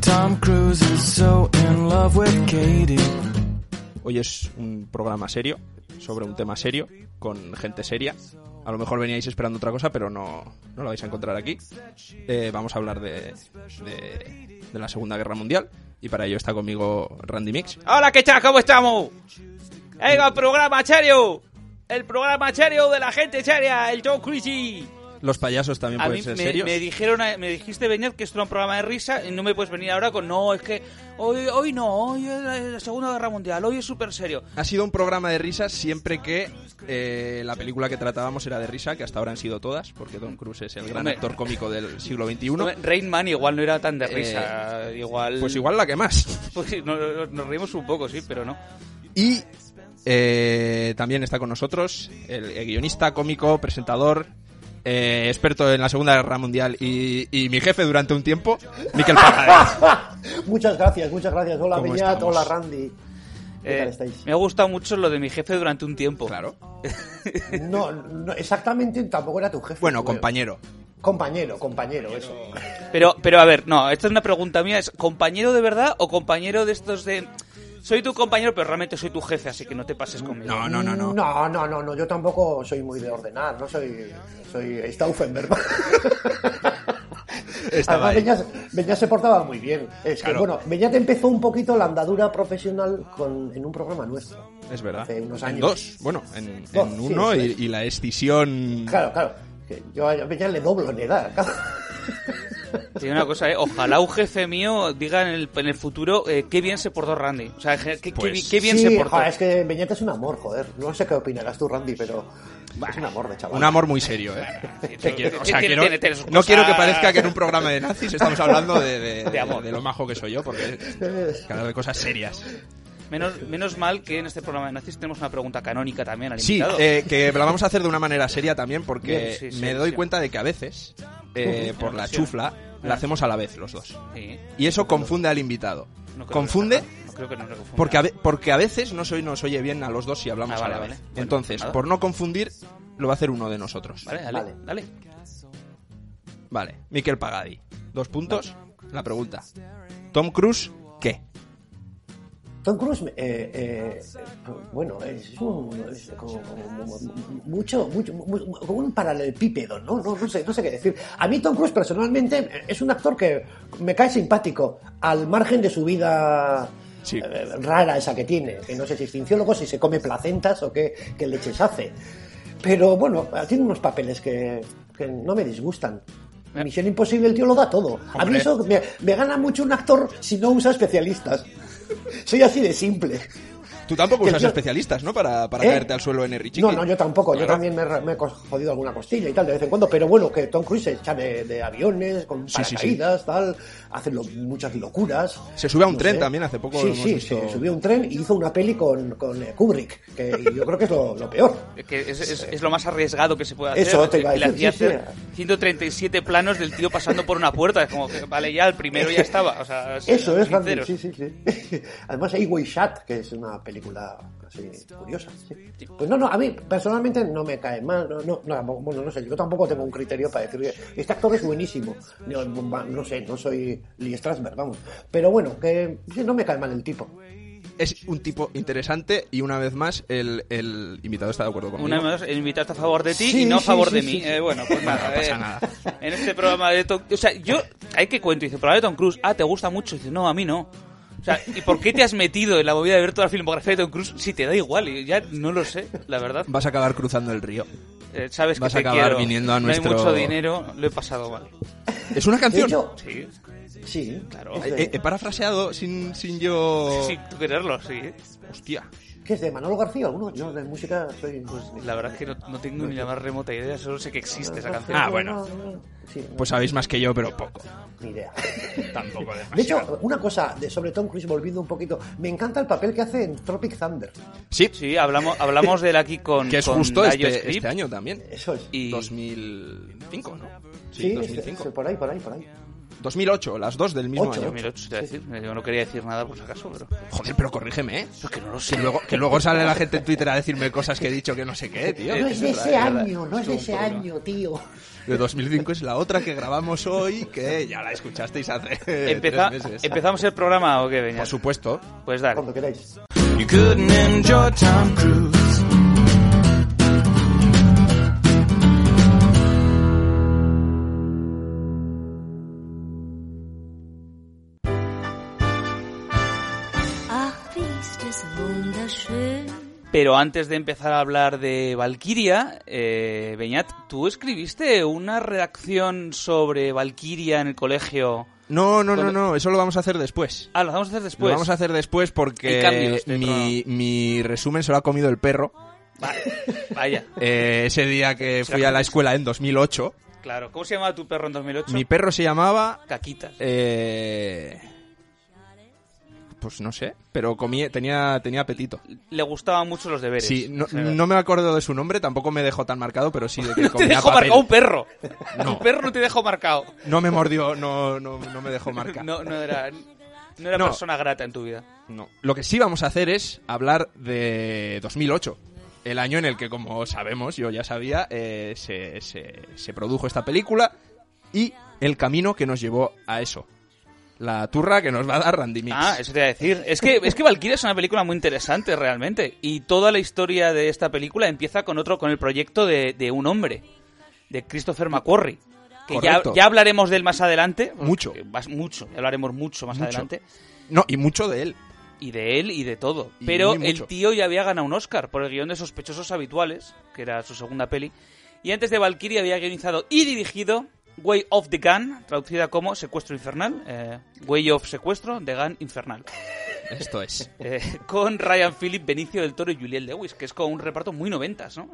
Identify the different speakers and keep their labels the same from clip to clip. Speaker 1: Tom Cruise is so in love with Katie.
Speaker 2: Hoy es un programa serio, sobre un tema serio, con gente seria. A lo mejor veníais esperando otra cosa, pero no, no la vais a encontrar aquí. Eh, vamos a hablar de, de, de la Segunda Guerra Mundial. Y para ello está conmigo Randy Mix.
Speaker 3: ¡Hola, qué tal! ¿Cómo estamos? ¡Venga, programa serio! El programa serio de la gente seria, el Joe Crazy.
Speaker 2: Los payasos también
Speaker 3: A mí
Speaker 2: pueden
Speaker 3: me,
Speaker 2: ser serios.
Speaker 3: me dijeron, a- me dijiste, Beñat, que esto era un programa de risa y no me puedes venir ahora con, no, es que hoy, hoy no, hoy es la, la Segunda Guerra Mundial, hoy es súper serio.
Speaker 2: Ha sido un programa de risas siempre que eh, la película que tratábamos era de risa, que hasta ahora han sido todas, porque Don Cruz es el gran
Speaker 3: Hombre.
Speaker 2: actor cómico del siglo XXI.
Speaker 3: Rain Man igual no era tan de risa, igual...
Speaker 2: Pues igual la que más.
Speaker 3: Pues sí, no- no- nos reímos un poco, sí, pero no.
Speaker 2: Y eh, también está con nosotros el, el guionista, cómico, presentador, eh, experto en la Segunda Guerra Mundial y, y mi jefe durante un tiempo, Miquel Pajares.
Speaker 4: Muchas gracias, muchas gracias. Hola
Speaker 2: ¿Cómo
Speaker 4: Beñat,
Speaker 2: estamos?
Speaker 4: hola Randy. ¿Qué
Speaker 3: Eh,
Speaker 4: tal estáis?
Speaker 3: me ha gustado mucho lo de mi jefe durante un tiempo.
Speaker 2: Claro.
Speaker 4: No, no, exactamente tampoco era tu jefe.
Speaker 2: Bueno,
Speaker 4: creo.
Speaker 2: compañero.
Speaker 4: Compañero, compañero, eso.
Speaker 3: Pero, pero a ver, no, esta es una pregunta mía, ¿es compañero de verdad o compañero de estos de... Soy tu compañero, pero realmente soy tu jefe, así que no te pases conmigo.
Speaker 2: No, no, no, no.
Speaker 4: No, no, no, no, yo tampoco soy muy de ordenar, no soy, soy Stauffenberg.
Speaker 2: Estaba
Speaker 4: Además,
Speaker 2: ahí.
Speaker 4: Beñat, Beñat se portaba muy bien. Es que,
Speaker 2: Claro.
Speaker 4: bueno, Beñat empezó un poquito la andadura profesional con, en un programa nuestro.
Speaker 2: Es verdad.
Speaker 4: Hace unos
Speaker 2: En
Speaker 4: años.
Speaker 2: dos. Bueno, en,
Speaker 4: Dos,
Speaker 2: en
Speaker 4: sí,
Speaker 2: uno
Speaker 4: eso
Speaker 2: y,
Speaker 4: es.
Speaker 2: y la escisión.
Speaker 4: Claro, claro. que Yo a Beñat le doblo en edad.
Speaker 3: Te digo una cosa, eh, ojalá un jefe mío diga en el, en el futuro eh, qué bien se portó Randy. O sea, qué, qué-
Speaker 2: Pues-
Speaker 3: qué- qué bien
Speaker 4: Sí,
Speaker 3: se portó.
Speaker 4: joder, es que Beñat es un amor, joder. No sé qué opinarás tú, Randy, pero es un amor de chaval.
Speaker 2: Un amor muy serio, ¿eh? Te quiero, o sea,
Speaker 3: Tiene-
Speaker 2: quiero-
Speaker 3: tiene- tiene sus
Speaker 2: no
Speaker 3: cosas.
Speaker 2: quiero que parezca que en un programa de nazis estamos hablando de, de-
Speaker 3: De amor.
Speaker 2: de lo majo que soy yo, porque cada vez cosas serias.
Speaker 3: Menos, menos mal que en este programa de Nazis tenemos una pregunta canónica también al
Speaker 2: Sí,
Speaker 3: invitado.
Speaker 2: eh, que la vamos a hacer de una manera seria también, porque
Speaker 3: Bien, sí, sí,
Speaker 2: me doy
Speaker 3: sí.
Speaker 2: cuenta de que a veces, eh, por la chufla, la hacemos a la vez los dos.
Speaker 3: Sí.
Speaker 2: Y eso confunde al invitado.
Speaker 3: Eh. No creo que-
Speaker 2: Confunde
Speaker 3: No creo que no lo confunda.
Speaker 2: Porque a, ve- porque a veces no soy, nos oye bien a los dos si hablamos
Speaker 3: Ah, vale,
Speaker 2: a la
Speaker 3: vale.
Speaker 2: vez.
Speaker 3: Bueno,
Speaker 2: Entonces,
Speaker 3: nada.
Speaker 2: por no confundir, lo va a hacer uno de nosotros.
Speaker 3: Vale, dale,
Speaker 4: Vale.
Speaker 3: dale.
Speaker 2: Vale, Miquel Pagadi. Dos puntos. La pregunta. Tom Cruise, ¿qué?
Speaker 4: Tom Cruise, eh, eh, bueno, es un, es como, como mucho, mucho, mu- mu- como un paralelepípedo, ¿no? No, no sé, no sé qué decir. A mí Tom Cruise personalmente es un actor que me cae simpático, al margen de su vida
Speaker 2: Sí.
Speaker 4: eh, rara esa que tiene, que no sé si es finciólogo, si se come placentas o qué, qué leches hace. Pero bueno, tiene unos papeles que, que no me disgustan. Misión Imposible, el tío lo da todo. A mí
Speaker 2: Eh. Hombre.
Speaker 4: eso me, me gana mucho un actor si no usa especialistas. Soy así de simple.
Speaker 2: Tú tampoco
Speaker 4: Que
Speaker 2: usas
Speaker 4: yo-
Speaker 2: especialistas, ¿no? Para, para
Speaker 4: ¿Eh?
Speaker 2: caerte al suelo en el
Speaker 4: No, no, yo tampoco. Yo
Speaker 2: Claro.
Speaker 4: también me, he- me he co- jodido alguna costilla y tal de vez en cuando. Pero bueno, que Tom Cruise se echa de, de aviones, con
Speaker 2: Sí, sí, sí.
Speaker 4: paracaídas, tal. Hace lo- muchas locuras.
Speaker 2: Se sube a un tren también, hace poco
Speaker 4: Sí,
Speaker 2: hemos
Speaker 4: sí,
Speaker 2: visto-
Speaker 4: se subió a un tren y hizo una peli con, con eh, Kubrick. Que yo creo que es lo, lo peor.
Speaker 3: Que es, es- es lo más arriesgado que se puede hacer.
Speaker 4: Eso te iba a
Speaker 3: Le
Speaker 4: decir,
Speaker 3: hacía
Speaker 4: sí,
Speaker 3: hacer 137 planos del tío pasando por una puerta. Es como que, vale, ya el primero ya estaba. O sea,
Speaker 4: Eso es, Randy,
Speaker 3: sinceros.
Speaker 4: Sí, sí, sí. Además, hay Way Shut, que es una película así curiosa. sí. Pues no, no, a mí personalmente no me cae mal. No, no, no, tampoco- bueno, no sé, yo tampoco tengo un criterio para decir, "Oye, este actor es buenísimo. No, no sé, no soy Lee Strasberg, vamos. Pero bueno, que sí, no me cae mal el tipo.
Speaker 2: Es un tipo interesante y una vez más el, el invitado está de acuerdo conmigo.
Speaker 3: Una vez más, el invitado está a favor de ti
Speaker 4: Sí,
Speaker 3: y no a
Speaker 4: sí,
Speaker 3: favor
Speaker 4: sí,
Speaker 3: de
Speaker 4: sí,
Speaker 3: mí.
Speaker 4: sí.
Speaker 3: Eh, bueno, pues nada.
Speaker 2: No pasa
Speaker 3: eh,
Speaker 2: nada.
Speaker 3: En este programa de Tom... O sea, yo... Hay que cuento. Dice, programa de Tom Cruise. Ah, ¿te gusta mucho? Dice, no, a mí no. O sea, ¿y por qué te has metido en la movida de ver toda la filmografía de Tom Cruise si te da igual? Y Ya no lo sé, la verdad.
Speaker 2: Vas a acabar cruzando el río.
Speaker 3: Eh, sabes
Speaker 2: Vas a
Speaker 3: que te
Speaker 2: acabar
Speaker 3: quiero.
Speaker 2: viniendo a nuestro-
Speaker 3: No hay mucho dinero, lo he pasado mal.
Speaker 2: Es una
Speaker 4: De
Speaker 2: canción. Eh,
Speaker 4: hecho,
Speaker 3: Sí,
Speaker 4: sí,
Speaker 3: Claro.
Speaker 4: Es
Speaker 2: He,
Speaker 4: de,
Speaker 2: he parafraseado sin, sin yo.
Speaker 3: sí, tú quererlo, sí. eh.
Speaker 2: Hostia.
Speaker 4: ¿qué es de Manolo García? ¿Alguno? Yo de música soy. pues,
Speaker 3: La verdad es que no, no tengo ni la más remota idea, solo sé que existe esa canción.
Speaker 2: Ah, bueno.
Speaker 4: No, no, no. Sí, no,
Speaker 2: Pues sabéis más que yo, pero poco.
Speaker 4: ni idea.
Speaker 2: Tampoco
Speaker 4: De hecho, una cosa de, sobre Tom Cruise, volviendo un poquito, me encanta el papel que hace en Tropic Thunder.
Speaker 2: Sí,
Speaker 3: Sí, hablamos, hablamos de él aquí con.
Speaker 2: que es
Speaker 3: con
Speaker 2: justo
Speaker 3: Dayo
Speaker 2: este,
Speaker 3: Script
Speaker 2: este año también.
Speaker 4: Eso es.
Speaker 3: Y
Speaker 2: 2005, ¿no?
Speaker 4: sí,
Speaker 2: Sí,
Speaker 4: es- es
Speaker 2: 2005.
Speaker 3: Eh,
Speaker 4: por ahí, por ahí, por ahí.
Speaker 2: 2008, las dos del mismo
Speaker 4: Ocho.
Speaker 2: año.
Speaker 3: 2008, te iba a decir. Yo no quería decir nada por si acaso, pero.
Speaker 2: Joder, pero corrígeme, ¿eh?
Speaker 3: Eso que no lo sé.
Speaker 2: Que luego, que luego sale la gente en Twitter a decirme cosas que he dicho que no sé qué, tío.
Speaker 3: Eh,
Speaker 4: No es de
Speaker 3: es
Speaker 4: ese
Speaker 3: verdad, es
Speaker 4: año,
Speaker 3: verdad.
Speaker 4: no es de
Speaker 3: Es un
Speaker 4: ese
Speaker 3: problema.
Speaker 4: año, tío.
Speaker 2: De 2005 es la otra que grabamos hoy, que ya la escuchasteis hace eh,
Speaker 3: Empeza-
Speaker 2: tres meses.
Speaker 3: ¿Empezamos el programa o qué, Beñat?
Speaker 2: Por supuesto.
Speaker 3: Pues dale.
Speaker 4: Cuando queráis.
Speaker 1: You couldn't enjoy Tom Cruise.
Speaker 5: Ach, wie ist es wunderschön.
Speaker 3: Pero antes de empezar a hablar de Valkyria, eh, Beñat, tú escribiste una redacción sobre Valkyria en el colegio.
Speaker 2: No, no, no,
Speaker 3: Cuando-
Speaker 2: no, eso lo vamos a hacer después.
Speaker 3: Ah, lo vamos a hacer
Speaker 2: Lo
Speaker 3: después.
Speaker 2: vamos a hacer después
Speaker 3: Hay
Speaker 2: porque
Speaker 3: cambios dentro,
Speaker 2: mi, mi resumen se lo ha comido el perro.
Speaker 3: Vaya,
Speaker 2: Eh, ese día que fui a la escuela en 2008,
Speaker 3: claro. ¿Cómo se llamaba tu perro en 2008?
Speaker 2: mi perro se llamaba...
Speaker 3: Caquitas.
Speaker 2: eh, pues no sé, pero comía, tenía, tenía apetito.
Speaker 3: Le gustaban mucho los deberes.
Speaker 2: Sí, no,
Speaker 3: O sea,
Speaker 2: no me acuerdo de su nombre, tampoco me dejó tan marcado, pero sí de que
Speaker 3: no te
Speaker 2: comía
Speaker 3: dejó
Speaker 2: papel.
Speaker 3: marcado un perro.
Speaker 2: No.
Speaker 3: Un perro no te dejó marcado.
Speaker 2: No me mordió, no, no, no me dejó marca.
Speaker 3: No, no era, no era
Speaker 2: No.
Speaker 3: persona grata en tu vida.
Speaker 2: No. Lo que sí vamos a hacer es hablar de 2008. El año en el que, como sabemos, yo ya sabía, eh, se, se- se produjo esta película y el camino que nos llevó a eso. La turra que nos va a dar Randy Mix.
Speaker 3: Ah, eso te iba a decir. Es que, es que Valkyria es una película muy interesante realmente. Y toda la historia de esta película empieza con otro, con el proyecto de, de un hombre, de Christopher McQuarrie. Que ya,
Speaker 2: Correcto.
Speaker 3: ya hablaremos de él más adelante.
Speaker 2: Mucho.
Speaker 3: Que vas- mucho. Ya hablaremos mucho más
Speaker 2: Mucho.
Speaker 3: adelante.
Speaker 2: No, y mucho de él.
Speaker 3: Y de él y de todo.
Speaker 2: Y
Speaker 3: Pero
Speaker 2: muy mucho.
Speaker 3: el tío ya había ganado un Oscar por el guión de Sospechosos Habituales, que era su segunda peli. Y antes de Valkyrie había guionizado y dirigido Way of the Gun, traducida como Secuestro Infernal. eh, Way of Secuestro, The Gun Infernal.
Speaker 2: Esto es.
Speaker 3: Eh, con Ryan Phillip, Benicio del Toro y Juliette Lewis, que es como un reparto muy noventas, ¿no?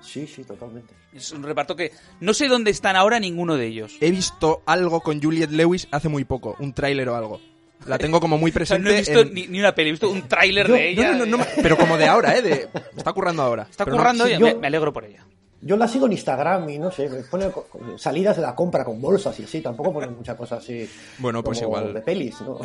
Speaker 4: Sí, sí, totalmente.
Speaker 3: Es un reparto que no sé dónde están ahora ninguno de ellos.
Speaker 2: He visto algo con Juliette Lewis hace muy poco, un tráiler o algo. La tengo como muy
Speaker 3: O sea,
Speaker 2: presente.
Speaker 3: no he visto
Speaker 2: en-
Speaker 3: ni, ni una peli, he visto un tráiler
Speaker 4: Yo-
Speaker 3: de
Speaker 2: No,
Speaker 3: ella.
Speaker 2: no, no, no,
Speaker 3: eh,
Speaker 2: pero como de ahora, ¿eh? De... Está currando ahora.
Speaker 3: Está
Speaker 2: Pero no-
Speaker 3: currando
Speaker 4: sí,
Speaker 3: ella,
Speaker 4: yo-
Speaker 3: me, me alegro por ella.
Speaker 4: Yo la sigo en Instagram y no sé, me pone co- salidas de la compra con bolsas y así, tampoco pone mucha cosa así.
Speaker 2: Bueno, pues
Speaker 4: como
Speaker 2: igual.
Speaker 4: De pelis, ¿no?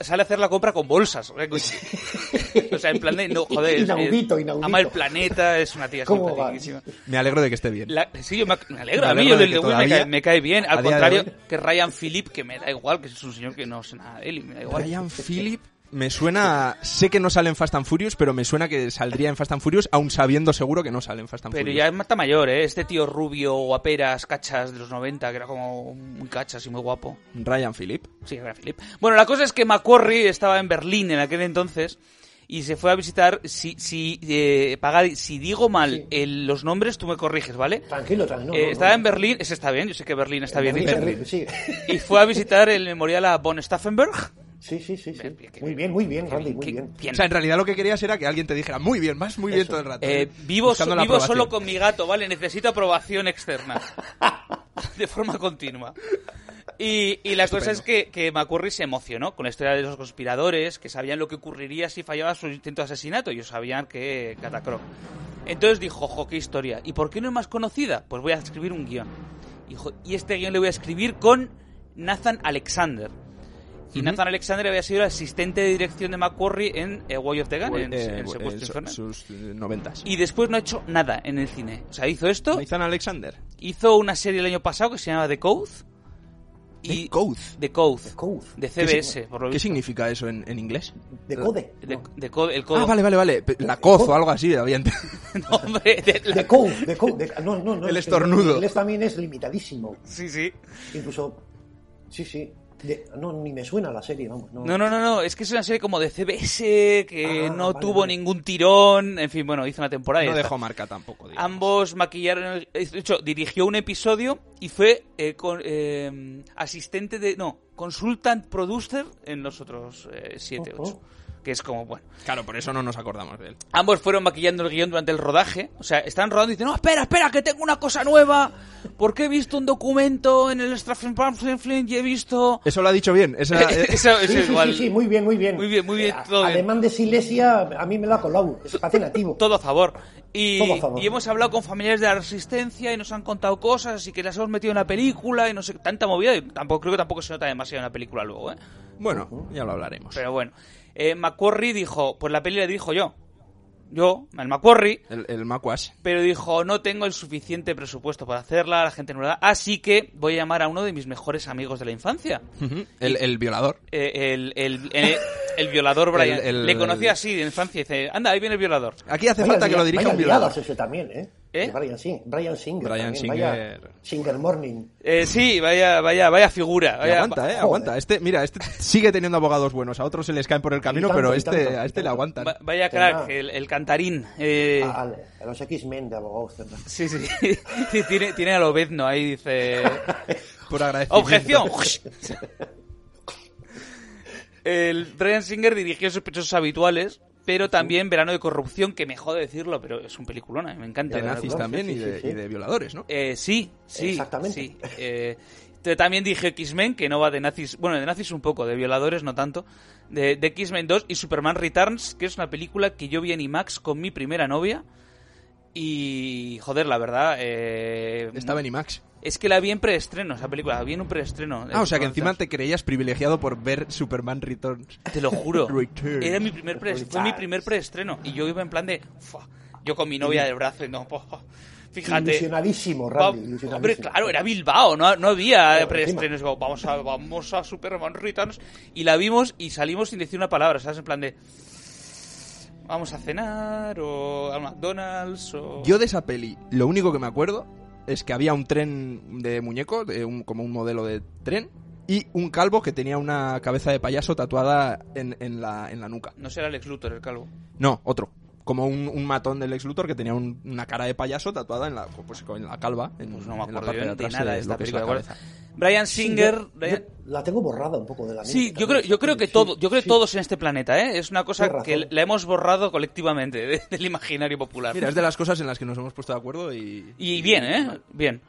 Speaker 3: Sale a hacer la compra con bolsas. O sea, que- o sea, en plan de. No, joder. es-
Speaker 4: Inaudito,
Speaker 3: es-
Speaker 4: inaudito.
Speaker 3: Ama el planeta, es una tía
Speaker 4: ¿Cómo
Speaker 3: simpaticísima.
Speaker 2: Me alegro de que esté bien.
Speaker 3: La- sí, yo me, me alegro.
Speaker 2: Me
Speaker 3: A mí
Speaker 2: alegro
Speaker 3: yo
Speaker 2: de
Speaker 3: Lil
Speaker 2: que
Speaker 3: Wayne me
Speaker 2: todavía,
Speaker 3: cae, me cae bien.
Speaker 2: a
Speaker 3: Al
Speaker 2: día de
Speaker 3: contrario
Speaker 2: hoy-
Speaker 3: que Ryan Phillip, que me da igual, que es un señor que no sé nada de él y me da igual.
Speaker 2: Ryan Phillip me suena. Sé que no sale en Fast and Furious, pero me suena que saldría en Fast and Furious, aun sabiendo seguro que no sale en Fast and
Speaker 3: Pero
Speaker 2: Furious.
Speaker 3: ya es mata mayor, ¿eh? Este tío rubio, guaperas, cachas de los 90, que era como un cachas y muy guapo.
Speaker 2: Ryan Phillip.
Speaker 3: Sí, era Philip. Bueno, la cosa es que McQuarrie estaba en Berlín en aquel entonces y se fue a visitar. Si, si, eh, Pagadi, si digo mal el- los nombres, tú me corriges, ¿vale?
Speaker 4: Tranquilo, tranquilo. no,
Speaker 3: Eh,
Speaker 4: no,
Speaker 3: estaba
Speaker 4: no.
Speaker 3: en Berlín, ese está bien, yo sé que Berlín está bien
Speaker 4: Berlín,
Speaker 3: dicho.
Speaker 4: Berlín, Sí,
Speaker 3: Y fue a visitar el memorial a Von Stauffenberg.
Speaker 4: sí, sí, sí. sí.
Speaker 3: Bien, bien,
Speaker 4: Muy bien, muy bien, Randy, muy
Speaker 3: Que-
Speaker 4: bien.
Speaker 2: O sea, en realidad lo que querías era que alguien te dijera muy bien, más muy bien todo el rato.
Speaker 3: Eh,
Speaker 2: ¿eh?
Speaker 3: vivo
Speaker 2: Buscando
Speaker 3: so-
Speaker 2: la
Speaker 3: vivo
Speaker 2: aprobación.
Speaker 3: solo con mi gato, ¿vale? Necesito aprobación externa. de forma continua. Y, y la cosa es que, que McCurry se emocionó con la historia de los conspiradores, que sabían lo que ocurriría si fallaba su intento de asesinato. Ellos sabían que Catacroc. Entonces dijo, ojo, qué historia. ¿Y por qué no es más conocida? Pues voy a escribir un guión. Y, dijo, y este guión le voy a escribir con Nathan Alexander. Y
Speaker 2: Ujú.
Speaker 3: Nathan Alexander había sido el asistente de dirección de McCurry en eh, Way of the Gun, en,
Speaker 2: Eh,
Speaker 3: en
Speaker 2: eh,
Speaker 3: Secuestro
Speaker 2: su-
Speaker 3: Infernal.
Speaker 2: sus eh, noventas.
Speaker 3: Y después no ha hecho nada en el cine. O sea, hizo esto,
Speaker 2: Nathan Alexander.
Speaker 3: hizo una serie el año pasado que se llamaba The Code.
Speaker 2: The Code.
Speaker 3: The Code.
Speaker 4: Code.
Speaker 3: De
Speaker 2: ¿Qué
Speaker 3: CBS,
Speaker 2: sig-
Speaker 3: por lo
Speaker 2: ¿Qué
Speaker 3: visto.
Speaker 2: significa eso en, en inglés?
Speaker 4: De code.
Speaker 3: De,
Speaker 4: no.
Speaker 3: de code, el codo.
Speaker 2: Ah, vale, vale, vale. Pe- La coz o algo así. había ent-
Speaker 3: No, hombre, de la-
Speaker 4: De code, de code. de- no, no, no,
Speaker 2: El
Speaker 4: es que
Speaker 2: estornudo.
Speaker 4: El inglés también es limitadísimo.
Speaker 3: Sí, sí.
Speaker 4: Incluso, sí, sí. de- no, ni me suena la serie, vamos. No,
Speaker 3: No, no, no, no. Es que es una serie como de CBS, que
Speaker 4: Ah,
Speaker 3: no
Speaker 4: vale,
Speaker 3: tuvo
Speaker 4: vale.
Speaker 3: ningún tirón. En fin, bueno, hizo una temporada y
Speaker 2: No
Speaker 3: ya
Speaker 2: dejó
Speaker 3: está.
Speaker 2: marca tampoco. digamos.
Speaker 3: Ambos maquillaron. el- De hecho, dirigió un episodio y fue eh, con- eh, asistente de. No, consultant producer en los otros eh, siete,
Speaker 4: Ojo.
Speaker 3: ocho. que es como, bueno.
Speaker 2: Claro, por eso no nos acordamos de él.
Speaker 3: Ambos fueron maquillando el guión durante el rodaje. O sea, están rodando y dicen, no, espera, espera, que tengo una cosa nueva. Porque he visto un documento en el Strafen y he visto...
Speaker 2: Eso lo ha dicho bien. Esa, eh,
Speaker 3: Eso es
Speaker 4: Sí, sí,
Speaker 3: igual.
Speaker 4: sí, sí, muy bien, muy bien.
Speaker 3: Muy bien, muy bien,
Speaker 4: Eh,
Speaker 3: todo bien.
Speaker 4: Alemán de Silesia, a mí me lo ha colado. Es fascinativo.
Speaker 3: Todo a favor. Y,
Speaker 4: Todo a favor.
Speaker 3: y hemos hablado con familiares de la resistencia y nos han contado cosas y que las hemos metido en la película y no sé, tanta movida. Y tampoco, creo que tampoco se nota demasiado en la película luego, ¿eh?
Speaker 2: bueno, ya lo hablaremos.
Speaker 3: Pero bueno. Eh, McQuarrie dijo, pues la peli le dijo yo. Yo, el McQuarrie,
Speaker 2: El, el Macuas.
Speaker 3: pero dijo, no tengo el suficiente presupuesto para hacerla, la gente no la da, así que voy a llamar a uno de mis mejores amigos de la infancia.
Speaker 2: Ujú. el, el violador.
Speaker 3: Eh, el, el, el- el violador Brian.
Speaker 2: El- el-
Speaker 3: Le conocí
Speaker 2: el-
Speaker 3: así de infancia, dice, anda, ahí viene el violador.
Speaker 2: Aquí hace
Speaker 4: Vaya
Speaker 2: falta que
Speaker 4: lia-
Speaker 2: lo dirija
Speaker 4: vaya
Speaker 2: un violador.
Speaker 4: liadas ese también, ¿eh?
Speaker 3: ¿Eh?
Speaker 4: Brian, Sing- Brian Singer.
Speaker 2: Brian
Speaker 4: también, vaya-
Speaker 2: Singer.
Speaker 4: Singer Morning.
Speaker 3: Eh, sí, vaya, vaya, vaya figura.
Speaker 2: Y
Speaker 3: Vaya,
Speaker 2: aguanta, eh, aguanta. Este, mira, este sigue teniendo abogados buenos. A otros se les caen por el camino,
Speaker 4: tanto,
Speaker 2: pero
Speaker 4: y
Speaker 2: este,
Speaker 4: tanto,
Speaker 2: a este
Speaker 4: y
Speaker 2: le
Speaker 4: tanto.
Speaker 2: aguantan.
Speaker 3: va- vaya
Speaker 4: Pues
Speaker 3: crack,
Speaker 4: nada.
Speaker 3: el, el cantarín. eh,
Speaker 4: A, Ah, a- a los X-Men de abogados. tendrá.
Speaker 3: sí, sí. Sí, tiene, tiene al obezno ahí, dice...
Speaker 2: Por agradecimiento.
Speaker 3: ¡Objeción! El Brian Singer dirigió Sospechosos Habituales, pero también Verano de Corrupción, que me jode decirlo, pero es un peliculón, a mí me encanta.
Speaker 2: De
Speaker 3: Verano de
Speaker 2: nazis
Speaker 4: Sí,
Speaker 2: también
Speaker 4: sí,
Speaker 2: y de,
Speaker 4: sí.
Speaker 2: y de violadores, ¿no?
Speaker 3: Corrupción. Eh, sí, sí.
Speaker 4: Exactamente.
Speaker 3: sí. Eh, te- también dije X-Men, que no va de nazis. Bueno, de nazis un poco, de violadores no tanto. De, de X-Men 2 y Superman Returns, que es una película que yo vi en IMAX con mi primera novia. Y, joder, la verdad. eh,
Speaker 2: Estaba en IMAX.
Speaker 3: Es que la vi en preestreno, esa película, la vi en un preestreno.
Speaker 2: Ah, o sea que
Speaker 3: Eh,
Speaker 2: encima te creías privilegiado por ver Superman Returns.
Speaker 3: Te lo juro.
Speaker 2: Returns.
Speaker 3: Era mi primer pre- fue mi primer preestreno. Y yo iba en plan de. "Fua". Yo con mi novia del brazo y no. po, fíjate.
Speaker 4: Ilusionadísimo,
Speaker 3: Va-
Speaker 4: Randy. ilusionadísimo.
Speaker 3: hombre, claro, era Bilbao, no, no había
Speaker 4: Claro,
Speaker 3: preestrenos. Como, Vamos a, vamos a Superman Returns. Y la vimos y salimos sin decir una palabra, ¿sabes? En plan de. Vamos a cenar, o a McDonald's, o.
Speaker 2: Yo de esa peli, lo único que me acuerdo es que había un tren de muñeco, de un- como un modelo de tren, y un calvo que tenía una cabeza de payaso tatuada en, en la, en la nuca.
Speaker 3: No será Alex Luthor, el calvo.
Speaker 2: No, otro. Como un, un matón del ex Luthor que tenía un- una cara de payaso tatuada en la, pues, con la calva, en,
Speaker 3: Pues no me
Speaker 2: en la
Speaker 3: acuerdo
Speaker 2: parte
Speaker 3: yo
Speaker 2: de
Speaker 3: de,
Speaker 2: atrás
Speaker 3: nada de
Speaker 2: lo
Speaker 3: esta
Speaker 2: que es
Speaker 3: película.
Speaker 2: la
Speaker 3: ¿de acuerdo?
Speaker 2: cabeza.
Speaker 3: Brian
Speaker 4: Sí,
Speaker 3: Singer.
Speaker 4: yo-
Speaker 3: Brian-
Speaker 4: yo la tengo borrada un poco de la mente.
Speaker 3: Sí, yo creo,
Speaker 4: también,
Speaker 3: yo creo que
Speaker 4: sí,
Speaker 3: todo, yo creo que
Speaker 4: sí.
Speaker 3: todos en este planeta, ¿eh? Es una cosa
Speaker 4: Tienes
Speaker 3: que
Speaker 4: razón.
Speaker 3: la hemos borrado colectivamente de- del imaginario popular.
Speaker 2: Mira, es de las cosas en las que nos hemos puesto de acuerdo y...
Speaker 3: Y bien, ¿eh? Bien.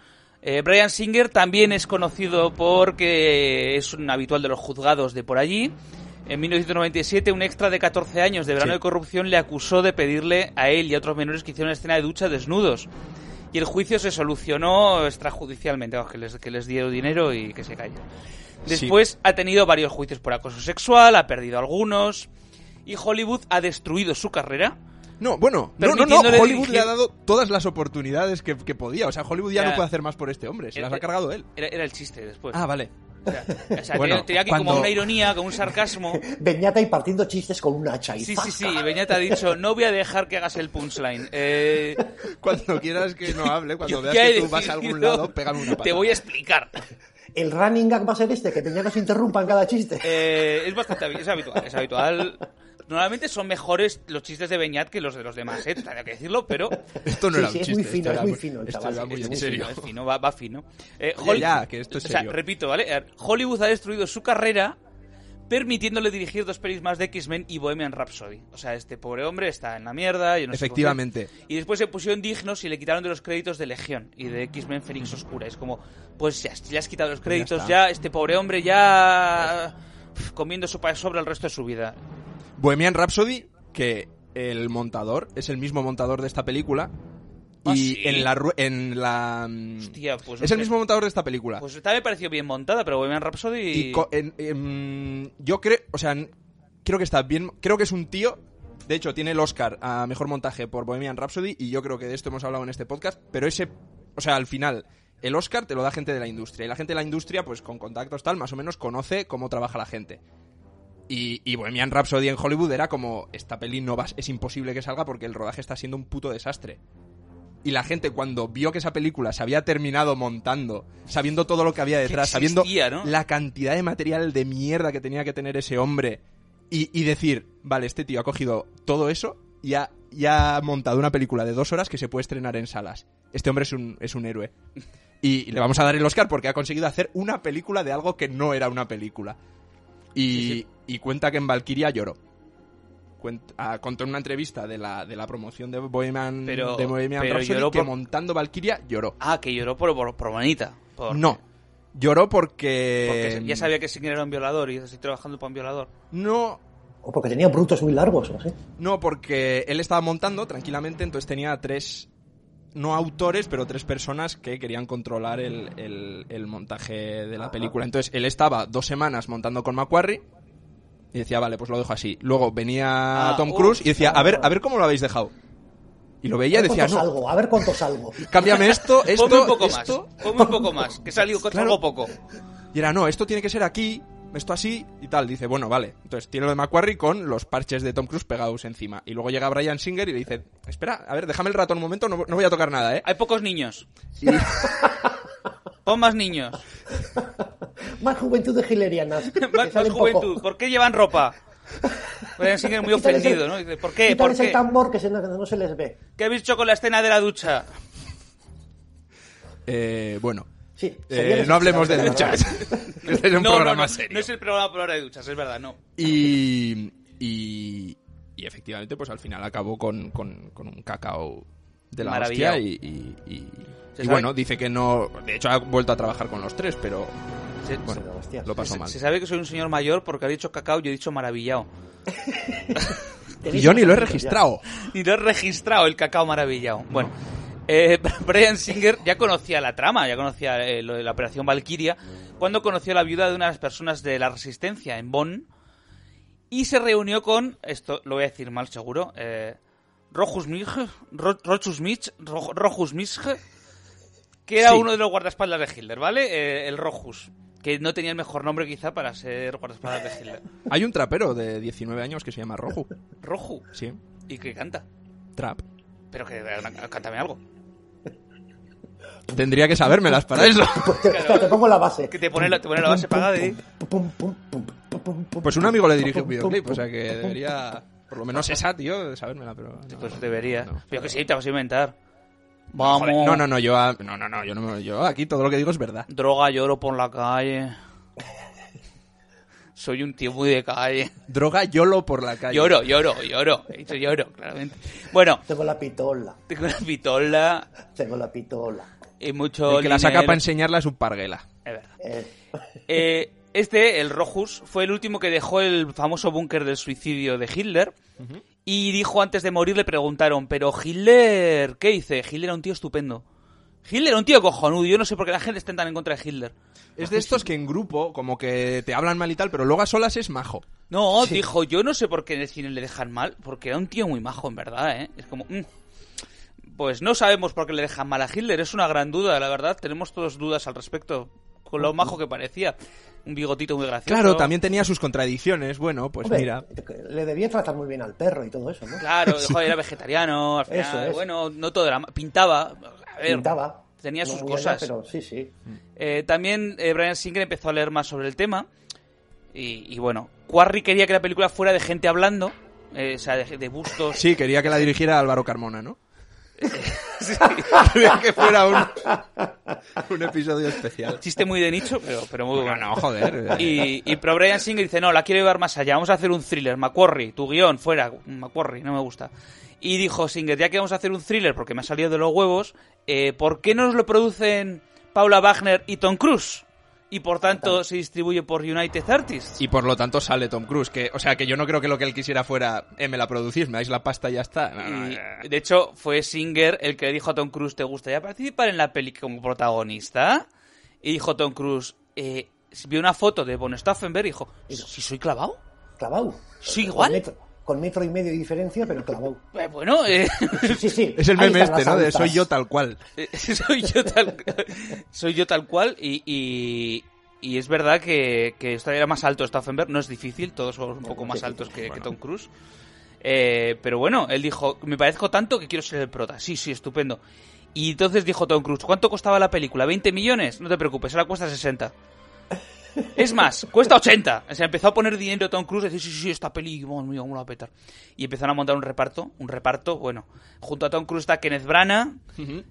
Speaker 3: Eh, Brian Singer también es conocido porque es un habitual de los juzgados de por allí. En 1997, un extra de 14 años de verano
Speaker 2: Sí.
Speaker 3: de corrupción le acusó de pedirle a él y a otros menores que hicieran una escena de ducha desnudos. Y el juicio se solucionó extrajudicialmente, vamos, que les, que les dieron dinero y que se callen. Después ha tenido varios juicios por acoso sexual, ha perdido algunos. Y Hollywood ha destruido su carrera.
Speaker 2: No, bueno, no, no, no,
Speaker 3: Permitiéndole
Speaker 2: Hollywood le
Speaker 3: dirigir-
Speaker 2: ha dado todas las oportunidades que, que podía. O sea, Hollywood ya
Speaker 3: Ya.
Speaker 2: no puede hacer más por este hombre, se las ha cargado él.
Speaker 3: Era, era el chiste después.
Speaker 2: Ah, vale.
Speaker 3: O sea, o sea,
Speaker 2: Bueno,
Speaker 3: tenía, tenía aquí como
Speaker 2: cuando-
Speaker 3: una ironía, como un sarcasmo.
Speaker 4: Beñata y partiendo chistes con un hacha. Y
Speaker 3: Sí, sí,
Speaker 4: ¡zasca!
Speaker 3: sí. Beñat ha dicho, no voy a dejar que hagas el punchline. Eh,
Speaker 2: Cuando quieras que no hable, cuando
Speaker 3: yo
Speaker 2: veas
Speaker 3: ya
Speaker 2: que
Speaker 3: he
Speaker 2: tú vas a algún
Speaker 3: decidido-
Speaker 2: lado, pégame una pata.
Speaker 3: Te voy a explicar.
Speaker 4: El running gag va a ser este, que ya no se interrumpan cada chiste.
Speaker 3: Eh, es bastante habi- es habitual, es habitual. Normalmente son mejores los chistes de Beñat que los de los demás, ¿eh? Tengo que decirlo, pero...
Speaker 2: Esto no
Speaker 4: Sí,
Speaker 2: era
Speaker 4: sí,
Speaker 2: un
Speaker 4: es
Speaker 2: chiste.
Speaker 4: muy
Speaker 2: esto
Speaker 4: fino, es
Speaker 2: era
Speaker 4: muy fino el
Speaker 2: esto
Speaker 4: chaval,
Speaker 2: era muy
Speaker 4: es
Speaker 2: en
Speaker 4: muy
Speaker 2: serio.
Speaker 3: Es fino, va, va fino. Eh,
Speaker 2: Oye, ya, que esto es
Speaker 3: o sea,
Speaker 2: serio.
Speaker 3: repito, ¿vale? Eh, Hollywood ha destruido su carrera permitiéndole dirigir dos pelis más de X-Men y Bohemian Rhapsody. O sea, este pobre hombre está en la mierda. Yo no sé por qué.
Speaker 2: Efectivamente.
Speaker 3: Y después se pusieron dignos y le quitaron de los créditos de Legión y de X-Men Fénix Oscura. Es como, pues ya, le has quitado los créditos,
Speaker 2: está.
Speaker 3: ya, este pobre hombre ya uf, comiendo sopa de sobra el resto de su vida.
Speaker 2: Bohemian Rhapsody, que el montador es el mismo montador de esta película.
Speaker 3: Ah,
Speaker 2: y
Speaker 3: sí.
Speaker 2: en la. ru- En la mm,
Speaker 3: Hostia, pues no
Speaker 2: es el
Speaker 3: sé.
Speaker 2: mismo montador de esta película.
Speaker 3: Pues esta me pareció bien montada, pero Bohemian Rhapsody...
Speaker 2: Y co- en- em, yo creo, o sea, n- creo que está bien, creo que es un tío. De hecho, tiene el Oscar a mejor montaje por Bohemian Rhapsody y yo creo que de esto hemos hablado en este podcast, pero ese, o sea, al final el Oscar te lo da gente de la industria y la gente de la industria pues con contactos tal, más o menos conoce cómo trabaja la gente. Y, y Bohemian Rhapsody en Hollywood era como esta peli no va, es imposible que salga porque el rodaje está siendo un puto desastre. Y la gente cuando vio que esa película se había terminado montando, sabiendo todo lo que había detrás, sabiendo
Speaker 3: existía, ¿no?
Speaker 2: la cantidad de material de mierda que tenía que tener ese hombre, y, y decir, vale, este tío ha cogido todo eso y ha, y ha montado una película de dos horas que se puede estrenar en salas. Este hombre es un, es un héroe. Y le vamos a dar el Oscar porque ha conseguido hacer una película de algo que no era una película. Y, y cuenta que en Valkyria lloró. cuent- ah, contó en una entrevista de la, de la promoción de Bohemian,
Speaker 3: Pero-
Speaker 2: de Bohemian
Speaker 3: pero
Speaker 2: Rhapsody
Speaker 3: lloró
Speaker 2: que
Speaker 3: por-
Speaker 2: montando Valkyria lloró.
Speaker 3: Ah, que lloró por, por, por Manita. Por,
Speaker 2: No, Eh, lloró porque...
Speaker 3: Porque ya sabía que Singer era un violador y estoy trabajando para un violador.
Speaker 2: No,
Speaker 4: O porque tenía brutos muy largos, o así.
Speaker 2: No, porque él estaba montando tranquilamente, entonces tenía tres, no autores, pero tres personas que querían controlar el, el- el montaje de la película. Entonces él estaba dos semanas montando con Macquarie y decía, vale, pues lo dejo así. Luego venía
Speaker 3: Ah,
Speaker 2: Tom
Speaker 3: uh,
Speaker 2: Cruise y decía, a ver, a ver cómo lo habéis dejado. Y lo veía
Speaker 4: A
Speaker 2: y
Speaker 4: ver
Speaker 2: decía,
Speaker 4: cuánto
Speaker 2: no,
Speaker 4: salgo, a ver cuánto salgo.
Speaker 2: cámbiame esto, esto,
Speaker 3: ponme un poco
Speaker 2: esto.
Speaker 3: más. Ponme un poco más. Que salió con
Speaker 2: Claro.
Speaker 3: algo poco.
Speaker 2: Y era, no, esto tiene que ser aquí, esto así y tal. Dice, bueno, vale. Entonces tiene lo de Macquarie con los parches de Tom Cruise pegados encima. Y luego llega Brian Singer y le dice, espera, a ver, déjame el ratón un momento, no, no voy a tocar nada, ¿eh?
Speaker 3: Hay pocos niños. Pon más niños.
Speaker 4: Más juventud de hilerianas.
Speaker 3: Más, más juventud. ¿Por qué llevan ropa? Brian Singer muy ofendido, ¿no? Dice, ¿por qué? ¿Por
Speaker 4: Quítales el
Speaker 3: qué?
Speaker 4: tambor que se- no, no se les ve.
Speaker 3: ¿Qué habéis hecho con la escena de la ducha?
Speaker 2: Eh, bueno.
Speaker 4: Sí,
Speaker 2: Eh,
Speaker 4: serían esas
Speaker 2: no hablemos de
Speaker 4: chicas,
Speaker 2: duchas. este es un
Speaker 3: no,
Speaker 2: programa
Speaker 3: no, no,
Speaker 2: serio.
Speaker 3: No es el programa por hora de duchas, es verdad, no.
Speaker 2: Y, y, y efectivamente, pues al final acabó con, con, con un cacao de la
Speaker 3: Maravillao.
Speaker 2: hostia y... y- y-
Speaker 3: Se
Speaker 2: y
Speaker 3: sabe-
Speaker 2: bueno, dice que no... De hecho, ha vuelto a trabajar con los tres, pero
Speaker 3: Se,
Speaker 2: bueno,
Speaker 4: Pero, hostia,
Speaker 2: lo pasó
Speaker 3: se-
Speaker 2: mal.
Speaker 3: se sabe que soy un señor mayor porque ha dicho cacao y he dicho maravillado.
Speaker 4: tenéis
Speaker 2: Y yo ni lo he
Speaker 4: unos amigos ya.
Speaker 2: registrado.
Speaker 3: Y no he registrado el cacao maravillado. Bueno, eh, Brian Singer ya conocía la trama, ya conocía eh, lo de la operación Valkyria, cuando conoció a la viuda de una de las personas de la resistencia en Bonn y se reunió con, esto lo voy a decir mal seguro, eh, Rojus Mich, Ro- Rochus Mich, Ro- Rojus Mich, que era
Speaker 2: Sí.
Speaker 3: uno de los guardaespaldas de Hitler, ¿vale? Eh, el Rojus, que no tenía el mejor nombre quizá para ser guardaespaldas de Hitler.
Speaker 2: Hay un trapero de 19 años que se llama Rojo.
Speaker 3: Roju,
Speaker 2: Sí,
Speaker 3: y que canta,
Speaker 2: trap.
Speaker 3: pero que eh, cántame algo.
Speaker 2: Tendría que sabérmelas para eso.
Speaker 4: Te, te- te pongo la base.
Speaker 3: Que te pone la- te pone la base pagada
Speaker 2: ¿eh?
Speaker 3: y-
Speaker 4: Pum, pum, pum, pum, pum, pum,
Speaker 2: Pues un amigo le dirige un
Speaker 4: pum,
Speaker 2: videoclip,
Speaker 4: pum,
Speaker 2: o sea que
Speaker 4: pum, pum,
Speaker 2: debería... Por lo menos esa, tío, de sabérmela, pero... no.
Speaker 3: Pues deberías.
Speaker 2: No.
Speaker 3: Yo que sí, te vas a inventar. Vamos.
Speaker 2: Joder, no, no, no, yo... a- No, no, no, yo, no me- yo aquí todo lo que digo es verdad.
Speaker 3: Droga, lloro por la calle. Soy un tío muy de calle.
Speaker 2: Droga YOLO por la calle.
Speaker 3: Lloro, lloro, lloro. He dicho lloro, claramente. Bueno,
Speaker 4: Tengo la pitola.
Speaker 3: tengo una pitola
Speaker 4: Tengo la pitola.
Speaker 2: Pues
Speaker 3: y mucho.
Speaker 2: El que la saca
Speaker 3: dinero.
Speaker 2: para enseñarla es un parguela.
Speaker 3: Es verdad.
Speaker 4: Eh,
Speaker 3: Eh, este, el Rojus, fue el último que dejó el famoso búnker del suicidio de Hitler. Y dijo antes de morir, le preguntaron, pero Hitler, ¿qué hice? Hitler era un tío estupendo. Hitler era un tío cojonudo. Yo no sé por qué la gente está tan en contra de Hitler.
Speaker 2: Es de estos que en grupo, como que te hablan mal y tal, pero luego a solas es majo.
Speaker 3: No, dijo, yo no sé por qué en el cine le dejan mal, porque era un tío muy majo, en verdad, ¿eh? Es como... mm. Pues no sabemos por qué le dejan mal a Hitler, es una gran duda, la verdad, tenemos todos dudas al respecto, con lo majo que parecía. Un bigotito muy gracioso.
Speaker 2: Claro, también tenía sus contradicciones. Bueno, pues
Speaker 4: hombre,
Speaker 2: mira.
Speaker 4: Le debía tratar muy bien al perro y todo eso, ¿no?
Speaker 3: Claro, joder, era vegetariano, al final,
Speaker 4: Eso es.
Speaker 3: bueno, no todo era... ma- Pintaba, a ver,
Speaker 4: Pintaba.
Speaker 3: tenía
Speaker 4: No
Speaker 3: sus
Speaker 4: muy bien,
Speaker 3: cosas.
Speaker 4: Pero sí, sí.
Speaker 3: Eh, también eh, Brian Singer empezó a leer más sobre el tema. Y, y bueno, Quarry quería que la película fuera de gente hablando, eh, o sea, de, de bustos
Speaker 2: Sí, quería que la dirigiera Álvaro Carmona, ¿no? Quería que fuera un, un episodio especial.
Speaker 3: Chiste muy de nicho, pero, pero muy
Speaker 2: No,
Speaker 3: bueno.
Speaker 2: no, joder.
Speaker 3: Y, y pero Brian Singer dice, no, la quiero llevar más allá, vamos a hacer un thriller, Macquarie, tu guión, fuera, Macquarie, no me gusta. Y dijo Singer, ya que vamos a hacer un thriller, porque me ha salido de los huevos, eh, ¿por qué no nos lo producen Paula Wagner y Tom Cruise? Y por tanto se distribuye por United Artists.
Speaker 2: Y por lo tanto sale Tom Cruise, que, o sea, que yo no creo que lo que él quisiera fuera, eh, me la producís, me dais la pasta y ya está. No, no, eh.
Speaker 3: Y, de hecho, fue Singer el que le dijo a Tom Cruise, ¿te gustaría participar en la peli como protagonista? Y dijo Tom Cruise, eh, vio una foto de Von Stauffenberg y dijo, ¿si soy clavado?
Speaker 4: Clavau.
Speaker 3: Sí,
Speaker 4: Con
Speaker 3: igual.
Speaker 4: metro, con metro y medio de diferencia, pero clavau.
Speaker 3: Eh, bueno, eh,
Speaker 4: Sí, sí, sí.
Speaker 2: Es el
Speaker 4: Ahí
Speaker 2: meme
Speaker 4: están
Speaker 2: este,
Speaker 4: las
Speaker 2: ¿no? De
Speaker 4: altas.
Speaker 2: soy yo tal cual.
Speaker 3: Eh, soy yo tal soy yo tal cual y, y, y es verdad que, que esta era más alto Stauffenberg no es difícil todos somos un poco más altos que, que Tom Cruise Eh, pero bueno él dijo me parezco tanto que quiero ser el prota sí sí estupendo y entonces dijo Tom Cruise ¿cuánto costaba la película? ¿20 millones? no te preocupes ahora cuesta 60 es más, cuesta 80. O sea, empezó a poner dinero Tom Cruise. Decir, sí, sí, sí, esta peli, madre mía, cómo la va a petar. Y empezaron a montar un reparto. Un reparto, bueno. Junto a Tom Cruise está Kenneth Branagh,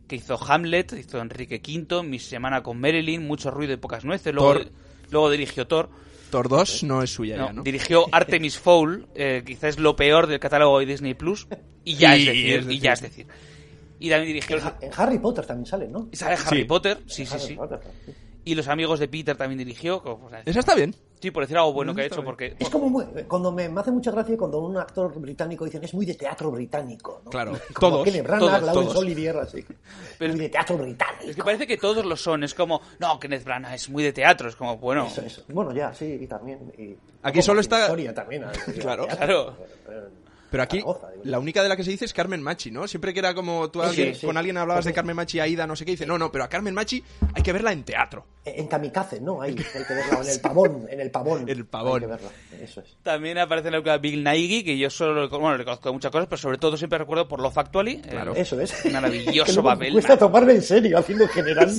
Speaker 3: que hizo Hamlet, hizo Enrique V, Mi Semana con Marilyn, mucho ruido y pocas nueces. Luego,
Speaker 2: Thor.
Speaker 3: luego dirigió Thor.
Speaker 2: Thor 2 no es suya
Speaker 3: No,
Speaker 2: ya, ¿no?
Speaker 3: Dirigió Artemis Fowl, eh, quizás lo peor del catálogo de Disney Plus, y ya
Speaker 2: Y-
Speaker 3: es decir,
Speaker 2: y es
Speaker 3: y ya es decir. Y también dirigió.
Speaker 4: En, Ha- en Harry Potter también sale, ¿no?
Speaker 3: Y sale Harry
Speaker 2: Sí.
Speaker 3: Potter, sí, sí,
Speaker 4: Harry
Speaker 3: sí.
Speaker 4: Potter.
Speaker 3: Y los amigos de Peter también dirigió. como, o sea,
Speaker 2: Esa está bien.
Speaker 3: sí, por decir algo bueno que ha
Speaker 2: Está
Speaker 3: hecho,
Speaker 2: bien.
Speaker 3: porque.
Speaker 4: Es como muy- cuando me, me hace mucha gracia cuando un actor británico dicen es muy de teatro británico. ¿no?
Speaker 2: Claro,
Speaker 4: Como
Speaker 2: todos,
Speaker 4: Kenneth Branagh,
Speaker 2: todos,
Speaker 4: Laurence
Speaker 2: todos.
Speaker 4: Olivier, así.
Speaker 3: Pero-
Speaker 4: muy de teatro británico.
Speaker 3: Es que parece que todos lo son. Es como, no, Kenneth Branagh es muy de teatro. Es como, bueno,
Speaker 4: Eso, eso. Bueno, ya, sí, y también. y-
Speaker 2: Aquí solo está-
Speaker 4: Historia también. a-
Speaker 2: Claro,
Speaker 3: claro.
Speaker 4: teatro, eh,
Speaker 2: Pero aquí,
Speaker 4: Zaragoza, digo yo.
Speaker 2: la única de la que se dice es Carmen Machi, ¿no? Siempre que era como tú
Speaker 4: Sí,
Speaker 2: alguien-
Speaker 4: sí.
Speaker 2: con alguien hablabas de Carmen Machi, Aida, no sé qué, dice, no, no, pero a Carmen Machi hay que verla en teatro.
Speaker 4: En Kamikaze, ¿no? Ahí, hay que verla. En el pavón, en el pavón.
Speaker 2: El pavón.
Speaker 4: Hay que verla. Eso es.
Speaker 3: También aparece en la película Bill Nighy, que yo solo le- bueno, le conozco de muchas cosas, pero sobre todo siempre recuerdo por lo Actually. eh,
Speaker 2: Claro.
Speaker 4: Eso es.
Speaker 3: Maravilloso
Speaker 4: Que luego me
Speaker 3: papel,
Speaker 4: Cuesta
Speaker 3: man.
Speaker 4: tomarme en serio haciendo general.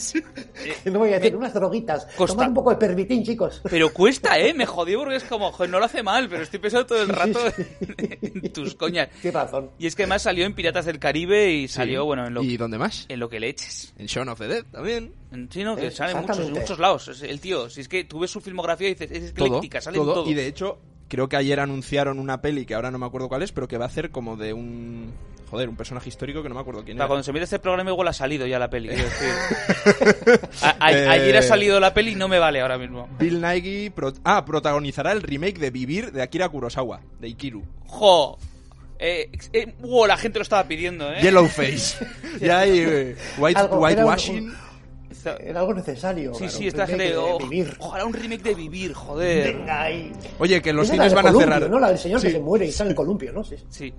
Speaker 4: Que no voy a decir unas droguitas.
Speaker 3: Costa-
Speaker 4: Tomar un poco de pervitín, chicos.
Speaker 3: Pero cuesta, ¿eh? Me jodí porque es como, joder, no lo hace mal, pero estoy pensando todo el
Speaker 4: Sí,
Speaker 3: rato
Speaker 4: sí,
Speaker 3: en, en tus coñas.
Speaker 4: Tienes razón.
Speaker 3: Y es que además salió en Piratas del Caribe y salió,
Speaker 2: Sí.
Speaker 3: bueno, en lo,
Speaker 2: ¿Y dónde más?
Speaker 3: en lo que le eches.
Speaker 2: En Shaun of the Dead también.
Speaker 3: En- Sí, no, que
Speaker 4: Eh,
Speaker 3: sale en muchos, en
Speaker 4: exactamente.
Speaker 3: muchos lados. Es El tío, si es que tú ves su filmografía y dices, es
Speaker 2: Todo,
Speaker 3: ecléctica, sale en
Speaker 2: todo.
Speaker 3: todo.
Speaker 2: Y de hecho, creo que ayer anunciaron una peli que ahora no me acuerdo cuál es, pero que va a hacer como de un. Joder, un personaje histórico que no me acuerdo quién
Speaker 3: O sea,
Speaker 2: era.
Speaker 3: cuando se mire este programa igual ha salido ya la peli. quiero decir. A- a-
Speaker 2: Eh.
Speaker 3: ayer ha salido la peli y no me vale ahora mismo.
Speaker 2: Bill Nighy pro- ah, protagonizará el remake de Vivir de Akira Kurosawa, de Ikiru.
Speaker 3: ¡Jo! Eh, eh, wow, la gente lo estaba pidiendo, ¿eh?
Speaker 2: Yellowface. ya hay eh, white,
Speaker 4: Algo, era un-
Speaker 2: whitewashing.
Speaker 3: Está-
Speaker 4: Era algo necesario.
Speaker 3: Sí,
Speaker 4: claro,
Speaker 3: sí, esta
Speaker 4: Eh, remake
Speaker 3: gente...
Speaker 4: de
Speaker 3: oh,
Speaker 4: vivir.
Speaker 3: ojalá un remake de Vivir, joder.
Speaker 4: Venga, ahí.
Speaker 2: Oye, que los
Speaker 4: Esa es la
Speaker 2: cines
Speaker 4: del
Speaker 2: van a
Speaker 4: columpio,
Speaker 2: cerrar.
Speaker 4: ¿no? La del señor
Speaker 2: Sí.
Speaker 4: que se muere y está en el columpio, ¿no? Sí.
Speaker 3: Sí.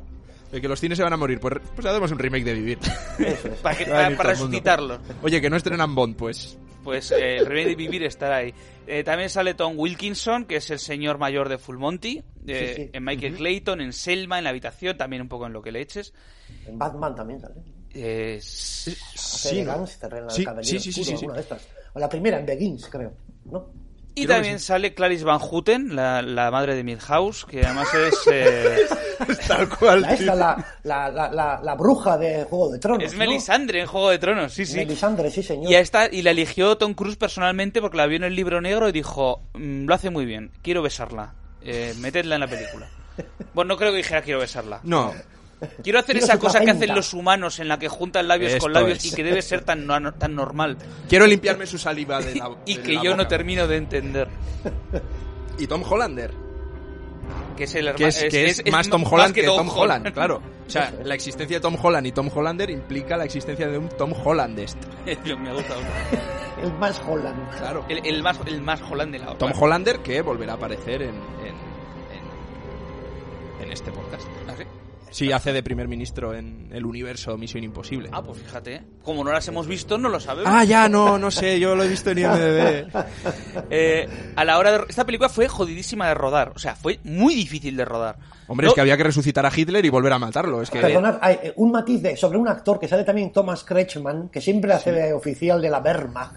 Speaker 2: De que los cines se van a morir. Pues, pues hacemos un remake de Vivir.
Speaker 3: Para, que- ah,
Speaker 2: Va a venir todo
Speaker 3: para- para
Speaker 2: el mundo.
Speaker 3: resucitarlo.
Speaker 2: Oye, que no estrenan Bond, pues.
Speaker 3: Pues eh, el remake de Vivir estará ahí. Eh, también sale Tom Wilkinson, que es el señor mayor de Full Monty. eh,
Speaker 4: Sí, sí.
Speaker 3: En Michael Clayton, en Selma, en La Habitación, también un poco en Lo que le eches.
Speaker 4: En Batman también sale.
Speaker 3: Eh, s-
Speaker 4: Hace
Speaker 2: Sí,
Speaker 4: de
Speaker 2: ¿no?
Speaker 4: gángster en el
Speaker 2: Sí,
Speaker 4: Caballero
Speaker 2: sí, sí, sí,
Speaker 4: Oscuro,
Speaker 2: sí, sí.
Speaker 4: alguna de estas. O la primera, en Begins, creo. ¿No?
Speaker 3: Y
Speaker 2: Creo que
Speaker 3: también sale Clarice Van Houten, la, la madre de Milhouse, que además es... eh,
Speaker 2: Tal cual.
Speaker 4: La, esta,
Speaker 2: tío.
Speaker 4: la, la, la, la, la bruja de Juego de Tronos.
Speaker 3: es
Speaker 4: ¿no?
Speaker 3: Melisandre en Juego de Tronos, sí, sí.
Speaker 4: Melisandre, sí, señor.
Speaker 3: Y, a esta, y la eligió Tom Cruise personalmente porque la vio en el libro negro y dijo, "Mm, lo hace muy bien, quiero besarla, eh, metedla en la película. Bueno, no creo que dijera quiero besarla.
Speaker 2: No.
Speaker 3: Quiero hacer
Speaker 4: Quiero
Speaker 3: esa
Speaker 4: su
Speaker 3: cosa que
Speaker 4: placenta.
Speaker 3: hacen los humanos en la que juntan labios
Speaker 2: Esto
Speaker 3: con labios
Speaker 2: es.
Speaker 3: y que debe ser tan, no- tan normal
Speaker 2: Quiero limpiarme su saliva de la.
Speaker 3: y
Speaker 2: de
Speaker 3: que
Speaker 2: la
Speaker 3: yo no
Speaker 2: boca.
Speaker 3: termino de entender.
Speaker 2: Y Tom Hollander.
Speaker 3: Que es el hermano...
Speaker 2: Que es, que es más Tom Holland que, Tom Holland, claro. O sea,
Speaker 4: Eso es.
Speaker 2: la existencia de Tom Holland y Tom Hollander implica la existencia de un Tom Hollandest.
Speaker 3: Me ha gustado.
Speaker 4: El más Holland.
Speaker 2: Claro.
Speaker 3: El, el más, el más Holland de la obra.
Speaker 2: Tom Hollander que volverá a aparecer en, en- en- en este podcast.
Speaker 3: ¿Ah, sí?
Speaker 2: Sí, hace de primer ministro en el universo Misión Imposible.
Speaker 3: Ah, pues fíjate, ¿eh? como no las hemos visto, no lo sabemos.
Speaker 2: Ah, ya, no, no sé, yo lo he visto en IMDb.
Speaker 3: Eh, a la hora de... Esta película fue jodidísima de rodar. O sea, fue muy difícil de rodar.
Speaker 2: Hombre,
Speaker 3: No-
Speaker 2: es que había que resucitar a Hitler y volver a matarlo. Es que...
Speaker 4: Perdonad, hay eh, un matiz de, sobre un actor que sale también Thomas Kretschmann, que siempre hace de oficial de la Wehrmacht.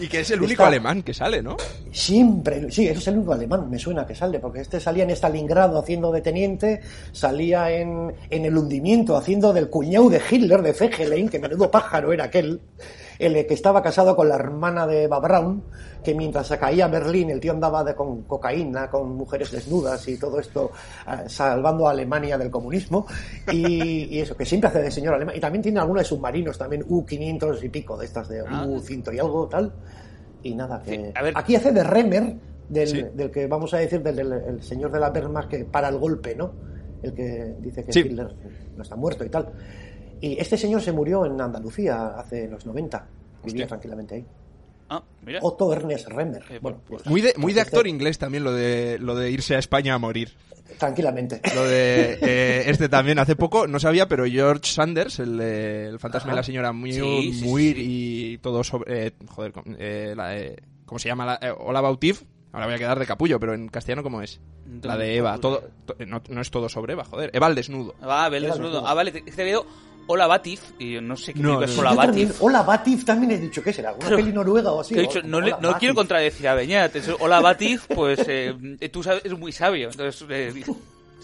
Speaker 2: Y que es el único
Speaker 4: Está-
Speaker 2: alemán que sale, ¿no?
Speaker 4: Siempre, sí, ese es el único alemán, me suena que sale, porque este salía en Stalingrado haciendo de teniente, salía en, en El hundimiento haciendo del cuñado de Hitler, de Fegelein, que menudo pájaro era aquel, el que estaba casado con la hermana de Eva Braun, que mientras se caía a Berlín el tío andaba de- con cocaína, con mujeres desnudas y todo esto, ah, salvando a Alemania del comunismo, y, y eso, que siempre hace de señor alemán, y también tiene alguna de submarinos, también U-500 y pico, de estas de
Speaker 3: Ah.
Speaker 4: U-100 y algo, tal. Y nada, que...
Speaker 3: Sí, a ver.
Speaker 4: Aquí hace de Remer, del,
Speaker 2: Sí.
Speaker 4: del que vamos a decir, del, del- el señor de la Wehrmacht que para el golpe, ¿no? El que dice que
Speaker 2: Sí.
Speaker 4: Hitler no está muerto y tal. Y este señor se murió en Andalucía hace los 90. Vivía
Speaker 2: Hostia.
Speaker 4: tranquilamente ahí.
Speaker 3: Ah, mira.
Speaker 4: Otto Ernest Remer.
Speaker 3: Eh,
Speaker 4: bueno,
Speaker 3: bueno,
Speaker 4: pues,
Speaker 2: Muy de, muy de
Speaker 4: Perfecto.
Speaker 2: actor inglés también lo de, lo de irse a España a morir.
Speaker 4: pues, tranquilamente.
Speaker 2: Lo de eh, este también hace poco, no sabía, pero George Sanders, el, de el fantasma de la señora Muir,
Speaker 3: Sí, sí,
Speaker 2: Muir
Speaker 3: sí.
Speaker 2: y todo sobre... eh, joder, con- eh, la, eh, ¿cómo se llama? La, eh, Hola Bautif. Ahora voy a quedar de capullo, pero en castellano ¿cómo es? La de Eva. Todo, to- no, no es todo sobre Eva, joder. Eva al desnudo.
Speaker 3: Ah, vale,
Speaker 4: Era
Speaker 3: desnudo.
Speaker 4: desnudo.
Speaker 3: Ah, vale, te, te veo Hola Batif. Y yo no sé qué
Speaker 2: No,
Speaker 3: película es
Speaker 2: no,
Speaker 3: Hola
Speaker 4: Yo también-
Speaker 3: Batif.
Speaker 4: hola, Batif también he dicho, ¿qué será? ¿Una
Speaker 3: Claro.
Speaker 4: peli noruega o así?
Speaker 3: Que he dicho,
Speaker 4: O-
Speaker 3: no, le-
Speaker 4: hola,
Speaker 3: no
Speaker 4: Batif.
Speaker 3: quiero contradecir a Beñat. es Hola Batif, pues eh, tú sabes, es muy sabio. Entonces, eh, dije-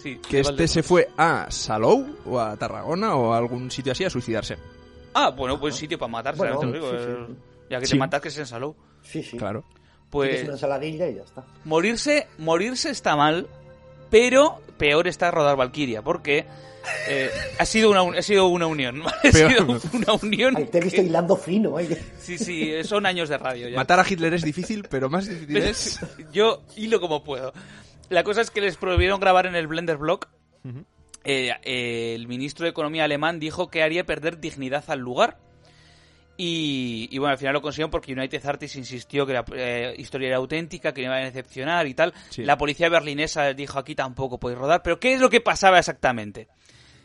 Speaker 3: sí,
Speaker 2: Que
Speaker 3: igual
Speaker 2: este
Speaker 3: de-
Speaker 2: se fue a Salou o a Tarragona o a algún sitio así a suicidarse.
Speaker 3: Ah, bueno, pues sitio para matarse,
Speaker 4: Bueno,
Speaker 3: te lo digo.
Speaker 4: sí, sí,
Speaker 3: eh, Ya que
Speaker 2: Sí.
Speaker 3: te matas, que es en Salou.
Speaker 4: Sí, sí.
Speaker 2: Claro.
Speaker 4: Es
Speaker 3: Pues
Speaker 4: una ensaladilla y ya está.
Speaker 3: morirse, morirse está mal, pero peor está rodar Valkyria, porque eh, ha, sido una, un- ha sido una unión. ¿vale? Ha
Speaker 2: Peor.
Speaker 3: sido una unión.
Speaker 4: Ay, te he visto hilando fino, ay.
Speaker 3: Sí, sí, eh, son años de radio ya.
Speaker 2: Matar a Hitler es difícil, pero más difícil es.
Speaker 3: Yo hilo como puedo. La cosa es que les prohibieron grabar en el Blender Block. Eh, eh, el ministro de Economía alemán dijo que haría perder dignidad al lugar. Y, y bueno, al final lo consiguieron porque United Artists insistió que la eh, historia era auténtica, que no iban a decepcionar y tal.
Speaker 2: Sí.
Speaker 3: La policía berlinesa dijo aquí tampoco podéis rodar. Pero ¿qué es lo que pasaba exactamente?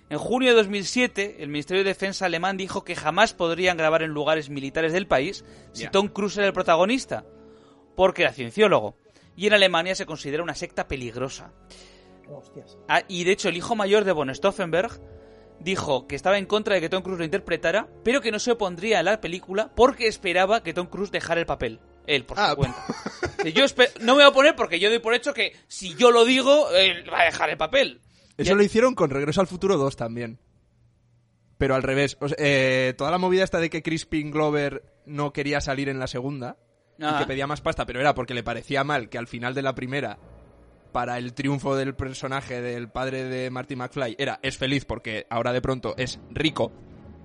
Speaker 3: En junio de 2007, el Ministerio de Defensa alemán dijo que jamás podrían grabar en lugares militares del país si
Speaker 2: Ya.
Speaker 3: Tom Cruise era el protagonista, porque era cienciólogo. Y en Alemania se considera una secta peligrosa.
Speaker 4: Hostias.
Speaker 3: Ah, y de hecho, el hijo mayor de von Stauffenberg dijo que estaba en contra de que Tom Cruise lo interpretara, pero que no se opondría a la película porque esperaba que Tom Cruise dejara el papel. Él, por su
Speaker 2: Ah,
Speaker 3: cuenta. Que Yo espe- no me voy a oponer porque yo doy por hecho que si yo lo digo, él va a dejar el papel.
Speaker 2: Eso lo hicieron con Regreso al Futuro 2 también. Pero al revés. O sea, eh, toda la movida esta de que Crispin Glover no quería salir en la segunda y
Speaker 3: Ah.
Speaker 2: que pedía más pasta, pero era porque le parecía mal que al final de la primera, para el triunfo del personaje del padre de Marty McFly, era es feliz porque ahora de pronto es rico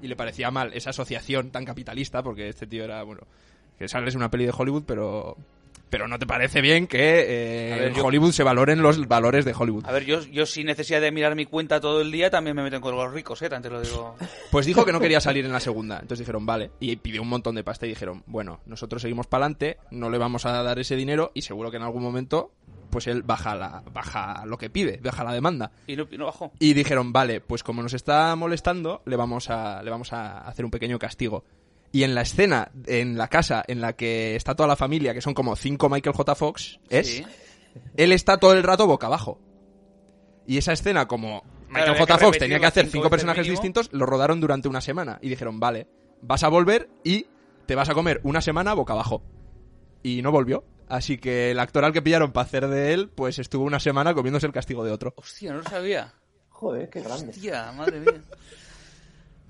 Speaker 2: y le parecía mal esa asociación tan capitalista porque este tío era, bueno, que sales en una peli de Hollywood, pero... Pero no te parece bien que eh,
Speaker 3: A ver,
Speaker 2: en
Speaker 3: yo-
Speaker 2: Hollywood se valoren los valores de Hollywood.
Speaker 3: A ver, yo, yo sin necesidad de mirar mi cuenta todo el día también me meto con los ricos, ¿eh? También te lo digo.
Speaker 2: Pues dijo que no quería salir en la segunda. Entonces dijeron, vale. Y pidió un montón de pasta y dijeron, bueno, nosotros seguimos para adelante, no le vamos a dar ese dinero y seguro que en algún momento, pues él baja, la, baja lo que pide, baja la demanda.
Speaker 3: Y no, y no bajó.
Speaker 2: Y dijeron, vale, pues como nos está molestando, le vamos a, le vamos a hacer un pequeño castigo. Y en la escena, en la casa en la que está toda la familia, que son como cinco Michael J. Fox, es,
Speaker 3: Sí.
Speaker 2: él está todo el rato boca abajo. Y esa escena, como Michael
Speaker 3: había que
Speaker 2: J. Fox
Speaker 3: repetirlo
Speaker 2: tenía que hacer
Speaker 3: cinco
Speaker 2: cinco
Speaker 3: veces
Speaker 2: personajes
Speaker 3: mínimo.
Speaker 2: distintos, lo rodaron durante una semana. Y dijeron, vale, vas a volver y te vas a comer una semana boca abajo. Y no volvió. Así que el actor al que pillaron para hacer de él, pues estuvo una semana comiéndose el castigo de otro.
Speaker 3: Hostia, no lo sabía.
Speaker 4: Joder, qué grande.
Speaker 3: Hostia, madre mía.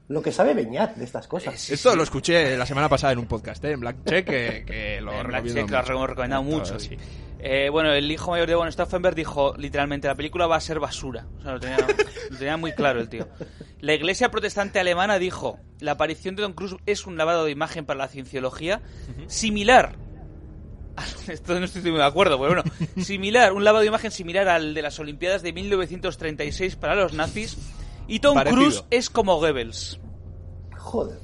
Speaker 4: Lo que sabe Beñat de estas cosas.
Speaker 3: Sí,
Speaker 2: Esto
Speaker 3: sí.
Speaker 2: lo escuché la semana pasada en un podcast, ¿eh? en Black Check, que, que lo
Speaker 3: En Black
Speaker 2: recomiendo
Speaker 3: Jack lo
Speaker 2: mucho.
Speaker 3: hemos recomendado mucho.
Speaker 2: sí.
Speaker 3: Eh, bueno, el hijo mayor de Von Stauffenberg dijo literalmente la película va a ser basura. O sea, lo tenía, lo tenía muy claro el tío. La iglesia protestante alemana dijo la aparición de Don Cruz es un lavado de imagen para la cienciología similar. Esto no estoy muy de acuerdo, pero bueno, similar, un lavado de imagen similar al de las Olimpiadas de 1936 para los nazis. Y Tom
Speaker 2: Parecido.
Speaker 3: Cruise es como Goebbels.
Speaker 4: Joder.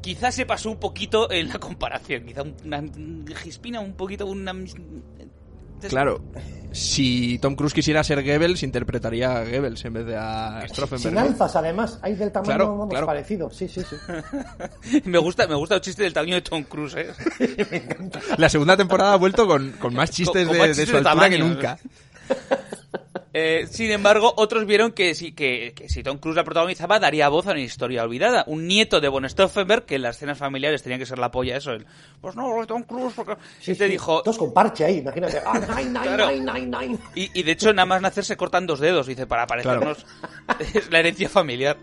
Speaker 3: Quizás se pasó un poquito en la comparación, quizá un- una un gispina, un poquito una... Entonces,
Speaker 2: Claro, si Tom Cruise quisiera ser Goebbels, interpretaría a Goebbels en vez de a
Speaker 4: Sin
Speaker 2: Stroffenberg.
Speaker 4: alzas, además, hay del tamaño
Speaker 2: Claro,
Speaker 4: vamos,
Speaker 2: claro.
Speaker 4: parecido. Sí, sí, sí.
Speaker 3: Me gusta, me gusta el chiste del tamaño de Tom Cruise, ¿eh?
Speaker 2: La segunda temporada ha vuelto con, con más chistes
Speaker 3: con
Speaker 2: de,
Speaker 3: más
Speaker 2: de
Speaker 3: chistes
Speaker 2: su
Speaker 3: de
Speaker 2: altura que
Speaker 3: tamaño.
Speaker 2: nunca.
Speaker 3: Eh, Sin embargo, otros vieron que si, que, que si Tom Cruise la protagonizaba, daría voz a una historia olvidada. Un nieto de Von Stauffenberg, que en las cenas familiares tenían que ser la polla, eso. el, pues no, Tom Cruise, porque...
Speaker 4: Sí,
Speaker 3: y te
Speaker 4: sí.
Speaker 3: dijo...
Speaker 4: Todos con parche ahí, imagínate. Ah, nine, nine,
Speaker 3: Claro.
Speaker 4: nine, nine, nine.
Speaker 3: Y, y de hecho, nada más nacer se cortan dos dedos, dice, para parecernos. es la herencia familiar.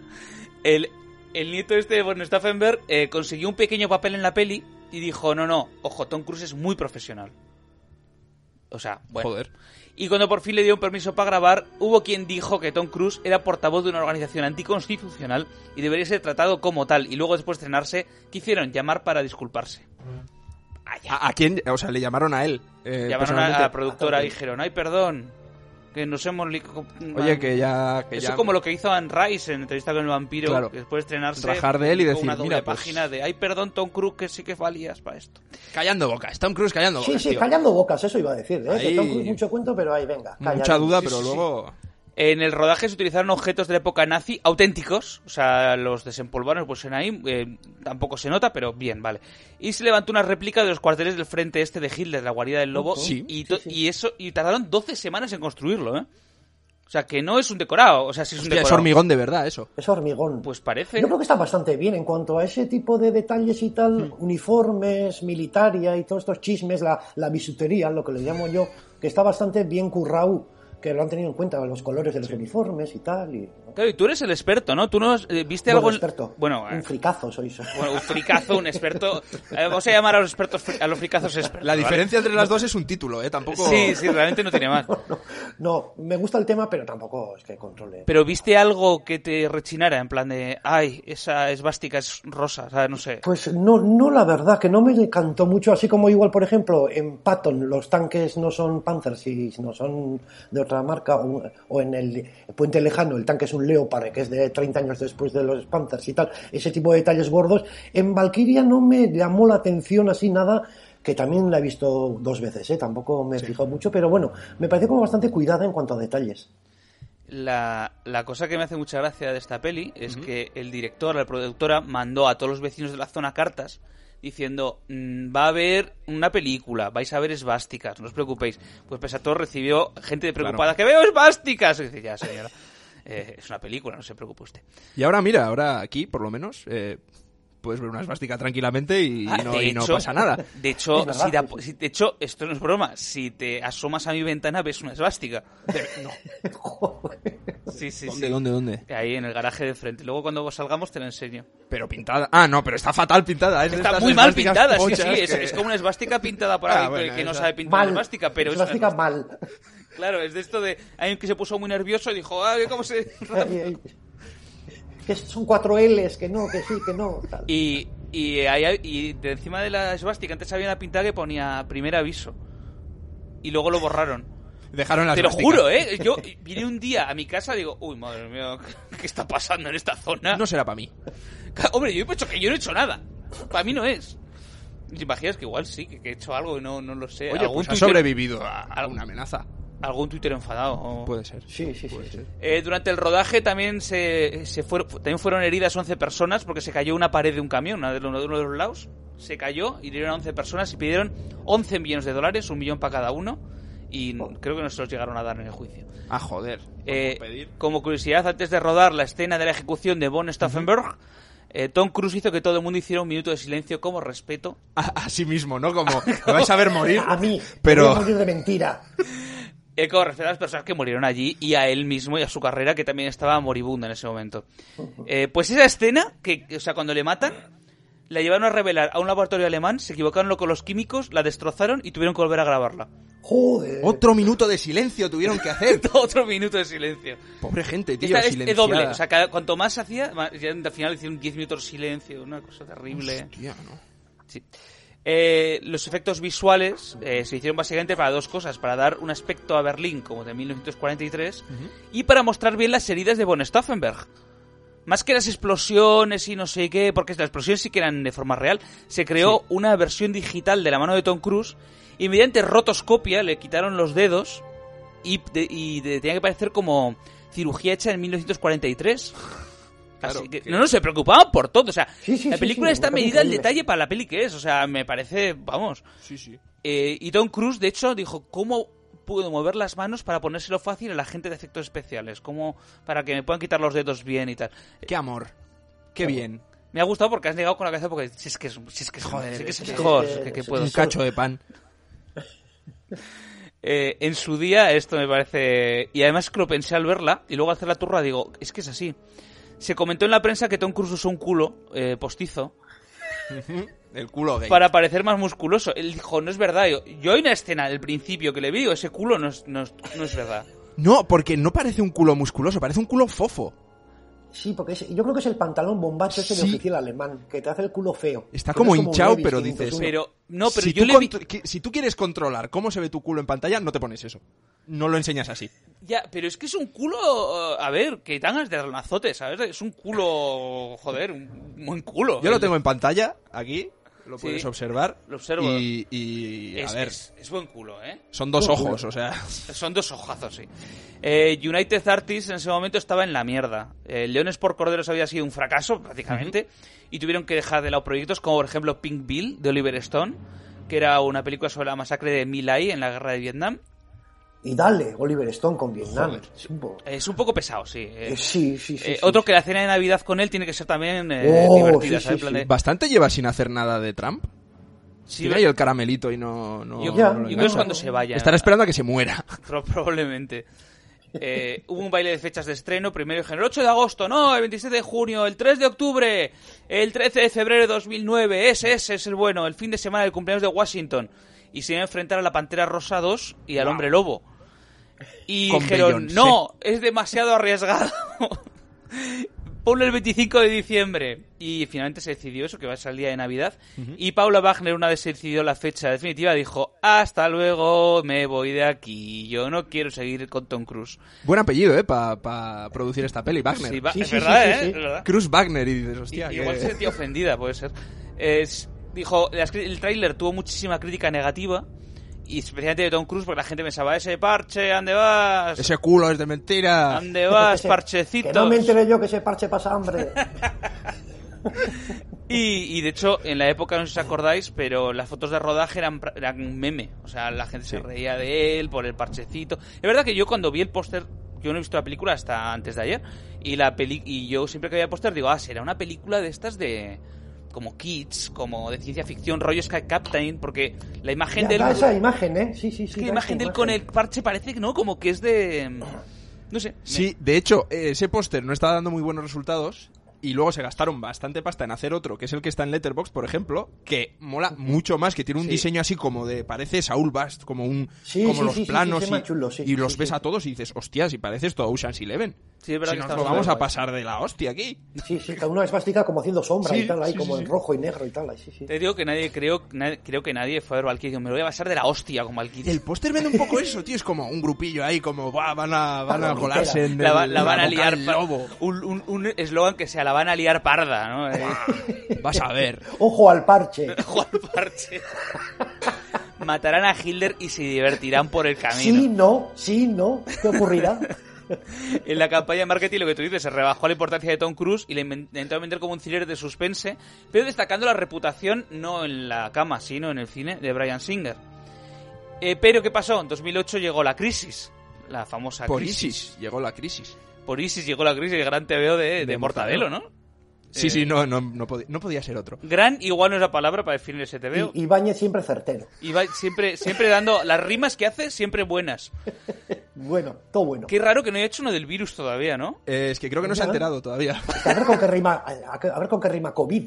Speaker 3: El, el nieto este de Von Stauffenberg eh, consiguió un pequeño papel en la peli y dijo: No, no, ojo, Tom Cruise es muy profesional. O sea, bueno.
Speaker 2: Joder.
Speaker 3: Y cuando por fin le dieron permiso para grabar, hubo quien dijo que Tom Cruise era portavoz de una organización anticonstitucional y debería ser tratado como tal. Y luego, después de estrenarse, quisieron llamar para disculparse. Vaya.
Speaker 2: ¿A, a quién? O sea, le llamaron a él. eh,
Speaker 3: Ah, Llamaron a- a la
Speaker 2: personalmente.
Speaker 3: productora y dijeron, ay, perdón, que nos hemos... li- co-
Speaker 2: Oye, que ya... Que
Speaker 3: Eso
Speaker 2: ya-
Speaker 3: como lo que hizo Anne Rice en entrevista con el vampiro,
Speaker 2: Claro.
Speaker 3: que después de estrenarse...
Speaker 2: Rajar de él y
Speaker 3: publicó
Speaker 2: decir,
Speaker 3: una doble
Speaker 2: "Mira, pues".
Speaker 3: página de, ay, perdón, Tom Cruise, que sí que valías para esto.
Speaker 2: Callando bocas, Tom Cruise callando
Speaker 4: Sí,
Speaker 2: bocas,
Speaker 4: sí,
Speaker 2: tío.
Speaker 4: callando bocas, eso iba a decir. ¿eh?
Speaker 2: Ahí-
Speaker 4: Que Tom Cruise mucho cuento, pero ahí, venga.
Speaker 2: Mucha
Speaker 4: callado.
Speaker 2: duda,
Speaker 4: Sí,
Speaker 2: pero
Speaker 4: sí, sí.
Speaker 2: luego...
Speaker 3: En el rodaje se utilizaron objetos de la época nazi auténticos, o sea, los desempolvaron, pues en ahí, eh, tampoco se nota, pero bien, vale. Y se levantó una réplica de los cuarteles del frente este de Hitler, la guarida del lobo,
Speaker 2: Sí,
Speaker 3: y, to- y eso y tardaron 12 semanas en construirlo, ¿eh? O sea, que no es un decorado, o sea, sí es un
Speaker 2: Hostia, es
Speaker 3: decorado.
Speaker 2: hormigón de verdad, eso.
Speaker 4: Es hormigón.
Speaker 3: Pues parece.
Speaker 4: Yo creo que está bastante bien en cuanto a ese tipo de detalles y tal,
Speaker 2: Hmm.
Speaker 4: uniformes, militaria y todos estos chismes, la, la bisutería, lo que le llamo yo, que está bastante bien currado, que lo han tenido en cuenta los colores de los uniformes y tal. Y, ¿no?
Speaker 3: Claro, y tú eres el experto, ¿no? Tú nos eh, viste
Speaker 4: Bueno,
Speaker 3: algo. en-
Speaker 4: experto.
Speaker 3: Bueno, eh,
Speaker 4: un fricazo sois.
Speaker 3: bueno, un fricazo, un experto. Eh, vamos a llamar a los expertos fri- a los fricazos expertos.
Speaker 2: La
Speaker 3: ¿vale?
Speaker 2: diferencia entre las dos es un título, ¿eh? Tampoco...
Speaker 3: Sí, sí, realmente no tiene más.
Speaker 4: No, no, me gusta el tema, pero tampoco es que controle.
Speaker 3: Pero viste algo que te rechinara, en plan de, ay, esa esvástica es rosa, o sea, no sé.
Speaker 4: Pues no, no, la verdad, que no me encantó mucho, así como igual, por ejemplo, en Patton los tanques no son Panzers y no son de otra marca, o, o en el Puente Lejano el tanque es un Leopard, que es de 30 años después de los Panzers y tal, ese tipo de detalles gordos. En Valkyria no me llamó la atención así nada, que también la he visto dos veces, ¿eh? tampoco me he fijado mucho, pero bueno, me parece como bastante cuidada en cuanto a detalles.
Speaker 3: La, la cosa que me hace mucha gracia de esta peli es que el director, la productora, mandó a todos los vecinos de la zona cartas diciendo, "Mm, va a haber una película, vais a ver esvásticas, no os preocupéis. Pues pese a todo recibió gente preocupada, que veo esvásticas. Y dice, ya señora, eh, es una película, no se preocupe usted.
Speaker 2: Y ahora, mira, ahora aquí, por lo menos, eh, puedes ver una esvástica tranquilamente y,
Speaker 3: Ah,
Speaker 2: no,
Speaker 3: de
Speaker 2: y no
Speaker 3: hecho-
Speaker 2: pasa nada.
Speaker 3: De hecho,
Speaker 4: Es verdad,
Speaker 3: si da-
Speaker 4: sí, sí.
Speaker 3: si- de hecho, esto no es broma, si te asomas a mi ventana ves una esvástica.
Speaker 2: No.
Speaker 3: Sí, sí,
Speaker 2: ¿Dónde,
Speaker 3: sí.
Speaker 2: dónde, dónde?
Speaker 3: Ahí en el garaje de frente. Luego cuando salgamos te lo enseño.
Speaker 2: Pero pintada. Ah, no, pero está fatal pintada. Es de
Speaker 3: Está
Speaker 2: estas
Speaker 3: muy mal
Speaker 2: esvásticas
Speaker 3: pintada, sí,
Speaker 2: pochas
Speaker 3: sí. Es,
Speaker 2: que-
Speaker 3: es como una esvástica pintada por
Speaker 2: Ah,
Speaker 3: alguien
Speaker 2: bueno,
Speaker 3: que no
Speaker 2: esa-
Speaker 3: sabe pintar una esvástica, pero es.
Speaker 4: Esvástica mal.
Speaker 3: Claro, es de esto de alguien que se puso muy nervioso y dijo, ah, ¿cómo se.?
Speaker 4: que son cuatro L's, que no, que sí, que no. tal.
Speaker 3: Y, y, ahí hay- y de encima de la esvástica antes había una pintada que ponía primer aviso. Y luego lo borraron.
Speaker 2: Dejaron las
Speaker 3: Te lo
Speaker 2: esvásticas.
Speaker 3: juro, ¿eh? Yo vine un día a mi casa y digo, uy, madre mía, ¿qué está pasando en esta zona?
Speaker 2: No será para mí.
Speaker 3: Hombre, yo he hecho que yo no he hecho nada. Para mí no es. ¿Te imaginas que igual sí, que que he hecho algo y no, no lo sé?
Speaker 2: Oye, pues ha
Speaker 3: tuitero-
Speaker 2: sobrevivido a, a
Speaker 3: algún-
Speaker 2: una amenaza.
Speaker 3: algún tuitero enfadado. o-
Speaker 2: Puede ser.
Speaker 4: Sí, sí, sí. sí.
Speaker 3: Eh, durante el rodaje también se, se fueron, también fueron heridas 11 personas porque se cayó una pared de un camión, una de, uno de uno de los lados. Se cayó, hirieron a 11 personas y pidieron 11 millones de dólares, un millón para cada uno. Y
Speaker 2: Oh.
Speaker 3: n- creo que no se los llegaron a dar en el juicio.
Speaker 2: Ah, joder.
Speaker 3: Eh,
Speaker 2: Por pedir.
Speaker 3: como curiosidad, antes de rodar la escena de la ejecución de Von Stauffenberg, eh, Tom Cruise hizo que todo el mundo hiciera un minuto de silencio como respeto
Speaker 2: A, a sí mismo, ¿no? Como, me vais a ver morir.
Speaker 4: A mí,
Speaker 2: Pero-
Speaker 4: pero... voy a morir de mentira.
Speaker 3: Eh, con respecto a las personas que murieron allí y a él mismo y a su carrera, que también estaba moribunda en ese momento. Eh, pues esa escena, que, o sea, cuando le matan, la llevaron a revelar a un laboratorio alemán, se equivocaron con los químicos, la destrozaron y tuvieron que volver a grabarla.
Speaker 4: Joder.
Speaker 2: Otro minuto de silencio tuvieron que hacer.
Speaker 3: Otro minuto de silencio.
Speaker 2: Pobre gente, tío,
Speaker 3: Esta es- es,
Speaker 2: silenciada.
Speaker 3: doble, o sea, cada- cuanto más hacía, más- ya al final hicieron 10 minutos de silencio, una cosa terrible.
Speaker 2: Hostia, ¿no?
Speaker 3: Sí. Eh, los efectos visuales eh, se hicieron básicamente para dos cosas, para dar un aspecto a Berlín como de 1943 y para mostrar bien las heridas de von Stauffenberg. Más que las explosiones y no sé qué, porque las explosiones sí que eran de forma real, se creó una versión digital de la mano de Tom Cruise y mediante rotoscopia le quitaron los dedos y, de- y de- tenía que parecer como cirugía hecha en 1943.
Speaker 2: Claro,
Speaker 3: Así que,
Speaker 2: que-
Speaker 3: no, no, se preocupaban por todo. O sea,
Speaker 4: Sí, sí,
Speaker 3: la
Speaker 4: sí,
Speaker 3: película
Speaker 4: sí,
Speaker 3: está
Speaker 4: me parece
Speaker 3: medida al
Speaker 4: increíble.
Speaker 3: detalle para la peli que es. O sea, me parece, vamos.
Speaker 2: Sí, sí.
Speaker 3: Eh, y Tom Cruise, de hecho, dijo, ¿cómo puedo mover las manos para ponérselo fácil a la gente de efectos especiales? ¿Cómo para que me puedan quitar los dedos bien y tal?
Speaker 2: Qué amor. Qué bien.
Speaker 3: Me ha gustado porque has negado con la cabeza porque si es que es, si es que es joder, si es que es
Speaker 4: es que-
Speaker 3: mejor, si es que, que
Speaker 4: es
Speaker 3: puedo.
Speaker 2: Un cacho de pan.
Speaker 3: Eh, en su día esto me parece... Y además que lo pensé al verla y luego al hacer la turra digo, es que es así. Se comentó en la prensa que Tom Cruise usó un culo eh, postizo
Speaker 2: El culo gay.
Speaker 3: para parecer más musculoso. Él dijo, no es verdad. Yo, yo hay una escena al principio que le vi, digo, ese culo no es, no es- no es verdad.
Speaker 2: No, porque no parece un culo musculoso, parece un culo fofo.
Speaker 4: Sí, porque es- yo creo que es el pantalón bombacho ese
Speaker 2: Sí.
Speaker 4: de oficial alemán, que te hace el culo feo.
Speaker 2: Está
Speaker 4: Pero
Speaker 2: como
Speaker 4: es
Speaker 2: hinchado,
Speaker 4: un
Speaker 2: pero
Speaker 4: levis,
Speaker 2: dices-
Speaker 4: un-
Speaker 3: Pero, no, pero
Speaker 2: si,
Speaker 3: yo
Speaker 2: tú
Speaker 3: le vi...
Speaker 2: contro- qui- si tú quieres controlar cómo se ve tu culo en pantalla, no te pones eso. No lo enseñas así.
Speaker 3: Ya, pero es que es un culo... eh, A ver, que tan de ranazote, ¿sabes? Es un culo... Joder, un un buen culo.
Speaker 2: Yo lo
Speaker 3: El-
Speaker 2: tengo en pantalla, aquí, lo
Speaker 3: Sí.
Speaker 2: puedes observar.
Speaker 3: Lo observo.
Speaker 2: Y, y, a
Speaker 3: Es,
Speaker 2: ver,
Speaker 3: es- es buen culo, ¿eh?
Speaker 2: son dos ojos, o sea.
Speaker 3: Son dos ojazos, sí. Eh, United Artists en ese momento estaba en la mierda. Eh, Leones por Corderos había sido un fracaso, prácticamente, y tuvieron que dejar de lado proyectos como, por ejemplo, Pink Bill de Oliver Stone, que era una película sobre la masacre de My Lai en la guerra de Vietnam.
Speaker 4: Y dale, Oliver Stone con Vietnam. Es un po-
Speaker 3: Eh, es un poco pesado, sí. eh.
Speaker 4: Eh, Sí, sí, sí.
Speaker 3: Eh,
Speaker 4: sí.
Speaker 3: otro que la cena de Navidad con él tiene que ser también eh,
Speaker 4: Oh,
Speaker 3: divertida, ¿sabes?
Speaker 4: sí, sí,
Speaker 3: En plan de-
Speaker 2: Bastante lleva sin hacer nada de Trump.
Speaker 3: Sí,
Speaker 2: Tiene ahí el caramelito y no. no,
Speaker 3: yo,
Speaker 2: no
Speaker 4: Ya.
Speaker 2: lo
Speaker 3: yo creo que es
Speaker 2: engancha.
Speaker 3: cuando se vaya.
Speaker 2: Estará esperando a que se muera.
Speaker 3: Pro- Probablemente. Eh, hubo un baile de fechas de estreno, primero dijeron el 8 de agosto, no, el 27 de junio, el 3 de octubre, el 13 de febrero de 2009, ese, ese es el bueno, el fin de semana del cumpleaños de Washington. Y se iba a enfrentar a la Pantera Rosa 2 y al Hombre Lobo. Y
Speaker 2: Con
Speaker 3: dijeron,
Speaker 2: Beyoncé.
Speaker 3: no, es demasiado arriesgado. Ponlo el 25 de diciembre. Y finalmente se decidió eso, que va a ser el día de Navidad. Y Paula Wagner, una vez se decidió la fecha definitiva, dijo, hasta luego, me voy de aquí. Yo no quiero seguir con Tom Cruise.
Speaker 2: Buen apellido, ¿eh? Para producir esta peli, Wagner.
Speaker 3: Sí, va-
Speaker 4: Sí,
Speaker 3: es
Speaker 4: sí,
Speaker 3: verdad,
Speaker 4: sí,
Speaker 3: ¿eh?
Speaker 4: sí, sí.
Speaker 3: Es verdad.
Speaker 2: Cruz Wagner y dices,
Speaker 3: Y-
Speaker 2: hostia,
Speaker 3: Igual
Speaker 2: que-
Speaker 3: se sentía ofendida, puede ser. Es- dijo, las cri- el tráiler tuvo muchísima crítica negativa, y especialmente de Tom Cruise, porque la gente pensaba, ese parche, ¿ande vas?
Speaker 2: ese culo es de mentira.
Speaker 3: ¿Ande vas,
Speaker 4: Ese-
Speaker 3: parchecito?
Speaker 4: Que no me enteré yo que ese parche pasa hambre.
Speaker 3: Y, y, de hecho, en la época, no sé si os acordáis, pero las fotos de rodaje eran, pra- eran un meme. O sea, la gente se reía de él por el parchecito. Es verdad que yo cuando vi el póster, yo no he visto la película hasta antes de ayer. Y, la peli y yo siempre que veía el póster digo, ah, será una película de estas de. como kids, como de ciencia ficción, rollo Sky Captain, porque la imagen
Speaker 4: Ya,
Speaker 3: del.
Speaker 4: da esa imagen, ¿eh? Sí, sí,
Speaker 3: es
Speaker 4: sí.
Speaker 3: que la
Speaker 4: da
Speaker 3: imagen
Speaker 4: esa
Speaker 3: del con el parche parece que no, como que es de. No sé.
Speaker 2: Sí, de hecho, eh, ese póster no estaba dando muy buenos resultados y luego se gastaron bastante pasta en hacer otro, que es el que está en Letterbox, por ejemplo, que mola mucho más, que tiene un
Speaker 3: Sí.
Speaker 2: diseño así como de parece Saúl Bast, como un
Speaker 4: Sí,
Speaker 2: como
Speaker 4: sí,
Speaker 2: los
Speaker 4: sí, sí, sí,
Speaker 2: planos
Speaker 4: se llama
Speaker 2: y,
Speaker 4: chulo, sí,
Speaker 2: y los
Speaker 4: sí,
Speaker 2: ves
Speaker 4: sí.
Speaker 2: a todos y dices, hostia, si parece esto a Ocean's Eleven.
Speaker 3: Sí, es verdad
Speaker 2: si
Speaker 3: que
Speaker 2: nos lo
Speaker 3: estamos
Speaker 2: vamos
Speaker 3: hablando
Speaker 2: a pasar de la hostia aquí.
Speaker 4: Sí, sí, cada una es plástica como haciendo sombra
Speaker 2: Sí,
Speaker 4: y tal, ahí
Speaker 2: sí,
Speaker 4: como
Speaker 2: sí,
Speaker 4: en
Speaker 2: sí.
Speaker 4: rojo y negro y tal, ahí sí, sí.
Speaker 3: Te digo que nadie, creo, na- creo que nadie fue a ver Valkyrie. Me lo voy a pasar de la hostia con Valkyrie.
Speaker 2: El póster vende un poco eso, tío, es como un grupillo ahí, como "Buah, van a, van a
Speaker 4: La
Speaker 2: colarse en
Speaker 3: la, va-
Speaker 2: el-
Speaker 3: la van a
Speaker 2: boca
Speaker 3: liar
Speaker 2: del
Speaker 3: par-
Speaker 2: lobo.
Speaker 3: Un, un- un eslogan que sea la van a liar parda, ¿no? Eh,
Speaker 2: Vas a ver.
Speaker 4: Ojo al parche.
Speaker 3: Juan Parche. Matarán a Hitler y se divertirán por el camino.
Speaker 4: Sí, no, sí, no. ¿Qué ocurrirá?
Speaker 3: En la campaña de marketing, lo que tú dices, se rebajó la importancia de Tom Cruise y le inven- intentaron vender como un thriller de suspense, pero destacando la reputación, no en la cama, sino en el cine, de Brian Singer. Eh, pero, ¿qué pasó? En 2008 llegó la crisis. La famosa
Speaker 2: Por
Speaker 3: crisis.
Speaker 2: ISIS, llegó la crisis.
Speaker 3: Por ISIS llegó la crisis, el gran TVO de, de,
Speaker 2: De
Speaker 3: Mortadelo,
Speaker 2: Mortadelo.
Speaker 3: ¿no?
Speaker 2: Sí,
Speaker 3: Eh,
Speaker 2: sí, no, no, no, podía, no podía ser otro.
Speaker 3: Gran igual no es la palabra para definir ese TVO.
Speaker 4: Y, Ibáñez siempre certero.
Speaker 3: Y va siempre, siempre dando las rimas que hace, siempre buenas.
Speaker 4: Bueno, todo bueno.
Speaker 3: Qué raro que no haya hecho uno del virus todavía, ¿no?
Speaker 2: Eh, es que creo que no se ha
Speaker 4: Ya.
Speaker 2: enterado todavía.
Speaker 4: A ver con qué rima, a, a ver con qué rima COVID.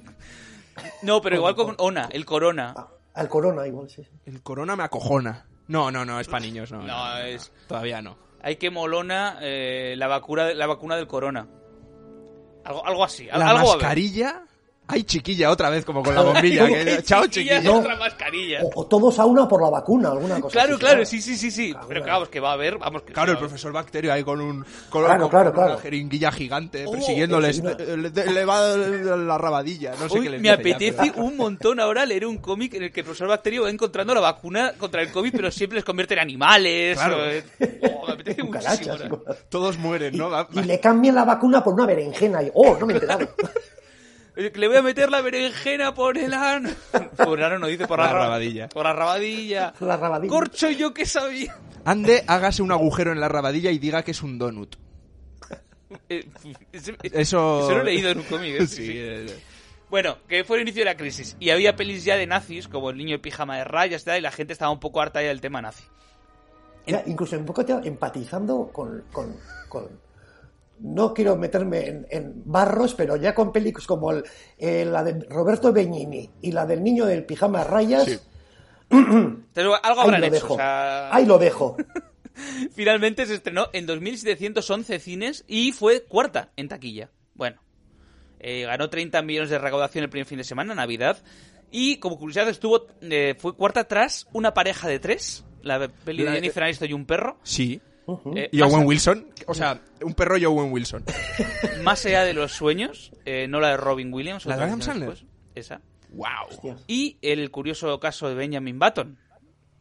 Speaker 3: No, pero igual con Ona, el corona.
Speaker 4: Ah, Al corona igual, sí. sí.
Speaker 2: El corona me acojona. No, no, no, es para niños, no.
Speaker 3: No, es-
Speaker 2: Todavía no.
Speaker 3: Hay que molona eh, la, vacuna, la vacuna del corona. Algo, algo así, al-
Speaker 2: La
Speaker 3: algo va a haber.
Speaker 2: mascarilla. Ay, chiquilla, otra vez, como con la bombilla.
Speaker 4: Como
Speaker 2: que- Chao,
Speaker 3: Chiquilla,
Speaker 2: chiquilla.
Speaker 4: No.
Speaker 3: otra mascarilla.
Speaker 4: O, o todos a una por la vacuna, alguna cosa.
Speaker 3: Claro,
Speaker 4: así,
Speaker 3: claro, sí, sí, sí, sí. Pero
Speaker 4: Cabrón.
Speaker 3: vamos, que va a haber, vamos que
Speaker 2: Claro, el
Speaker 3: va a haber.
Speaker 2: profesor Bacterio ahí con un con,
Speaker 4: Claro,
Speaker 2: con-
Speaker 4: claro,
Speaker 2: con una
Speaker 4: claro.
Speaker 2: jeringuilla gigante
Speaker 3: Oh,
Speaker 2: persiguiéndoles.
Speaker 4: es una-
Speaker 2: Eh, le, le va la rabadilla, no sé
Speaker 3: Uy,
Speaker 2: qué les dice
Speaker 3: me
Speaker 2: ya,
Speaker 3: apetece
Speaker 2: pero-
Speaker 3: un montón ahora leer un cómic en el que el profesor Bacterio va encontrando la vacuna contra el COVID, pero siempre les convierte en animales.
Speaker 2: Claro.
Speaker 3: o en- Oh, me apetece muchísimo.
Speaker 4: con calachas,
Speaker 3: ahora.
Speaker 4: igual.
Speaker 2: Todos mueren, ¿no? Va-
Speaker 4: Y le cambian la vacuna por una berenjena. Y, oh, no me he enterado.
Speaker 3: Eh, que Le voy a meter la berenjena por el ano. Por el ano no dice, por la,
Speaker 2: La
Speaker 3: ra-
Speaker 2: rabadilla.
Speaker 3: Por la rabadilla.
Speaker 4: La rabadilla.
Speaker 3: Corcho, yo que sabía.
Speaker 2: Ande, hágase un agujero en la rabadilla y diga que es un donut.
Speaker 3: Eh, ese-
Speaker 2: Eso-
Speaker 3: eso lo he leído en un cómic. eh, sí, sí.
Speaker 2: eh,
Speaker 3: Bueno, que fue el inicio de la crisis. Y había pelis ya de nazis, como El niño de pijama de rayas, tal, y la gente estaba un poco harta ya del tema nazi.
Speaker 4: Ya, incluso un poco te- empatizando con, con- con- No quiero meterme en, en barros, pero ya con películas como el- eh, la de Roberto Benigni y la del niño del pijama a rayas,
Speaker 2: Sí.
Speaker 3: Entonces, algo
Speaker 4: ahí
Speaker 3: habrán
Speaker 4: lo
Speaker 3: hecho.
Speaker 4: dejo.
Speaker 3: o sea,
Speaker 4: Ahí lo dejo.
Speaker 3: Finalmente se estrenó en 2.711 cines y fue cuarta en taquilla. Bueno, eh, ganó 30 millones de recaudación el primer fin de semana, Navidad. Y como curiosidad, estuvo eh, fue cuarta tras una pareja de tres. La peli de
Speaker 2: La-
Speaker 3: Jennifer Aniston y un perro.
Speaker 2: Sí.
Speaker 3: Eh,
Speaker 2: Y
Speaker 3: más,
Speaker 2: Owen Wilson. O sea, un perro y Owen Wilson.
Speaker 3: más allá de los sueños, eh, no la de Robin Williams.
Speaker 2: ¿La de
Speaker 3: otra
Speaker 2: Adam
Speaker 3: vez
Speaker 2: Sandler?
Speaker 3: después, Esa.
Speaker 2: ¡Wow!
Speaker 3: Y el curioso caso de Benjamin Button.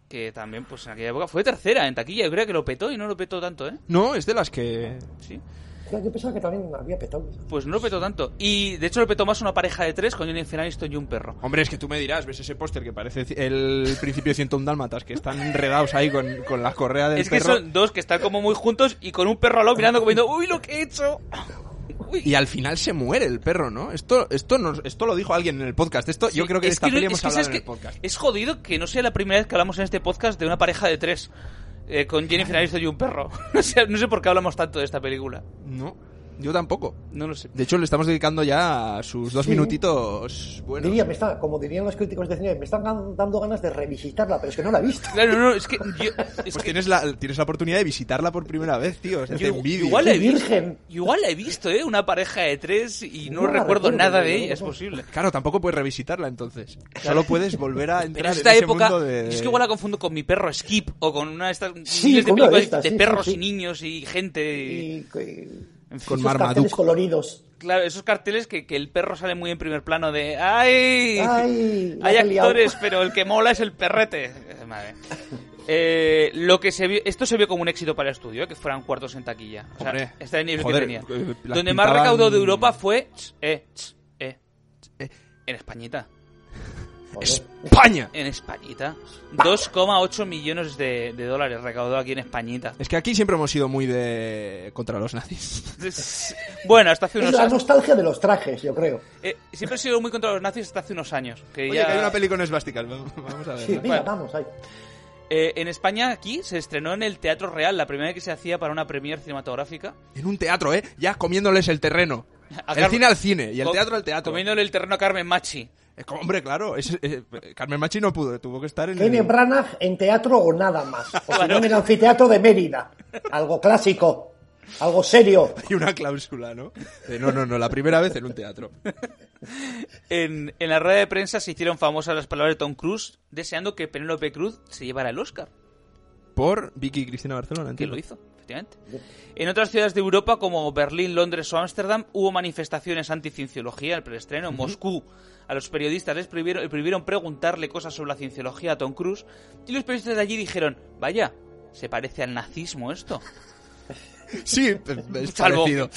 Speaker 3: Que también, pues en aquella época fue tercera en taquilla. Yo creo que lo petó y no lo petó tanto, ¿eh?
Speaker 2: No, es de las que.
Speaker 3: Sí.
Speaker 4: O sea, Yo pensaba que también había petado.
Speaker 3: Pues no lo petó tanto. Y de hecho lo petó más una pareja de tres con Jennifer Aniston y un perro.
Speaker 2: Hombre, es que tú me dirás, ves ese póster que parece el principio de 101 dálmatas, que están enredados ahí con, con la correa del
Speaker 3: es que
Speaker 2: perro.
Speaker 3: son dos que están como muy juntos y con un perro al lado mirando como diciendo, ¡Uy, lo que he hecho! Uy.
Speaker 2: Y al final se muere el perro, ¿no? Esto, esto, nos, esto lo dijo alguien en el podcast. Esto, yo creo que de
Speaker 3: Es
Speaker 2: esta
Speaker 3: no-
Speaker 2: peli
Speaker 3: es
Speaker 2: hemos
Speaker 3: que
Speaker 2: hablado
Speaker 3: sabes
Speaker 2: en el
Speaker 3: que
Speaker 2: podcast.
Speaker 3: Es jodido que no sea la primera vez que hablamos en este podcast de una pareja de tres. eh, con Jennifer Aniston y un perro. No sé, no sé por qué hablamos tanto de esta película.
Speaker 2: No, yo tampoco.
Speaker 3: No lo sé.
Speaker 2: De hecho, le estamos dedicando ya a sus dos
Speaker 4: Sí.
Speaker 2: minutitos. Bueno, pues
Speaker 4: Diría, me está, como dirían los críticos de cine, me están gan- dando ganas de revisitarla, pero es que no la he visto.
Speaker 3: Claro, no, no, es que yo... Es
Speaker 2: pues
Speaker 3: que
Speaker 2: tienes, la, tienes la oportunidad de visitarla por primera vez, tío. Es de
Speaker 3: yo
Speaker 2: envidia.
Speaker 3: igual la he
Speaker 4: ¡Qué
Speaker 3: visto,
Speaker 4: virgen!
Speaker 3: igual la he visto, ¿eh? Una pareja de tres y no,
Speaker 4: No la
Speaker 3: recuerdo
Speaker 4: recuerdo,
Speaker 3: nada
Speaker 4: no,
Speaker 3: de
Speaker 4: no,
Speaker 3: ella, es
Speaker 4: no.
Speaker 3: posible.
Speaker 2: Claro, tampoco puedes revisitarla entonces. Solo puedes volver a entrar
Speaker 3: Pero esta
Speaker 2: en ese
Speaker 3: época,
Speaker 2: mundo de...
Speaker 3: yo es que igual la confundo con mi perro Skip o con una de estas
Speaker 4: Sí,
Speaker 3: miles de
Speaker 4: con una de
Speaker 3: películas
Speaker 4: estas,
Speaker 3: de
Speaker 4: sí, sí,
Speaker 3: perros
Speaker 4: sí.
Speaker 3: y niños y gente. y-
Speaker 4: Y, y-
Speaker 2: Con
Speaker 4: esos
Speaker 2: Marmaduke.
Speaker 4: carteles coloridos.
Speaker 3: Claro, esos carteles que, que el perro sale muy en primer plano de ¡Ay!
Speaker 4: Ay, la
Speaker 3: Hay
Speaker 4: has liado.
Speaker 3: actores, pero el que mola es el perrete. Eh, Madre. Eh, lo que se vio, esto se vio como un éxito para el estudio, eh, que fueran cuartos en taquilla. O sea,
Speaker 2: Hombre,
Speaker 3: este era el nivel
Speaker 2: joder,
Speaker 3: que tenía.
Speaker 2: eh, las
Speaker 3: Donde más
Speaker 2: pintaban-
Speaker 3: recaudó de Europa fue ch, eh, ch, eh,
Speaker 2: eh.
Speaker 3: en Españita.
Speaker 2: ¡España!
Speaker 3: En Españita. 2,8 millones de, de dólares recaudó aquí en Españita.
Speaker 2: Es que aquí siempre hemos sido muy de... contra los nazis.
Speaker 3: Bueno, hasta hace
Speaker 4: Es
Speaker 3: unos
Speaker 4: la
Speaker 3: años.
Speaker 4: nostalgia de los trajes, yo creo.
Speaker 3: eh, siempre he sido muy contra los nazis hasta hace unos años. Que
Speaker 2: Oye,
Speaker 3: ya-
Speaker 2: que hay una peli con esvásticas. Vamos a ver.
Speaker 4: Sí, mira,
Speaker 3: Bueno.
Speaker 4: vamos, ahí.
Speaker 3: Eh, en España, aquí, se estrenó en el Teatro Real, la primera vez que se hacía para una premier cinematográfica.
Speaker 2: En un teatro, ¿eh? Ya comiéndoles el terreno.
Speaker 3: A
Speaker 2: el
Speaker 3: Carmen-
Speaker 2: cine al cine y el
Speaker 3: Co-
Speaker 2: teatro al teatro.
Speaker 3: Comiéndole el terreno a Carmen Machi.
Speaker 2: Eh, como, hombre, claro. es- eh, eh, Carmen Machi no pudo, tuvo que estar en...
Speaker 4: Kenneth
Speaker 2: el-
Speaker 4: Branagh en teatro o nada más. O si
Speaker 3: Claro.
Speaker 4: no, en el anfiteatro de Mérida. Algo clásico. Algo serio.
Speaker 2: Y una cláusula, ¿no? De, no, no, no, la primera vez en un teatro.
Speaker 3: En, en la rueda de prensa se hicieron famosas las palabras de Tom Cruise, deseando que Penélope Cruz se llevara el Oscar,
Speaker 2: Por Vicky y Cristina Barcelona,
Speaker 3: que
Speaker 2: entiendo.
Speaker 3: lo hizo, efectivamente. En otras ciudades de Europa, como Berlín, Londres o Ámsterdam, hubo manifestaciones anti-cienciología al preestreno. En Moscú, a los periodistas les prohibieron, prohibieron preguntarle cosas sobre la cienciología a Tom Cruise, y los periodistas de allí dijeron, vaya, se parece al nazismo esto.
Speaker 2: Sí, es
Speaker 3: Salvo-
Speaker 2: parecido.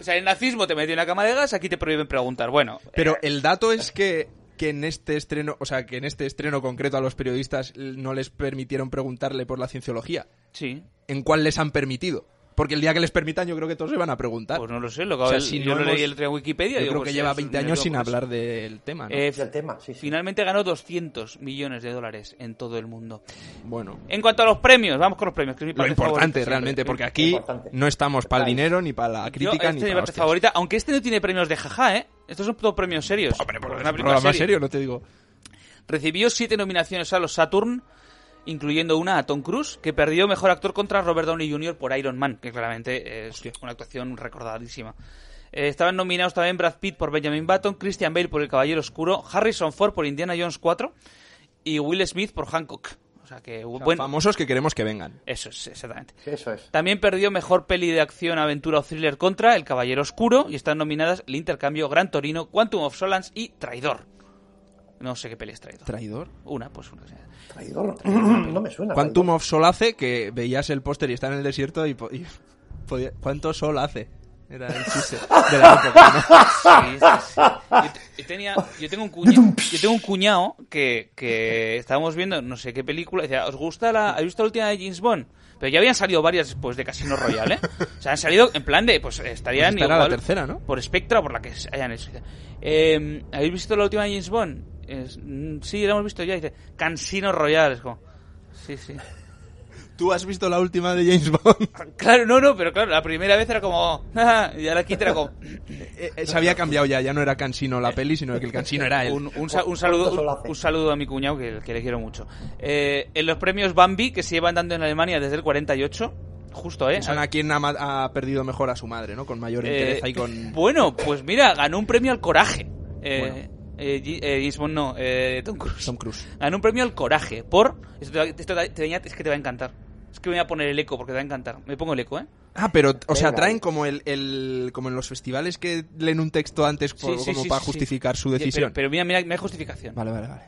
Speaker 3: O sea, el nazismo te metió en la cama de gas, aquí te prohíben preguntar. Bueno,
Speaker 2: Pero
Speaker 3: eh,
Speaker 2: el dato es que, que en este estreno, o sea, que en este estreno concreto a los periodistas l- no les permitieron preguntarle por la cienciología.
Speaker 3: sí,
Speaker 2: ¿En cuál les han permitido? Porque el día que les permitan, yo creo que todos se van a preguntar.
Speaker 3: pues no lo sé, lo
Speaker 2: Ah. O
Speaker 3: acabo
Speaker 2: sea,
Speaker 3: de-
Speaker 2: si
Speaker 3: yo
Speaker 2: no
Speaker 3: lo
Speaker 2: hemos-
Speaker 3: leí el otro día en Wikipedia.
Speaker 2: yo
Speaker 3: digo,
Speaker 2: creo
Speaker 3: pues,
Speaker 2: que lleva
Speaker 3: es-
Speaker 2: 20
Speaker 3: es
Speaker 2: años
Speaker 3: loco,
Speaker 2: sin
Speaker 3: pues.
Speaker 2: hablar del tema, ¿no?
Speaker 3: Eh,
Speaker 4: Es el tema, sí, sí.
Speaker 3: Finalmente ganó 200 millones de dólares en todo el mundo.
Speaker 2: bueno.
Speaker 3: En cuanto a los premios, vamos con los premios. Que es mi
Speaker 2: Lo
Speaker 3: parte favorita
Speaker 2: importante
Speaker 3: siempre. eh,
Speaker 2: realmente, porque aquí
Speaker 4: importante.
Speaker 2: no estamos para el
Speaker 4: Claro.
Speaker 2: dinero, ni para la
Speaker 3: Yo,
Speaker 2: crítica,
Speaker 3: este
Speaker 2: ni
Speaker 3: es mi
Speaker 2: para
Speaker 3: parte
Speaker 2: hostias.
Speaker 3: favorita, aunque este no tiene premios de jaja, ¿eh? Estos son todos premios serios.
Speaker 2: Hombre, por
Speaker 3: Porque
Speaker 2: es
Speaker 3: una
Speaker 2: un
Speaker 3: película
Speaker 2: programa
Speaker 3: seria.
Speaker 2: serio, no te digo.
Speaker 3: Recibió siete nominaciones a los Saturn, incluyendo una a Tom Cruise, que perdió mejor actor contra Robert Downey Jr. por Iron Man, que claramente es una actuación recordadísima. Eh, estaban nominados también Brad Pitt por Benjamin Button, Christian Bale por El Caballero Oscuro, Harrison Ford por Indiana Jones 4 y Will Smith por Hancock. O sea que,
Speaker 2: O sea,
Speaker 3: bueno,
Speaker 2: Famosos que queremos que vengan.
Speaker 3: eso es, exactamente.
Speaker 4: Sí, Eso es.
Speaker 3: También perdió mejor peli de acción, aventura o thriller contra El Caballero Oscuro y están nominadas El Intercambio, Gran Torino, Quantum of Solace y Traidor. No sé qué peli es Traidor.
Speaker 2: Traidor.
Speaker 3: Una, pues una. sí.
Speaker 4: Traidor. No me suena.
Speaker 2: Quantum of Sol hace que veías el póster y está en el desierto y, po- y podía- ¿cuánto sol hace? Era el chiste de la época, ¿no?
Speaker 3: Sí, sí, sí. Yo, te- yo tenía, yo tengo un cuñado, yo tengo un cuñado que, que estábamos viendo no sé qué película y decía, ¿os gusta la, ¿habéis visto la última de James Bond? Pero ya habían salido varias después de Casino Royale, ¿eh? O sea, han salido en plan de, pues estarían
Speaker 2: Pues estará la
Speaker 3: igual
Speaker 2: tercera, ¿no?
Speaker 3: por Spectra o por la que se hayan hecho. Dice, "Eh, ¿habéis visto la última de James Bond? Es, "Mm, sí, la hemos visto ya. Dice, Casino Royale. Es como, sí, sí.
Speaker 2: Tú has visto la última de James Bond.
Speaker 3: Claro, no, no, pero claro, la primera vez era como, "Ah", y ahora aquí era como,
Speaker 2: Eh, eh, se había cambiado ya, ya no era Cansino la peli, sino que el Cansino era él.
Speaker 3: Un, un sa- un saludo,
Speaker 4: ¿Cuánto se lo
Speaker 3: un,
Speaker 4: hace?
Speaker 3: un saludo a mi cuñado que, que le quiero mucho. Eh, en los premios Bambi que se llevan dando en Alemania desde el 48, justo, ¿eh?
Speaker 2: Son a quien ha, ma- ha perdido mejor a su madre, ¿no? Con mayor
Speaker 3: Eh,
Speaker 2: interés y con...
Speaker 3: Bueno, pues mira, ganó un premio al coraje. Eh,
Speaker 2: Bueno.
Speaker 3: eh, G- eh, James Bond no, eh, Tom Cruise.
Speaker 2: Tom Cruise.
Speaker 3: Ganó un premio al coraje por. Esto, te- esto te- te venía- es que te va a encantar. Es que voy a poner el eco porque te va a encantar. Me pongo el eco, ¿eh?
Speaker 2: Ah, pero, o sea,
Speaker 4: Venga.
Speaker 2: traen como el, el- como en los festivales que leen un texto antes por-
Speaker 3: Sí, sí,
Speaker 2: como
Speaker 3: sí,
Speaker 2: para
Speaker 3: sí, sí.
Speaker 2: justificar su
Speaker 3: Pero-
Speaker 2: decisión.
Speaker 3: Pero, mira, mira, mira, hay justificación.
Speaker 2: Vale, vale, vale.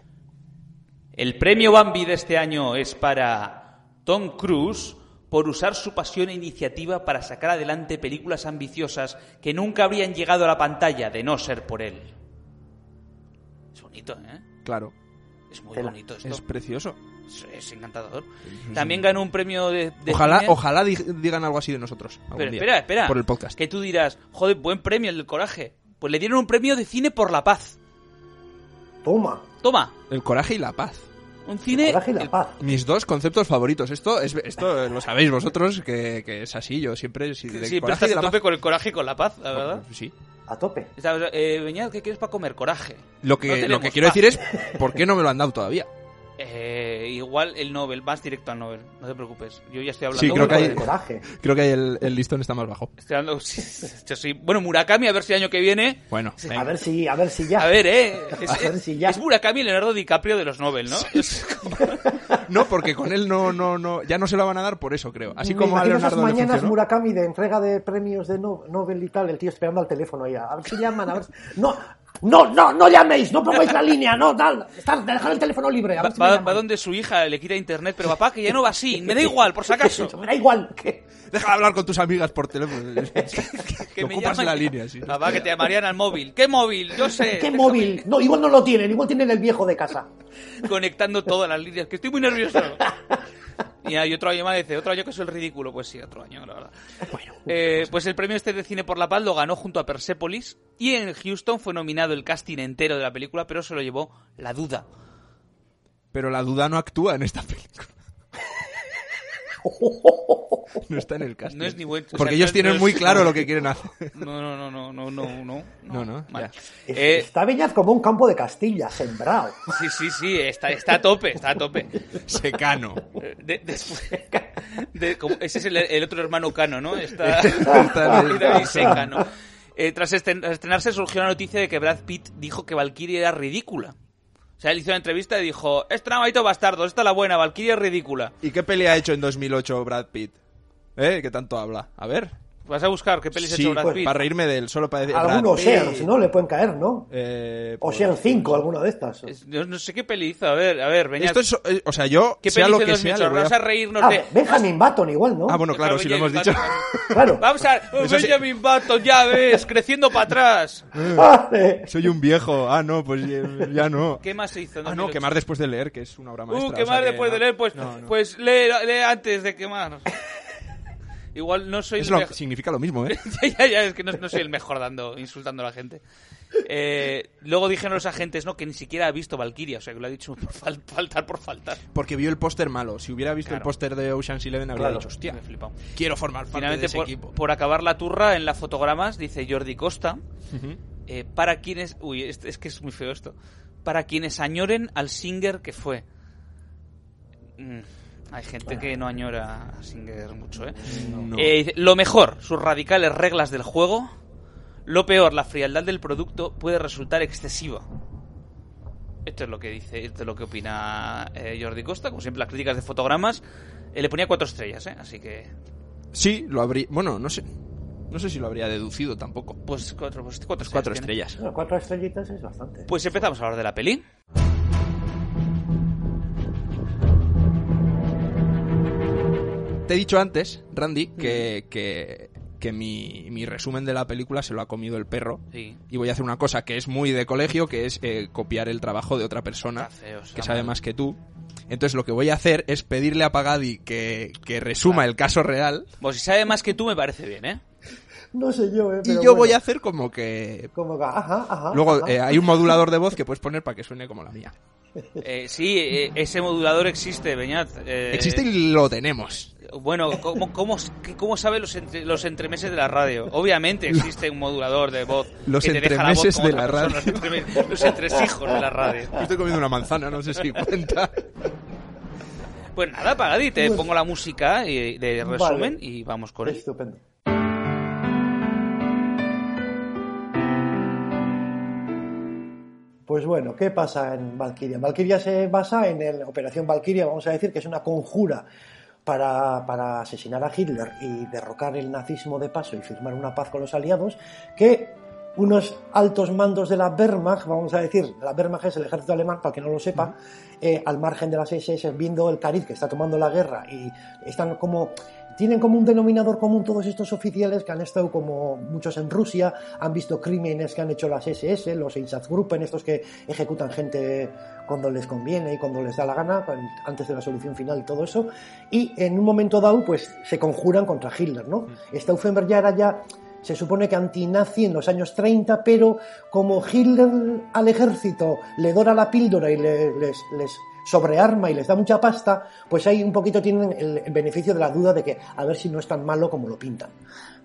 Speaker 3: El premio Bambi de este año es para Tom Cruise por usar su pasión e iniciativa para sacar adelante películas ambiciosas que nunca habrían llegado a la pantalla de no ser por él. Es bonito, ¿eh?
Speaker 2: Claro,
Speaker 3: Es muy
Speaker 4: Tela.
Speaker 3: bonito esto.
Speaker 2: es precioso.
Speaker 3: Es, es encantador. También ganó un premio de... de
Speaker 2: ojalá
Speaker 3: cine.
Speaker 2: ojalá di- digan algo así de nosotros. algún
Speaker 3: Pero
Speaker 2: día,
Speaker 3: espera, espera.
Speaker 2: Por el podcast.
Speaker 3: Que tú dirás, joder, buen premio el del coraje. Pues le dieron un premio de cine por la paz.
Speaker 4: Toma.
Speaker 3: Toma,
Speaker 2: El coraje y la paz.
Speaker 3: Un cine...
Speaker 4: coraje y la
Speaker 3: el-
Speaker 4: paz.
Speaker 2: Mis dos conceptos favoritos. Esto es esto lo sabéis vosotros, que, que es así. Yo siempre... Si, de
Speaker 3: Sí, pero
Speaker 2: coraje
Speaker 3: estás
Speaker 2: y de
Speaker 3: a
Speaker 2: la
Speaker 3: tope
Speaker 2: paz-
Speaker 3: con el coraje y con la paz, la verdad.
Speaker 2: Sí.
Speaker 4: A tope.
Speaker 3: Estás, eh, Beñat, ¿qué quieres para comer? Coraje.
Speaker 2: Lo
Speaker 3: No
Speaker 2: que, lo
Speaker 3: tenemos
Speaker 2: que quiero
Speaker 3: paz.
Speaker 2: decir es, ¿por qué no me lo han dado todavía?
Speaker 3: Eh, igual el Nobel, vas directo al Nobel, no te preocupes. Yo ya estoy hablando.
Speaker 2: Sí, creo
Speaker 4: Todo
Speaker 2: que
Speaker 4: por
Speaker 2: hay-
Speaker 4: el coraje.
Speaker 2: Creo que el, el listón está más bajo.
Speaker 3: Estoy hablando- yo soy- Bueno, Murakami, a ver si el año que viene.
Speaker 2: Bueno, venga.
Speaker 4: A ver si, a ver si ya.
Speaker 3: A ver, eh. Es,
Speaker 4: A ver si ya.
Speaker 3: es Murakami y Leonardo DiCaprio de los Nobel, ¿no? Es como-
Speaker 2: No, porque con él no, no, no, ya no se lo van a dar por eso, creo. Así
Speaker 4: Me
Speaker 2: como a
Speaker 4: imagino esas
Speaker 2: Leonardo le
Speaker 4: Mm, mañanas
Speaker 2: funcionó.
Speaker 4: Murakami de entrega de premios de no- Nobel y tal, el tío esperando al teléfono ahí. A ver si llaman, a ver si... No, no, no, no llaméis, no pongáis la línea, no, tal. Estar, dejar el teléfono libre.
Speaker 3: va,
Speaker 4: A ver si me
Speaker 3: va-
Speaker 4: llaman.
Speaker 3: va donde su hija le quita internet, pero papá, que ya no va así. Me da igual, por si acaso.
Speaker 4: Me da igual. Que...
Speaker 2: Deja de hablar con tus amigas por teléfono.
Speaker 3: Que
Speaker 2: Te
Speaker 3: me Ah.
Speaker 2: ocupas
Speaker 3: llaman-
Speaker 2: la línea, sí.
Speaker 3: Papá, que te llamarían al móvil. ¿Qué móvil? Yo sé.
Speaker 4: ¿Qué
Speaker 3: déjame
Speaker 4: móvil? No, igual no lo tienen, igual tienen el viejo de casa.
Speaker 3: Conectando todas las líneas, que estoy muy nervioso. Y hay otro año más, dice, otro año que soy el ridículo. Pues sí, otro año, la verdad. Eh, pues el premio este de Cine por la Paz lo ganó junto a Persepolis y en Houston fue nominado el casting entero de la película, pero se lo llevó La Duda.
Speaker 2: Pero la duda no actúa en esta película. No está en el casting.
Speaker 3: No es ni buen- o sea,
Speaker 2: Porque ellos
Speaker 3: no-
Speaker 2: tienen
Speaker 3: no es-
Speaker 2: muy claro lo que quieren hacer.
Speaker 3: No, no, no, no, no, no, no.
Speaker 2: No, no,
Speaker 3: Vale.
Speaker 2: ya.
Speaker 3: Eh,
Speaker 4: Está Beñat como un campo de Castilla, sembrado.
Speaker 3: sí, sí, sí, está, está a tope, está a tope.
Speaker 2: Secano.
Speaker 3: Eh, de- después, de- como- ese es el, el otro hermano Cano, ¿no? Está,
Speaker 2: Está en el-
Speaker 3: David Secano. Eh, tras esten- tras estrenarse surgió la noticia de que Brad Pitt dijo que Valkyrie era ridícula. O sea, él hizo una entrevista y dijo, es tramadito bastardo, esta es la buena, Valkyrie es ridícula.
Speaker 2: ¿Y qué pelea ha hecho en 2008 Brad Pitt? ¿Eh? ¿Qué tanto habla? A ver.
Speaker 3: Vas a buscar qué pelis ha hecho Brad
Speaker 2: pues,
Speaker 3: Pitt.
Speaker 2: para reírme de él, solo para decir... Brad
Speaker 4: Algunos
Speaker 2: Pitt.
Speaker 4: Oceans, ¿no? Le pueden caer, ¿no?
Speaker 2: Eh, pues-
Speaker 4: Ocean 5, alguna de estas.
Speaker 3: Es- no, no sé qué peli hizo, a ver, a ver, venga.
Speaker 2: Esto es, eh, o sea, yo,
Speaker 3: ¿Qué
Speaker 2: sea
Speaker 3: peli
Speaker 2: lo
Speaker 3: hizo en
Speaker 2: que sea,
Speaker 3: 2008?
Speaker 2: le voy
Speaker 3: Vamos a
Speaker 2: a...
Speaker 3: reírnos
Speaker 4: Ah,
Speaker 3: de...
Speaker 4: Benjamin Button igual, ¿no?
Speaker 2: Ah, bueno, claro,
Speaker 3: Claro,
Speaker 2: si lo hemos
Speaker 3: James
Speaker 2: dicho.
Speaker 3: Button.
Speaker 4: Claro.
Speaker 3: Vamos a... Oh,
Speaker 2: Eso sí.
Speaker 3: Benjamin Button, ya ves, creciendo para atrás.
Speaker 4: Ah, eh.
Speaker 2: Soy un viejo. Ah, no, pues eh, ya no.
Speaker 3: ¿Qué más se hizo? en
Speaker 2: Ah, no,
Speaker 3: 2008?
Speaker 2: quemar después de leer, que es una obra maestra.
Speaker 3: Uh,
Speaker 2: o
Speaker 3: quemar
Speaker 2: sea que
Speaker 3: después de
Speaker 2: no.
Speaker 3: leer, pues,
Speaker 2: No, no.
Speaker 3: pues lee, lee antes de quemar. Igual no soy
Speaker 2: Es
Speaker 3: el
Speaker 2: lo-
Speaker 3: mejor.
Speaker 2: significa lo mismo, ¿eh?
Speaker 3: ya, ya, ya, es que no, no soy el mejor dando, insultando a la gente. Eh, luego dijeron los agentes, no, que ni siquiera ha visto Valkyria, o sea que lo ha dicho por fal- faltar por faltar.
Speaker 2: Porque vio el póster malo. Si hubiera visto el
Speaker 3: Claro.
Speaker 2: póster de Ocean's Eleven, habría
Speaker 4: Claro.
Speaker 2: dicho, hostia,
Speaker 3: Me he flipado.
Speaker 2: quiero formar parte de
Speaker 3: Finalmente,
Speaker 2: ese equipo.
Speaker 3: por, por acabar la turra en las fotogramas, dice Jordi Costa,
Speaker 2: Ujú.
Speaker 3: eh, para quienes... Uy, es, es que es muy feo esto. Para quienes añoren al Singer que fue. Mm, hay gente que no añora a Singer mucho, ¿eh?
Speaker 2: No.
Speaker 3: Eh, dice, lo mejor, sus radicales reglas del juego. Lo peor, la frialdad del producto puede resultar excesiva. Esto es lo que dice, esto es lo que opina eh, Jordi Costa. Como siempre, las críticas de fotogramas. Eh, le ponía cuatro estrellas, ¿eh? Así que,
Speaker 2: Sí, lo habría... Bueno, no sé. No sé si lo habría deducido tampoco.
Speaker 3: pues cuatro, pues, cuatro,
Speaker 2: Cuatro
Speaker 3: tiene.
Speaker 2: estrellas.
Speaker 4: Bueno, cuatro estrellitas es bastante.
Speaker 3: Pues empezamos a hablar de la peli.
Speaker 2: Te he dicho antes, Randy, que, que, que mi, mi resumen de la película se lo ha comido el perro.
Speaker 3: Sí.
Speaker 2: Y voy a hacer una cosa que es muy de colegio, que es eh, copiar el trabajo de otra persona
Speaker 3: Está feo, está
Speaker 2: que sabe
Speaker 3: mal.
Speaker 2: más que tú. Entonces lo que voy a hacer es pedirle a Pagadi que, que resuma el caso real
Speaker 3: Pues si sabe más que tú, me parece bien, ¿eh?
Speaker 4: No sé yo, ¿eh?
Speaker 2: y yo
Speaker 4: pero
Speaker 2: voy
Speaker 4: bueno. Ah,
Speaker 2: a hacer como que...
Speaker 4: Como que, ajá, ajá.
Speaker 2: Luego
Speaker 4: ajá.
Speaker 2: eh, hay un modulador de voz que puedes poner para que suene como la mía.
Speaker 3: Eh, sí, eh, ese modulador existe, Beñat. Eh,
Speaker 2: Existe y lo tenemos.
Speaker 3: Bueno, ¿cómo, cómo, cómo sabe los, entre- los entremeses de la radio? Obviamente existe un modulador de voz.
Speaker 2: Los
Speaker 3: que te deja la voz
Speaker 2: entremeses
Speaker 3: como
Speaker 2: de
Speaker 3: otra
Speaker 2: la
Speaker 3: persona, Los, entreme- los entresijos de la radio.
Speaker 2: Estoy comiendo una manzana, no sé si cuenta.
Speaker 4: Este
Speaker 3: Pues nada, Pagadi, te pongo la música y- de resumen y vamos con él.
Speaker 4: Estupendo. Pues bueno, ¿qué pasa en Valkyria? Valkyria se basa en el Operación Valkyria, vamos a decir que es una conjura para, para asesinar a Hitler y derrocar el nazismo de paso y firmar una paz con los aliados, que unos altos mandos de la Wehrmacht, vamos a decir, la Wehrmacht es el ejército alemán, para el que no lo sepa, eh, al margen de las SS, viendo el cariz que está tomando la guerra y están como... Tienen como un denominador común todos estos oficiales que han estado como muchos en Rusia, han visto crímenes que han hecho las SS, los Einsatzgruppen, estos que ejecutan gente cuando les conviene y cuando les da la gana, con- antes de la solución final y todo eso, y en un momento dado pues se conjuran contra Hitler, ¿no? Stauffenberg ya era ya se supone que antinazi en los años 30, pero como Hitler al ejército le dora la píldora y le- les, les sobrearma y les da mucha pasta, pues ahí un poquito tienen el, el beneficio de la duda de que a ver si no es tan malo como lo pintan.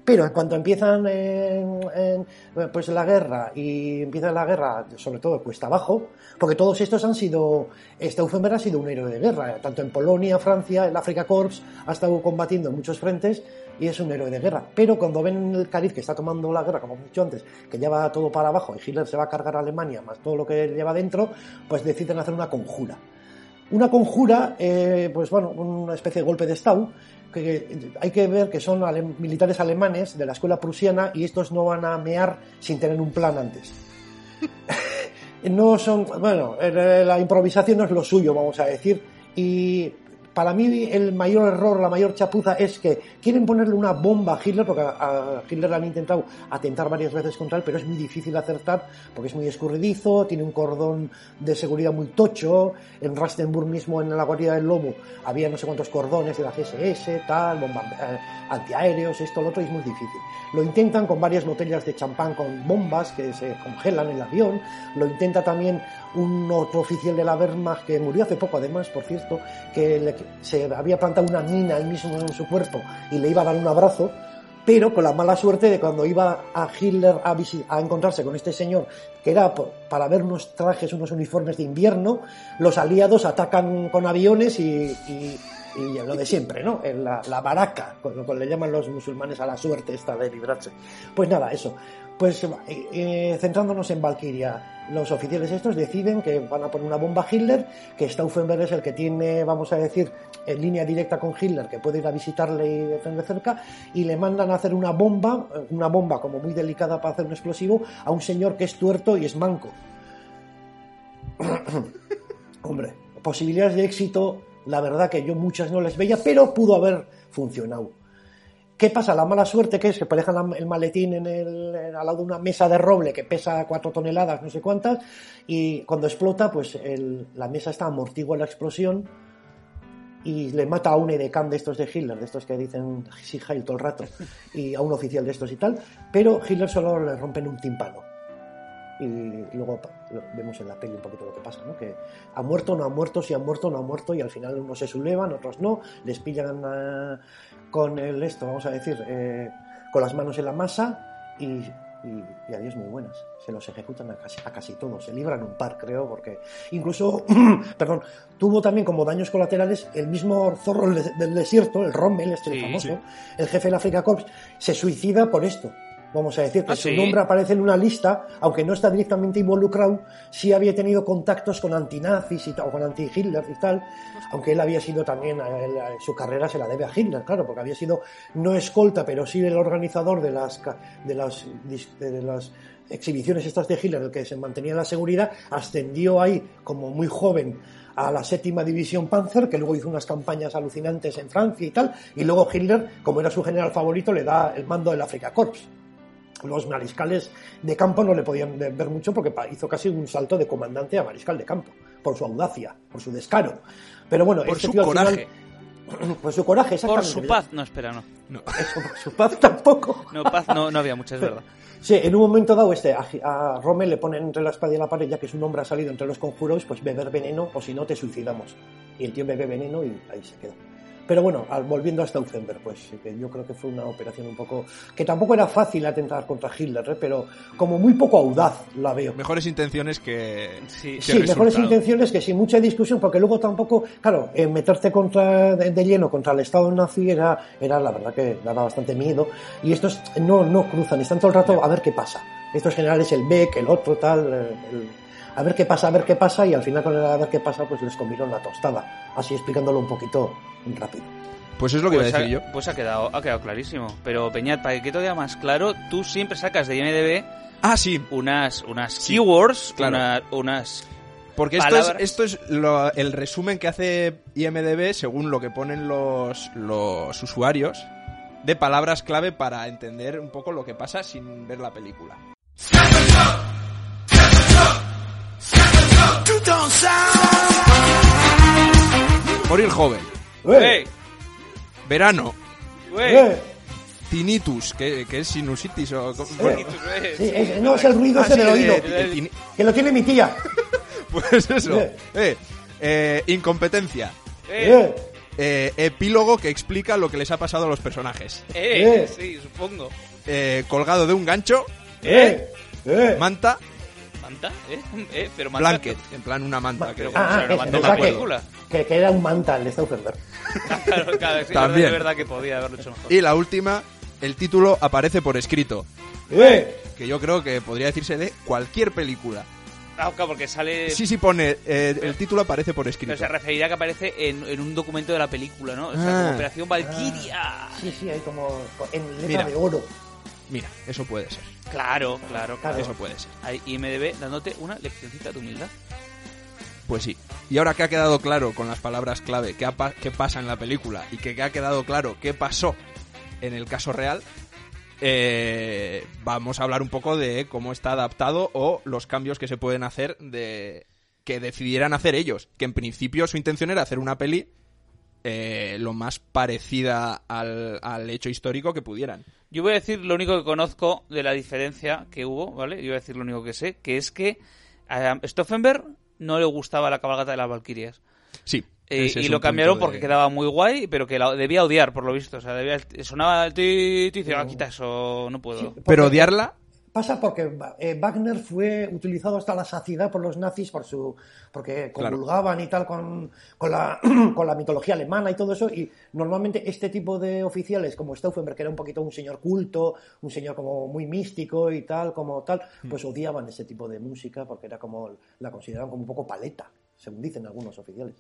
Speaker 4: Pero en cuanto empiezan en- en, pues la guerra y empieza la guerra, sobre todo cuesta abajo, porque todos estos han sido, este Eufemer ha sido un héroe de guerra, tanto en Polonia, Francia, el África Corps, ha estado combatiendo en muchos frentes y es un héroe de guerra. Pero cuando ven el cariz que está tomando la guerra, como hemos dicho antes, que lleva todo para abajo y Hitler se va a cargar a Alemania más todo lo que lleva dentro, pues deciden hacer una conjura una conjura, eh, pues bueno, una especie de golpe de Estado, que, que hay que ver que son alem- militares alemanes de la escuela prusiana y estos no van a mear sin tener un plan antes. Eh, no son, bueno, eh, la improvisación no es lo suyo, vamos a decir, y para mí el mayor error, la mayor chapuza es que quieren ponerle una bomba a Hitler, porque a a Hitler le han intentado atentar varias veces contra él, pero es muy difícil acertar porque es muy escurridizo, tiene un cordón de seguridad muy tocho, en Rastenburg mismo, en la guarida del lobo, había no sé cuántos cordones de la CSS, tal, bomba- eh, antiaéreos, esto, lo otro, y es muy difícil. Lo intentan con varias botellas de champán con bombas que se congelan en el avión, lo intenta también un otro oficial de la Wehrmacht que murió hace poco además, por cierto, que le- se había plantado una mina él mismo en su cuerpo y le iba a dar un abrazo, pero con la mala suerte de cuando iba a Hitler a, visi- a encontrarse con este señor, que era po- para ver unos trajes, unos uniformes de invierno, los aliados atacan con aviones y, y- y lo de siempre, ¿no? En La, la baraca, con lo que le llaman los musulmanes a la suerte esta de librarse. Pues nada, eso. Pues eh, eh, centrándonos en Valkyria, los oficiales estos deciden que van a poner una bomba a Hitler, que Stauffenberg es el que tiene, vamos a decir, en línea directa con Hitler, que puede ir a visitarle y defender cerca, y le mandan a hacer una bomba, eh, una bomba como muy delicada para hacer un explosivo, a un señor que es tuerto y es manco. Hombre, posibilidades de éxito, la verdad que yo muchas no les veía, pero pudo haber funcionado. ¿Qué pasa? La mala suerte que es que pues, dejan la- el maletín en el, en- al lado de una mesa de roble que pesa cuatro toneladas, no sé cuántas, y cuando explota, pues el- la mesa está amortigua la explosión y le mata a un edecán de estos de Hitler, de estos que dicen sí, Heil todo el rato, y a un oficial de estos y tal, pero Hitler solo le rompen un timpano. Y luego pa- lo- vemos en la peli un poquito lo que pasa, ¿no? Que ha muerto, no ha muerto, si ha muerto, no ha muerto, y al final unos se sublevan, otros no, les pillan ah, con el esto, vamos a decir, eh, con las manos en la masa y, y, y adiós muy buenas. Se los ejecutan a casi, a casi todos, se libran un par, creo, porque incluso, perdón, tuvo también como daños colaterales el mismo zorro del- del desierto, el Rommel, este
Speaker 3: Sí,
Speaker 4: famoso,
Speaker 2: sí.
Speaker 4: el jefe del Africa Corps, se suicida por esto. Vamos a decir que
Speaker 3: ¿Ah,
Speaker 4: su
Speaker 3: sí?
Speaker 4: nombre aparece en una lista, aunque no está directamente involucrado, sí había tenido contactos con antinazis y tal, o con anti-Hitler y tal, aunque él había sido también, a él, a- su carrera se la debe a Hitler, claro, porque había sido no escolta, pero sí el organizador de las, ca- de las, dis- de las exhibiciones estas de Hitler, el que se mantenía la seguridad, ascendió ahí como muy joven a la séptima división Panzer, que luego hizo unas campañas alucinantes en Francia y tal, y luego Hitler, como era su general favorito, le da el mando del Africa Corps los mariscales de campo no le podían de- ver mucho porque pa- hizo casi un salto de comandante a mariscal de campo, por su audacia, por su descaro. Pero bueno,
Speaker 2: Por
Speaker 4: este
Speaker 2: su
Speaker 4: tío al final-
Speaker 2: coraje.
Speaker 4: por su coraje,
Speaker 3: Por
Speaker 4: exactamente.
Speaker 3: su paz. No, espera, no.
Speaker 4: Eso, por su paz tampoco.
Speaker 3: No, paz no, no había mucha, es verdad.
Speaker 4: Sí, en un momento dado este, a, Gi- a Rommel le ponen entre la espada y la pared, ya que su nombre ha salido entre los conjuros, pues beber veneno o si no te suicidamos. Y el tío bebe veneno y ahí se queda. Pero bueno, al- volviendo a Stauffenberg, pues sí que yo creo que fue una operación un poco... que tampoco era fácil atentar contra Hitler, ¿eh? pero como muy poco audaz la veo.
Speaker 2: Mejores intenciones que.
Speaker 3: Sí.
Speaker 2: que
Speaker 4: Sí, mejores
Speaker 2: resultado.
Speaker 4: intenciones que sin mucha discusión, porque luego tampoco, claro, eh, meterte contra, de, de lleno contra el Estado nazi era, era la verdad que daba bastante miedo. Y estos no, no cruzan, están todo el rato a ver qué pasa. Estos generales, el Beck, el otro, tal, eh, el- a ver qué pasa, a ver qué pasa, y al final con el a ver qué pasa, pues les comieron la tostada. Así explicándolo un poquito rápido.
Speaker 2: Pues es lo que
Speaker 3: pues
Speaker 2: iba a decir
Speaker 3: ha, pues ha quedado, ha quedado clarísimo. Pero Peñat, para que todo quede más claro, tú siempre sacas de IMDB
Speaker 2: yo. Ah, sí,
Speaker 3: unas, unas
Speaker 2: Sí,
Speaker 3: keywords,
Speaker 2: claro.
Speaker 3: una- unas...
Speaker 2: Porque esto es,
Speaker 3: Palabras.
Speaker 2: esto es lo- el resumen que hace IMDB según lo que ponen los, los usuarios de palabras clave para entender un poco lo que pasa sin ver la película. Morir joven,
Speaker 3: ¡Ey!
Speaker 2: verano,
Speaker 3: ¡Ey!
Speaker 4: ¡Eh!
Speaker 2: tinnitus, que, que es sinusitis o... bueno,
Speaker 3: ¡Ey!
Speaker 4: Sí, eh, no, es el ruido
Speaker 2: ah,
Speaker 4: ese
Speaker 2: sí,
Speaker 4: del
Speaker 2: eh,
Speaker 4: oído,
Speaker 2: eh, tini-
Speaker 4: que lo tiene mi tía.
Speaker 2: pues eso.
Speaker 4: Eh.
Speaker 2: Eh, Eh, incompetencia.
Speaker 3: Eh,
Speaker 4: Eh,
Speaker 2: Eh, epílogo que explica lo que les ha pasado a los personajes.
Speaker 3: eh,
Speaker 4: Eh.
Speaker 3: sí, supongo.
Speaker 2: Eh, colgado de un gancho,
Speaker 4: eh, eh.
Speaker 2: manta,
Speaker 3: ¿Manta? ¿Eh? ¿Eh? Pero manta.
Speaker 2: blanket. En plan, una manta. creo.
Speaker 3: Ah,
Speaker 4: Ah,
Speaker 3: se
Speaker 4: ah,
Speaker 3: lo
Speaker 4: que,
Speaker 3: mandó
Speaker 2: la
Speaker 4: pensaba que-
Speaker 3: película.
Speaker 4: que, que era un mantal de Stauffenberg.
Speaker 3: Claro, claro, sí,
Speaker 2: También.
Speaker 3: Es verdad que podía haberlo hecho mejor.
Speaker 2: Y la última, el título aparece por escrito.
Speaker 4: Eh,
Speaker 2: Que yo creo que podría decirse de cualquier película.
Speaker 3: Ah, claro, porque sale.
Speaker 2: Sí, sí, pone. eh, el título aparece por escrito.
Speaker 3: Pero se referirá que aparece en, en un documento de la película, ¿no? O sea,
Speaker 2: Ah.
Speaker 3: como Operación Valkyria.
Speaker 4: sí, sí, hay como en letra
Speaker 2: Mira.
Speaker 4: de oro.
Speaker 2: Mira, eso puede ser.
Speaker 3: Claro, claro, claro.
Speaker 4: Claro.
Speaker 2: Eso puede ser.
Speaker 3: Ahí IMDB dándote una leccioncita de humildad.
Speaker 2: Pues sí. Y ahora que ha quedado claro con las palabras clave qué, ha pa- qué pasa en la película y que, que ha quedado claro qué pasó en el caso real, eh, vamos a hablar un poco de cómo está adaptado o los cambios que se pueden hacer de que decidieran hacer ellos. Que en principio su intención era hacer una peli eh, lo más parecida al, al hecho histórico que pudieran.
Speaker 3: Yo voy a decir lo único que conozco de la diferencia que hubo, ¿vale? Yo voy a decir lo único que sé, que es que a Stauffenberg no le gustaba la cabalgata de las Valkyrias.
Speaker 2: Sí.
Speaker 3: Eh,
Speaker 2: ese es
Speaker 3: y
Speaker 2: un
Speaker 3: lo
Speaker 2: punto
Speaker 3: cambiaron
Speaker 2: de-
Speaker 3: porque quedaba muy guay, pero que la debía odiar, por lo visto. O sea, debía, sonaba el ti, ti, y decía, "Ah, quita eso, no puedo.
Speaker 2: Pero
Speaker 4: Porque-
Speaker 2: odiarla
Speaker 4: Pasa porque eh, Wagner fue utilizado hasta la saciedad por los nazis por su porque
Speaker 2: Claro.
Speaker 4: comulgaban y tal con, con, la, con la mitología alemana y todo eso y normalmente este tipo de oficiales como Stauffenberg que era un poquito un señor culto, un señor como muy místico y tal como tal, pues odiaban ese tipo de música porque era como la consideraban como un poco paleta, según dicen algunos oficiales.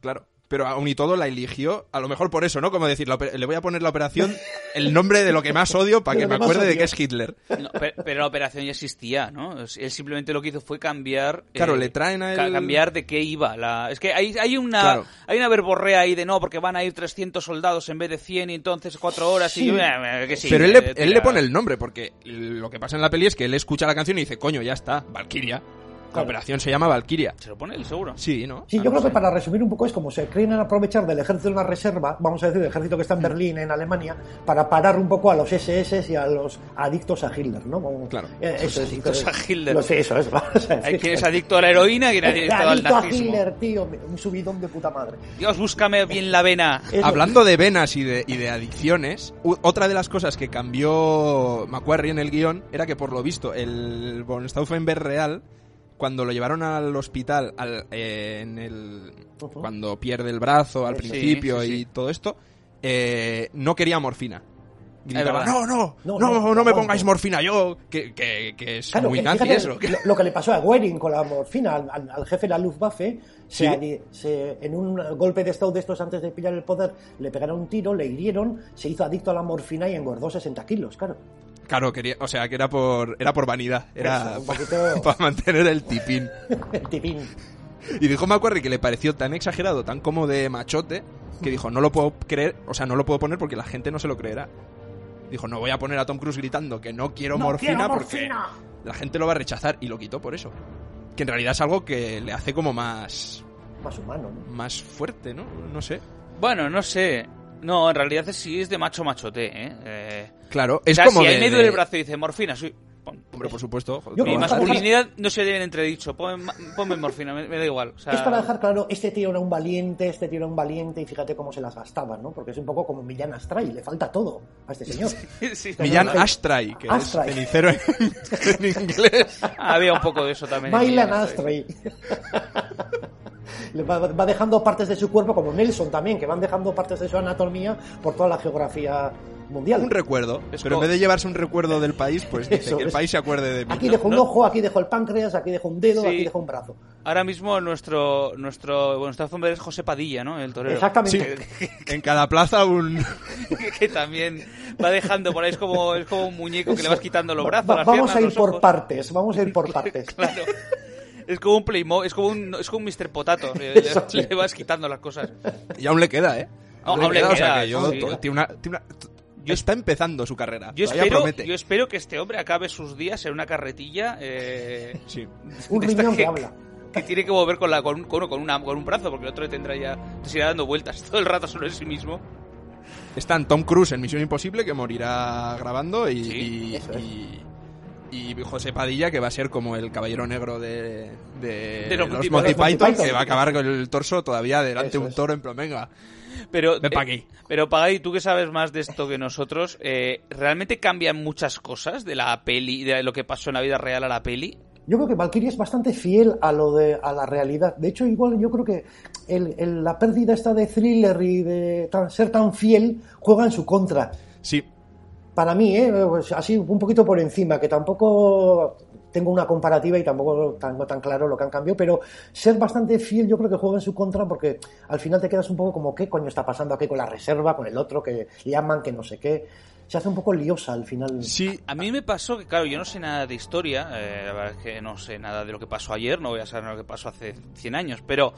Speaker 2: Claro. Pero aún y todo la eligió, a lo mejor por eso, ¿no? Como decir, la oper- le voy a poner la operación el nombre de lo que más odio para
Speaker 4: De
Speaker 2: que
Speaker 4: lo
Speaker 2: me
Speaker 4: que más
Speaker 2: acuerde de
Speaker 4: odio.
Speaker 2: que es Hitler.
Speaker 3: No, pe- pero, la operación ya existía, ¿no? O sea, Él simplemente lo que hizo fue cambiar. eh,
Speaker 2: Claro, le traen a
Speaker 3: ca-
Speaker 2: él-
Speaker 3: Cambiar de qué iba. La... Es que hay, hay una
Speaker 2: Claro.
Speaker 3: hay una verborrea ahí de no, porque van a ir 300 soldados en vez de 100 y entonces cuatro horas y.
Speaker 4: Sí.
Speaker 3: Eh, que sí,
Speaker 2: Pero él le,
Speaker 3: eh,
Speaker 2: él le
Speaker 3: tira.
Speaker 2: pone el nombre, porque lo que pasa en la peli es que él escucha la canción y dice, coño, ya está, Valkyria. La
Speaker 4: Claro.
Speaker 2: operación se llama Valkyria.
Speaker 3: Se lo pone él, seguro.
Speaker 2: Sí, ¿no?
Speaker 4: Sí,
Speaker 2: Ah,
Speaker 4: yo
Speaker 2: no
Speaker 4: creo que
Speaker 2: sé.
Speaker 4: para resumir un poco es como se quieren aprovechar del ejército de una reserva, vamos a decir, del ejército que está en Berlín, en Alemania, para parar un poco a los SS y a los adictos a Hitler, ¿no? Como-
Speaker 2: Claro.
Speaker 4: Eh, eso es.
Speaker 3: adictos a Hitler.
Speaker 4: Los- eso es, vamos a
Speaker 3: Hay
Speaker 4: decir.
Speaker 3: quien es adicto a la heroína y quien es adicto al
Speaker 4: Adicto a
Speaker 3: nazismo.
Speaker 4: Hitler, tío, un subidón de puta madre.
Speaker 3: Dios, búscame bien la vena.
Speaker 4: Eso.
Speaker 2: Hablando de venas y de, y de adicciones, u- otra de las cosas que cambió McQuarrie en el guión era que, por lo visto, el von Stauffenberg real, cuando lo llevaron al hospital al, eh, en el,
Speaker 4: Ujú.
Speaker 2: cuando pierde el brazo al
Speaker 4: Sí,
Speaker 2: principio
Speaker 3: sí, sí.
Speaker 2: y todo todo esto, eh, no quería morfina. Gritaba,
Speaker 3: verdad.
Speaker 2: no, no, no,
Speaker 4: No,
Speaker 2: no,
Speaker 4: no, no
Speaker 2: me
Speaker 4: aguanto".
Speaker 2: pongáis morfina yo, que, que, que es
Speaker 4: Claro,
Speaker 2: muy
Speaker 4: eh,
Speaker 2: ganzi
Speaker 4: fíjate
Speaker 2: eso.
Speaker 4: lo, lo que le pasó a Goering con la morfina, al, al- al jefe de la Luftwaffe,
Speaker 2: Sí.
Speaker 4: se adi- se- en un golpe de estado de estos antes de pillar el poder, le pegaron un tiro, le hirieron, se hizo adicto a la morfina y engordó 60 kilos, claro.
Speaker 2: Claro, quería, o sea, que era por, era por vanidad, era
Speaker 4: Eso, un poquito-
Speaker 2: para mantener el tipín.
Speaker 4: El tipín.
Speaker 2: Y dijo McQuarrie que le pareció tan exagerado, tan como de machote, que dijo, no lo puedo creer, o sea, no lo puedo poner porque la gente no se lo creerá. Dijo, no voy a poner a Tom Cruise gritando que no quiero
Speaker 4: ¡No
Speaker 2: morfina
Speaker 4: quiero
Speaker 2: porque
Speaker 4: morfina!
Speaker 2: la gente lo va a rechazar y lo quitó por eso. Que en realidad es algo que le hace como más
Speaker 4: más humano, ¿no?
Speaker 2: más fuerte, ¿no? No sé.
Speaker 3: Bueno, no sé. No, en realidad sí es de macho machote, ¿eh? eh
Speaker 2: Claro, es
Speaker 3: o sea,
Speaker 2: como
Speaker 3: si
Speaker 2: de,
Speaker 3: hay medio
Speaker 2: de-
Speaker 3: del brazo y dice morfina, sí. pon.
Speaker 2: Hombre, por supuesto. joder, todo
Speaker 4: Yo
Speaker 3: Mi
Speaker 4: creo
Speaker 2: va a
Speaker 4: que-
Speaker 2: estar-
Speaker 3: masculinidad no se debe en entredicho. Ponme, ma- ponme morfina, me, me da igual. O sea,
Speaker 4: Es para dejar claro, este tío era un valiente, este tío era un valiente, y fíjate cómo se las gastaba, ¿no? Porque es un poco como Millán Astray, le falta todo a este señor.
Speaker 3: sí.
Speaker 2: Millán
Speaker 4: Pero-
Speaker 2: Astray, que
Speaker 4: Astray.
Speaker 2: es cenicero en, en inglés.
Speaker 3: Ah, Había un poco de eso también. en
Speaker 4: Bailan
Speaker 3: Millán,
Speaker 4: Astray. Le va, va dejando partes de su cuerpo, como Nelson también, que van dejando partes de su anatomía por toda la geografía mundial.
Speaker 2: Un recuerdo.
Speaker 3: Es
Speaker 2: Pero en
Speaker 3: como-
Speaker 2: vez de llevarse un recuerdo del país, pues dice
Speaker 4: Eso
Speaker 2: que el
Speaker 4: es.
Speaker 2: país se acuerde de mí.
Speaker 4: Aquí
Speaker 2: ¿no?
Speaker 4: dejó un ojo, aquí dejó el páncreas, aquí dejó un dedo,
Speaker 3: Sí.
Speaker 4: aquí dejó un brazo.
Speaker 3: Ahora mismo nuestro nuestro bueno, Stauffenberg es José Padilla, ¿no? El torero.
Speaker 2: Sí,
Speaker 4: Exactamente.
Speaker 2: en cada plaza un...
Speaker 3: que también va dejando por ahí es como es como un muñeco que le vas quitando los brazos,
Speaker 4: Va-
Speaker 3: las
Speaker 4: vamos
Speaker 3: piernas,
Speaker 4: a ir
Speaker 3: los
Speaker 4: por
Speaker 3: ojos.
Speaker 4: partes, vamos a ir por partes.
Speaker 3: Claro. Es como un Playmo, es como un es como un Mr. Potato, le,
Speaker 4: Eso
Speaker 3: le- le vas quitando las cosas.
Speaker 2: Y aún le queda, ¿eh?
Speaker 3: No, aún le
Speaker 2: o sea,
Speaker 3: queda,
Speaker 2: que yo-
Speaker 3: sí.
Speaker 2: to- tiene una- tiene una- t-
Speaker 3: Yo-
Speaker 2: está empezando su carrera.
Speaker 3: Yo
Speaker 2: todavía
Speaker 3: espero,
Speaker 2: promete.
Speaker 3: yo espero que este hombre acabe sus días en una carretilla eh,
Speaker 2: Sí.
Speaker 4: Un
Speaker 3: de esta
Speaker 4: riñón que habla.
Speaker 3: que tiene que mover con, la, con, con, con una, con un brazo, porque el otro le tendrá ya. Se irá dando vueltas todo el rato solo en sí mismo.
Speaker 2: Están Tom Cruise en Misión Imposible, que morirá grabando, y,
Speaker 3: Sí,
Speaker 2: y-
Speaker 4: eso es.
Speaker 2: y- Y José Padilla, que va a ser como el caballero negro de, de,
Speaker 3: De los
Speaker 2: los
Speaker 3: Monty
Speaker 2: Monty
Speaker 4: Python,
Speaker 2: Python,
Speaker 4: Python.
Speaker 2: que va a acabar con el torso todavía delante
Speaker 4: Eso
Speaker 2: de un
Speaker 4: es.
Speaker 2: toro en plan, venga.
Speaker 3: Pero,
Speaker 2: Ven
Speaker 3: eh,
Speaker 2: pa' aquí.
Speaker 3: pero Pagadi, tú que sabes más de esto que nosotros, eh, ¿realmente cambian muchas cosas de la peli, de lo que pasó en la vida real a la peli?
Speaker 4: Yo creo que Valkyria es bastante fiel a lo de a la realidad. De hecho, igual yo creo que el- el- la pérdida esta de thriller y de tan- ser tan fiel juega en su contra.
Speaker 2: Sí,
Speaker 4: Para mí, ¿eh? Pues así un poquito por encima, que tampoco tengo una comparativa y tampoco tengo tan claro lo que han cambiado, pero ser bastante fiel yo creo que juega en su contra porque al final te quedas un poco como qué coño está pasando aquí con la reserva, con el otro que llaman, que no sé qué. Se hace un poco liosa al final.
Speaker 2: sí.
Speaker 3: A mí me pasó que, claro, yo no sé nada de historia, eh, la verdad es que no sé nada de lo que pasó ayer, no voy a saber lo que pasó hace 100 años, pero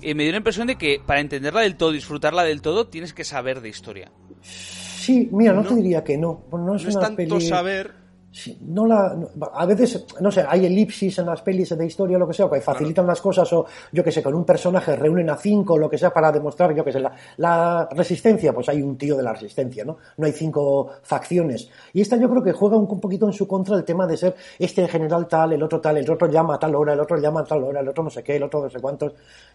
Speaker 3: eh, me dio la impresión de que para entenderla del todo, disfrutarla del todo, tienes que saber de historia.
Speaker 4: Sí, mira, no, te diría que no. Pues No es,
Speaker 2: No es
Speaker 4: una
Speaker 2: tanto
Speaker 4: peli-
Speaker 2: saber.
Speaker 4: Sí, no la, no- a veces, no sé, hay elipsis en las pelis de historia o lo que sea, o que facilitan las cosas, o yo que sé, con un personaje reúnen a cinco o lo que sea para demostrar, yo que sé, la, la resistencia, pues hay un tío de la resistencia, ¿no? No hay cinco facciones. Y esta yo creo que juega un, un poquito en su contra el tema de ser este general tal, el otro tal, el otro llama a tal hora, el otro llama a tal hora, el otro no sé qué, el otro no sé cuántos.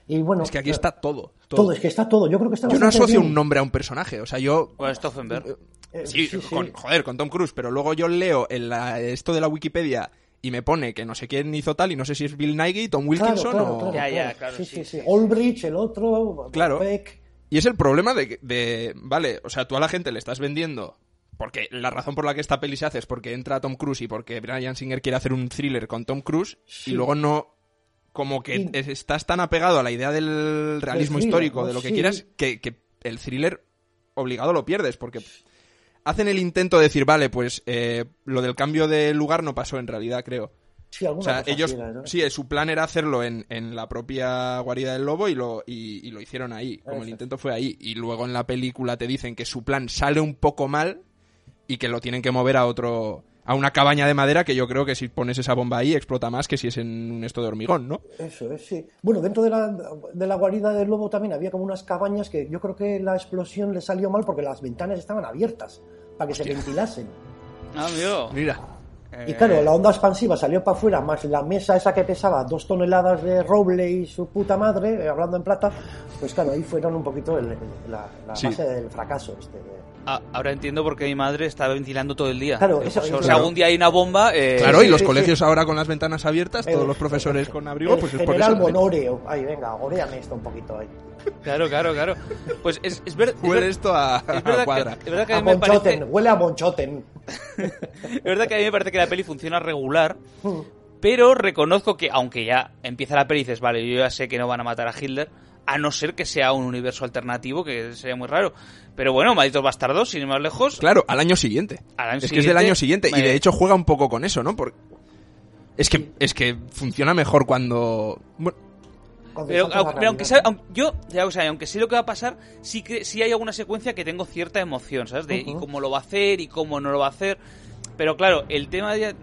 Speaker 4: Y bueno. eh,
Speaker 2: Es que aquí está todo.
Speaker 4: Todo,
Speaker 2: todo.
Speaker 4: es que está todo. Yo creo que está
Speaker 2: Yo no
Speaker 4: bastante
Speaker 2: asocio
Speaker 4: bien.
Speaker 2: un nombre a un personaje. O sea, yo.
Speaker 3: Bueno, Stauffenberg.
Speaker 4: Eh,
Speaker 2: Sí, con- joder, con Tom Cruise, pero luego yo leo en la- esto de la Wikipedia y me pone que no sé quién hizo tal y no sé si es Bill Nighy, Tom Wilkinson
Speaker 4: claro,
Speaker 2: o...
Speaker 4: claro,
Speaker 3: Ya,
Speaker 4: claro.
Speaker 3: ya, claro,
Speaker 4: Sí,
Speaker 3: sí,
Speaker 4: sí, sí.
Speaker 3: sí, sí.
Speaker 4: Olbrich, el otro,
Speaker 2: Claro.
Speaker 4: Beck.
Speaker 2: Y es el problema de, que- de- Vale, o sea, tú a la gente le estás vendiendo. Porque la razón por la que esta peli se hace es porque entra Tom Cruise y porque Brian Singer quiere hacer un thriller con Tom Cruise.
Speaker 4: Sí.
Speaker 2: Y luego no. Como que
Speaker 4: Y-
Speaker 2: es- estás tan apegado a la idea del realismo
Speaker 4: thriller,
Speaker 2: histórico,
Speaker 4: ¿no?
Speaker 2: de lo que
Speaker 4: Sí.
Speaker 2: quieras, que, que el thriller obligado lo pierdes. Porque hacen el intento de decir, vale, pues eh, lo del cambio de lugar no pasó en realidad, creo.
Speaker 4: Sí,
Speaker 2: O
Speaker 4: alguna
Speaker 2: sea,
Speaker 4: cosa
Speaker 2: ellos,
Speaker 4: así era, ¿no?
Speaker 2: sí, eh, su plan era hacerlo en, en la propia guarida del lobo y lo, y, y lo hicieron ahí, como el
Speaker 4: Eso.
Speaker 2: intento fue ahí. Y luego en la película te dicen que su plan sale un poco mal y que lo tienen que mover a otro, a una cabaña de madera que yo creo que si pones esa bomba ahí explota más que si es en un esto de hormigón, ¿no?
Speaker 4: Eso es, sí. Bueno, dentro de la, de la guarida del lobo también había como unas cabañas que yo creo que la explosión le salió mal porque las ventanas estaban abiertas para que se ventilasen.
Speaker 3: Ah, amigo.
Speaker 2: Mira.
Speaker 4: Y claro, la onda expansiva salió para afuera, más la mesa esa que pesaba dos toneladas de roble y su puta madre, eh, hablando en plata, pues claro, ahí fueron un poquito el- el- la, la
Speaker 2: Sí.
Speaker 4: base del fracaso. Este de-
Speaker 3: Ah, ahora entiendo por qué mi madre estaba ventilando todo el día.
Speaker 4: Claro,
Speaker 3: Eh,
Speaker 4: eso-
Speaker 3: o sea,
Speaker 4: eso-
Speaker 3: o sea, algún día hay una bomba. eh,
Speaker 2: Claro,
Speaker 4: sí,
Speaker 2: y los
Speaker 4: sí,
Speaker 2: colegios ahora con las ventanas abiertas, todos
Speaker 4: el-
Speaker 2: los profesores
Speaker 4: el-
Speaker 2: con abrigo,
Speaker 4: el
Speaker 2: pues es por
Speaker 4: eh, general
Speaker 2: eso.
Speaker 4: Bonoreo. Ay, venga, oréame esto un poquito ahí.
Speaker 3: Claro, claro, claro. Pues es, es ver- es ver-
Speaker 2: Huele esto a,
Speaker 3: es
Speaker 2: a
Speaker 3: verdad
Speaker 2: cuadra.
Speaker 3: que, es verdad que a
Speaker 4: A
Speaker 3: mí me parece, Eh,
Speaker 4: Bonchoten, huele a Bonchoten.
Speaker 3: es verdad que a mí me parece que la peli funciona regular,
Speaker 4: Mm.
Speaker 3: pero reconozco que aunque ya empieza la peli y dices, vale, yo ya sé que no van a matar a Hitler, a no ser que sea un universo alternativo, que sería muy raro. Pero bueno, malditos bastardos, sin ir más lejos.
Speaker 2: Pues Claro, al año siguiente.
Speaker 3: Al año
Speaker 2: es que es del
Speaker 3: siguiente,
Speaker 2: año siguiente. Y
Speaker 3: eh,
Speaker 2: de hecho juega un poco con eso, ¿no? Por- Es que, es que funciona mejor cuando. bueno,
Speaker 4: Cuando
Speaker 3: Pero,
Speaker 4: saltas la
Speaker 3: aunque, pero aunque
Speaker 4: realidad.
Speaker 3: sea, aun- yo, ya, o sea, aunque sé lo que va a pasar, sí, que, sí hay alguna secuencia que tengo cierta emoción, ¿sabes? De y
Speaker 4: Ujú.
Speaker 3: cómo lo va a hacer y cómo no lo va a hacer. Pero claro, el tema de, eh,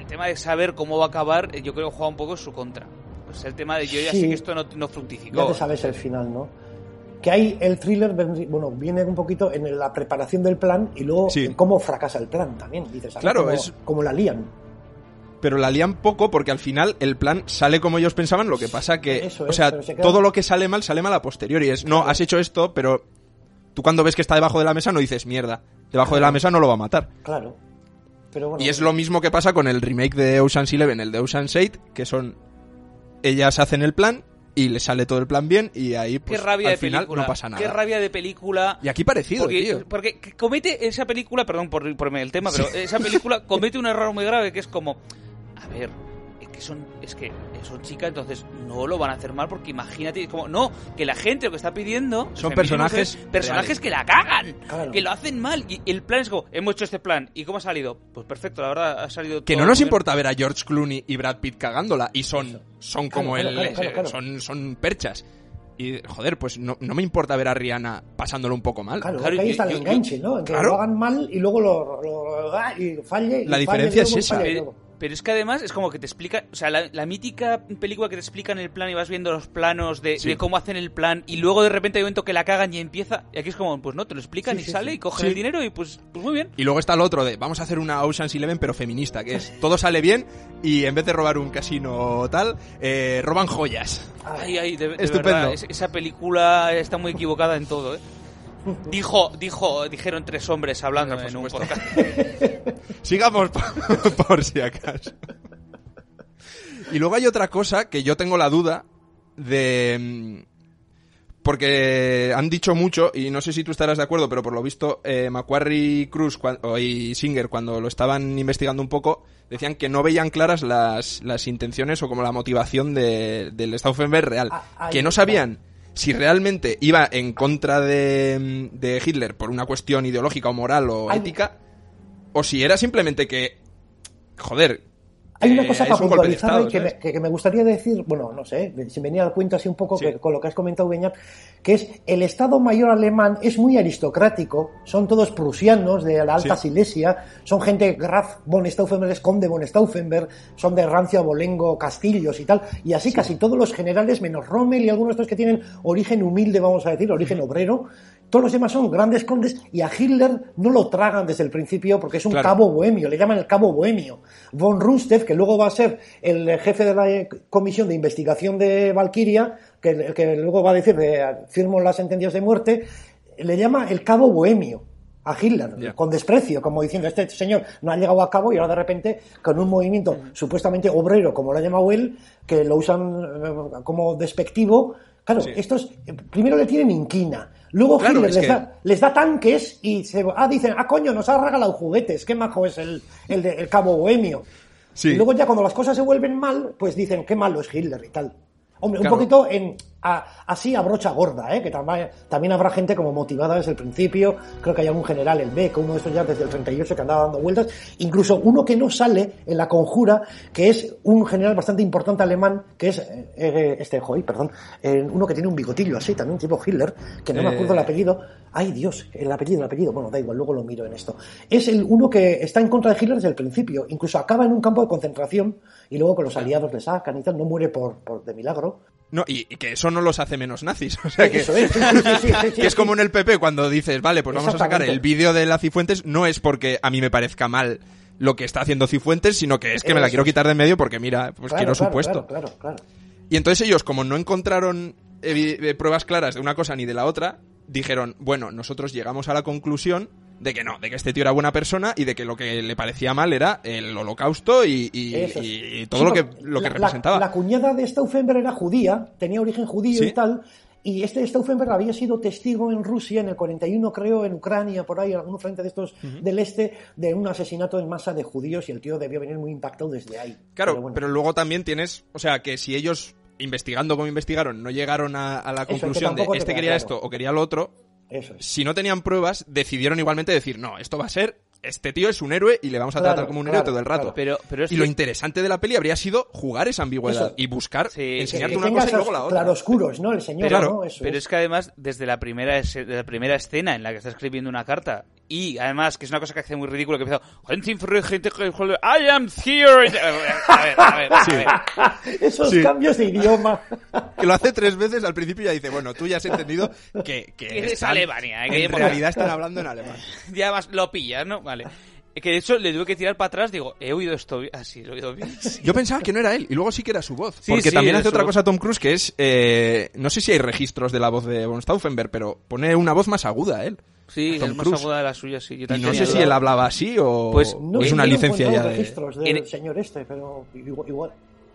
Speaker 3: el tema de saber cómo va a acabar, eh, yo creo que juega un poco en su contra. O sea, el tema de yo ya
Speaker 4: Sí.
Speaker 3: sé que esto no, no
Speaker 4: Ya
Speaker 3: fructificó.
Speaker 4: te sabes el final, ¿no? Que ahí el thriller, vendrí- bueno, viene un poquito en la preparación del plan y luego
Speaker 2: Sí.
Speaker 4: en cómo fracasa el plan también. Dices, a ver
Speaker 2: Claro,
Speaker 4: cómo-
Speaker 2: es-
Speaker 4: cómo la lían.
Speaker 2: Pero la lían poco porque al final el plan sale como ellos pensaban. Lo que pasa que.
Speaker 4: Eso
Speaker 2: o
Speaker 4: es,
Speaker 2: sea,
Speaker 4: pero se queda-
Speaker 2: todo lo que sale mal, sale mal a posteriori. Es, no, has hecho esto, pero. Tú cuando ves que está debajo de la mesa no dices mierda. Debajo de la mesa no lo va a matar.
Speaker 4: Claro. Pero bueno,
Speaker 2: Y es lo mismo que pasa con el remake de Ocean's Eleven, el de Ocean's 8, que son. Ellas hacen el plan y les sale todo el plan bien y ahí
Speaker 3: Qué
Speaker 2: pues,
Speaker 3: rabia
Speaker 2: al
Speaker 3: de
Speaker 2: final
Speaker 3: película.
Speaker 2: no pasa nada.
Speaker 3: Qué rabia de película.
Speaker 2: Y aquí parecido,
Speaker 3: Porque,
Speaker 2: tío.
Speaker 3: porque comete esa película, perdón por, por el tema, pero esa película comete un error muy grave que es como, a ver, es que son, es que son chicas, entonces no lo van a hacer mal porque imagínate, es como, no, que la gente lo que está pidiendo
Speaker 2: Son
Speaker 3: feminismo,
Speaker 2: personajes
Speaker 3: mujeres, personajes
Speaker 2: reales.
Speaker 3: que la cagan,
Speaker 4: Claro.
Speaker 3: que lo hacen mal y el plan es como, hemos hecho este plan y cómo ha salido, pues perfecto, la verdad ha salido
Speaker 2: Que
Speaker 3: todo
Speaker 2: no nos
Speaker 3: muy bien.
Speaker 2: importa ver a George Clooney y Brad Pitt cagándola y son, son como
Speaker 4: Claro,
Speaker 2: el,
Speaker 4: claro, claro,
Speaker 2: eh,
Speaker 4: claro.
Speaker 2: Son, son perchas. Y joder, pues no, no me importa ver a Rihanna pasándolo un poco mal.
Speaker 4: claro,
Speaker 3: claro,
Speaker 4: que ahí
Speaker 3: yo-
Speaker 4: está el
Speaker 3: yo- yo-
Speaker 4: enganche, ¿no? En Que
Speaker 2: claro.
Speaker 4: lo hagan mal y luego lo, lo- lo- ah, y falle. y
Speaker 2: La
Speaker 4: falle
Speaker 2: diferencia
Speaker 4: luego,
Speaker 2: es
Speaker 4: falle
Speaker 2: esa.
Speaker 4: luego.
Speaker 3: Pero es que además es como que te explica, o sea, la, la mítica película que te explican el plan y vas viendo los planos de,
Speaker 2: Sí.
Speaker 3: de cómo hacen el plan y luego de repente hay un momento que la cagan y empieza. Y aquí es como, pues no, te lo explican
Speaker 4: Sí,
Speaker 3: y
Speaker 4: sí,
Speaker 3: sale
Speaker 4: sí.
Speaker 3: y cogen
Speaker 2: Sí.
Speaker 3: el dinero y pues, pues muy bien.
Speaker 2: Y luego está el otro de vamos a hacer una Ocean's Eleven pero feminista, que es todo sale bien y en vez de robar un casino o tal, eh, roban joyas.
Speaker 3: Ay, ay, de, de
Speaker 2: Estupendo.
Speaker 3: verdad, es- esa película está muy equivocada en todo, ¿eh? Dijo, dijo, dijeron tres hombres hablando
Speaker 2: Hombre,
Speaker 3: en
Speaker 2: por
Speaker 3: un
Speaker 2: supuesto.
Speaker 3: podcast.
Speaker 2: Sigamos por, por si acaso. Y luego hay otra cosa que yo tengo la duda de... mm, Porque han dicho mucho, y no sé si tú estarás de acuerdo, pero por lo visto eh, Macquarie y Cruz cua- o- y Singer, cuando lo estaban investigando un poco, decían que no veían claras las, las intenciones o como la motivación de- del Stauffenberg real.
Speaker 4: Ah, ahí
Speaker 2: que no
Speaker 4: está.
Speaker 2: sabían si realmente iba en contra de, mm, de Hitler por una cuestión ideológica o moral o
Speaker 4: Hay-
Speaker 2: ética, o si era simplemente que, joder,
Speaker 4: Hay
Speaker 2: eh,
Speaker 4: una cosa
Speaker 2: es
Speaker 4: para
Speaker 2: un golpe de
Speaker 4: puntualizar
Speaker 2: estado,
Speaker 4: ahí que,
Speaker 2: ¿sabes?
Speaker 4: me, que- que me gustaría decir, bueno, no sé, si venía al cuento así un poco
Speaker 2: Sí.
Speaker 4: que- con lo que has comentado, Beñat, que es el Estado Mayor alemán es muy aristocrático, son todos prusianos de la Alta
Speaker 2: Sí.
Speaker 4: Silesia, son gente Graf von Stauffenberg es conde von Stauffenberg, son de rancio abolengo, castillos y tal, y así casi todos los generales, menos Rommel y algunos de estos que tienen origen humilde, vamos a decir, origen obrero, todos los demás son grandes condes y a Hitler no lo tragan desde el principio porque es un
Speaker 2: Claro.
Speaker 4: cabo bohemio, le llaman el cabo bohemio. Von Rundstedt, que luego va a ser el jefe de la eh, comisión de investigación de Valkyria, que, el que luego va a decir, eh, firmo las sentencias de muerte, le llama el cabo bohemio a Hitler,
Speaker 2: Ya.
Speaker 4: con desprecio, como diciendo, este señor no ha llegado a cabo y ahora de repente, con un movimiento
Speaker 2: Mm.
Speaker 4: supuestamente obrero, como lo ha llamado él, que lo usan eh, como despectivo, claro,
Speaker 2: Sí.
Speaker 4: estos eh, primero le tienen inquina, luego
Speaker 2: Claro,
Speaker 4: Hitler
Speaker 2: es
Speaker 4: les
Speaker 2: que-
Speaker 4: da les da tanques y se ah, dicen, ah, coño, nos ha regalado juguetes, qué majo es el, el, de- el cabo bohemio.
Speaker 2: Sí.
Speaker 4: Y luego ya cuando las cosas se vuelven mal, pues dicen, qué malo es Hitler y tal. Hombre,
Speaker 2: Claro.
Speaker 4: un poquito en, a- así a brocha gorda, ¿eh? que también, también habrá gente como motivada desde el principio, creo que hay algún general, el B, que uno de estos ya desde el 38 que andaba dando vueltas, incluso uno que no sale en la conjura, que es un general bastante importante alemán, que es eh, eh, este, joy, perdón, eh, uno que tiene un bigotillo así, también tipo Hitler, que no me acuerdo el
Speaker 2: Eh,
Speaker 4: apellido apellido. Ay, Dios, el apellido, el apellido. Bueno, da igual, luego lo miro en esto. Es el uno que está en contra de Hitler desde el principio. Incluso acaba en un campo de concentración y luego con los aliados le sacan y tal. No muere por, por de milagro.
Speaker 2: no, y, y que eso no los hace menos nazis. O sea que,
Speaker 4: Eso es. sí, sí, sí, sí, sí,
Speaker 2: que es
Speaker 4: sí.
Speaker 2: como en el PP cuando dices, vale, pues vamos a sacar
Speaker 4: Exactamente.
Speaker 2: el vídeo de la Cifuentes, no es porque a mí me parezca mal lo que está haciendo Cifuentes, sino que es que me la
Speaker 4: Eso
Speaker 2: quiero
Speaker 4: es.
Speaker 2: quitar de en medio porque mira, pues
Speaker 4: Claro,
Speaker 2: quiero su
Speaker 4: claro,
Speaker 2: puesto.
Speaker 4: Claro, claro, claro.
Speaker 2: Y entonces ellos, como no encontraron evi- eh, pruebas claras de una cosa ni de la otra, dijeron, bueno, nosotros llegamos a la conclusión de que no, de que este tío era buena persona y de que lo que le parecía mal era el holocausto y, y-
Speaker 4: Eso es.
Speaker 2: y todo
Speaker 4: Sí,
Speaker 2: lo que,
Speaker 4: porque
Speaker 2: lo que
Speaker 4: la- la-
Speaker 2: representaba.
Speaker 4: La, cuñada de Stauffenberg era judía, tenía origen judío
Speaker 2: Sí.
Speaker 4: y tal. Y este Stauffenberg había sido testigo en Rusia, en el 41 creo, en Ucrania, por ahí, en algún frente de estos del este, de un asesinato en masa de judíos y el tío debió venir muy impactado desde ahí.
Speaker 2: Claro, pero,
Speaker 4: bueno.
Speaker 2: luego también tienes, o sea, que si ellos investigando como investigaron no llegaron a, a la
Speaker 4: Eso, que
Speaker 2: conclusión de
Speaker 4: tampoco te
Speaker 2: este
Speaker 4: queda
Speaker 2: quería
Speaker 4: claro.
Speaker 2: esto o quería lo otro,
Speaker 4: Eso es.
Speaker 2: si no tenían pruebas, decidieron igualmente decir, no, esto va a ser, este tío es un héroe y le vamos a
Speaker 4: Claro,
Speaker 2: tratar como un héroe
Speaker 4: claro,
Speaker 2: todo el rato.
Speaker 4: claro.
Speaker 3: Pero, pero es
Speaker 2: Y lo
Speaker 3: que-
Speaker 2: interesante de la peli habría sido jugar esa ambigüedad
Speaker 4: Eso.
Speaker 2: y buscar,
Speaker 3: Sí,
Speaker 2: enseñarte
Speaker 3: que
Speaker 2: una cosa y luego la otra.
Speaker 4: claroscuros, ¿no? El señor,
Speaker 2: Claro,
Speaker 4: ¿no? Eso
Speaker 3: Pero
Speaker 4: es.
Speaker 3: es que además, desde la primera, ese- de la primera escena en la que está escribiendo una carta, y además, que es una cosa que hace muy ridículo, que empieza, "Gente infre- gente que- joder, I am here. A ver, a ver, a ver.
Speaker 4: Esos
Speaker 2: Sí.
Speaker 4: cambios de idioma.
Speaker 2: Que lo hace tres veces al principio y ya dice, bueno, tú ya has entendido que, que
Speaker 3: Que es
Speaker 2: están-
Speaker 3: Alemania, ¿eh? que
Speaker 2: en
Speaker 3: hemos-
Speaker 2: realidad están hablando en alemán.
Speaker 3: Ya vas, lo pillas, ¿no? Vale. Que de hecho le tuve que tirar para atrás, digo, he oído esto bien. Ah, sí, lo he oído bien.
Speaker 2: Yo pensaba que no era él y luego sí que era su voz.
Speaker 3: Sí,
Speaker 2: porque
Speaker 3: sí,
Speaker 2: también
Speaker 3: era
Speaker 2: hace
Speaker 3: su
Speaker 2: otra
Speaker 3: voz.
Speaker 2: cosa Tom Cruise que es, eh, no sé si hay registros de la voz de von Stauffenberg, pero pone una voz más aguda él.
Speaker 3: Sí,
Speaker 2: Tom
Speaker 3: es más
Speaker 2: Cruise.
Speaker 3: aguda de la suya, sí. Yo
Speaker 2: Y
Speaker 3: también
Speaker 2: no sé
Speaker 3: tenía
Speaker 2: si
Speaker 3: duda.
Speaker 2: él hablaba así o,
Speaker 3: Pues
Speaker 2: o
Speaker 4: No,
Speaker 2: es
Speaker 4: yo
Speaker 2: una
Speaker 4: no he
Speaker 2: licencia ya
Speaker 4: encontrado
Speaker 2: de...
Speaker 4: registros del
Speaker 3: En-
Speaker 4: señor este, pero igual. igual.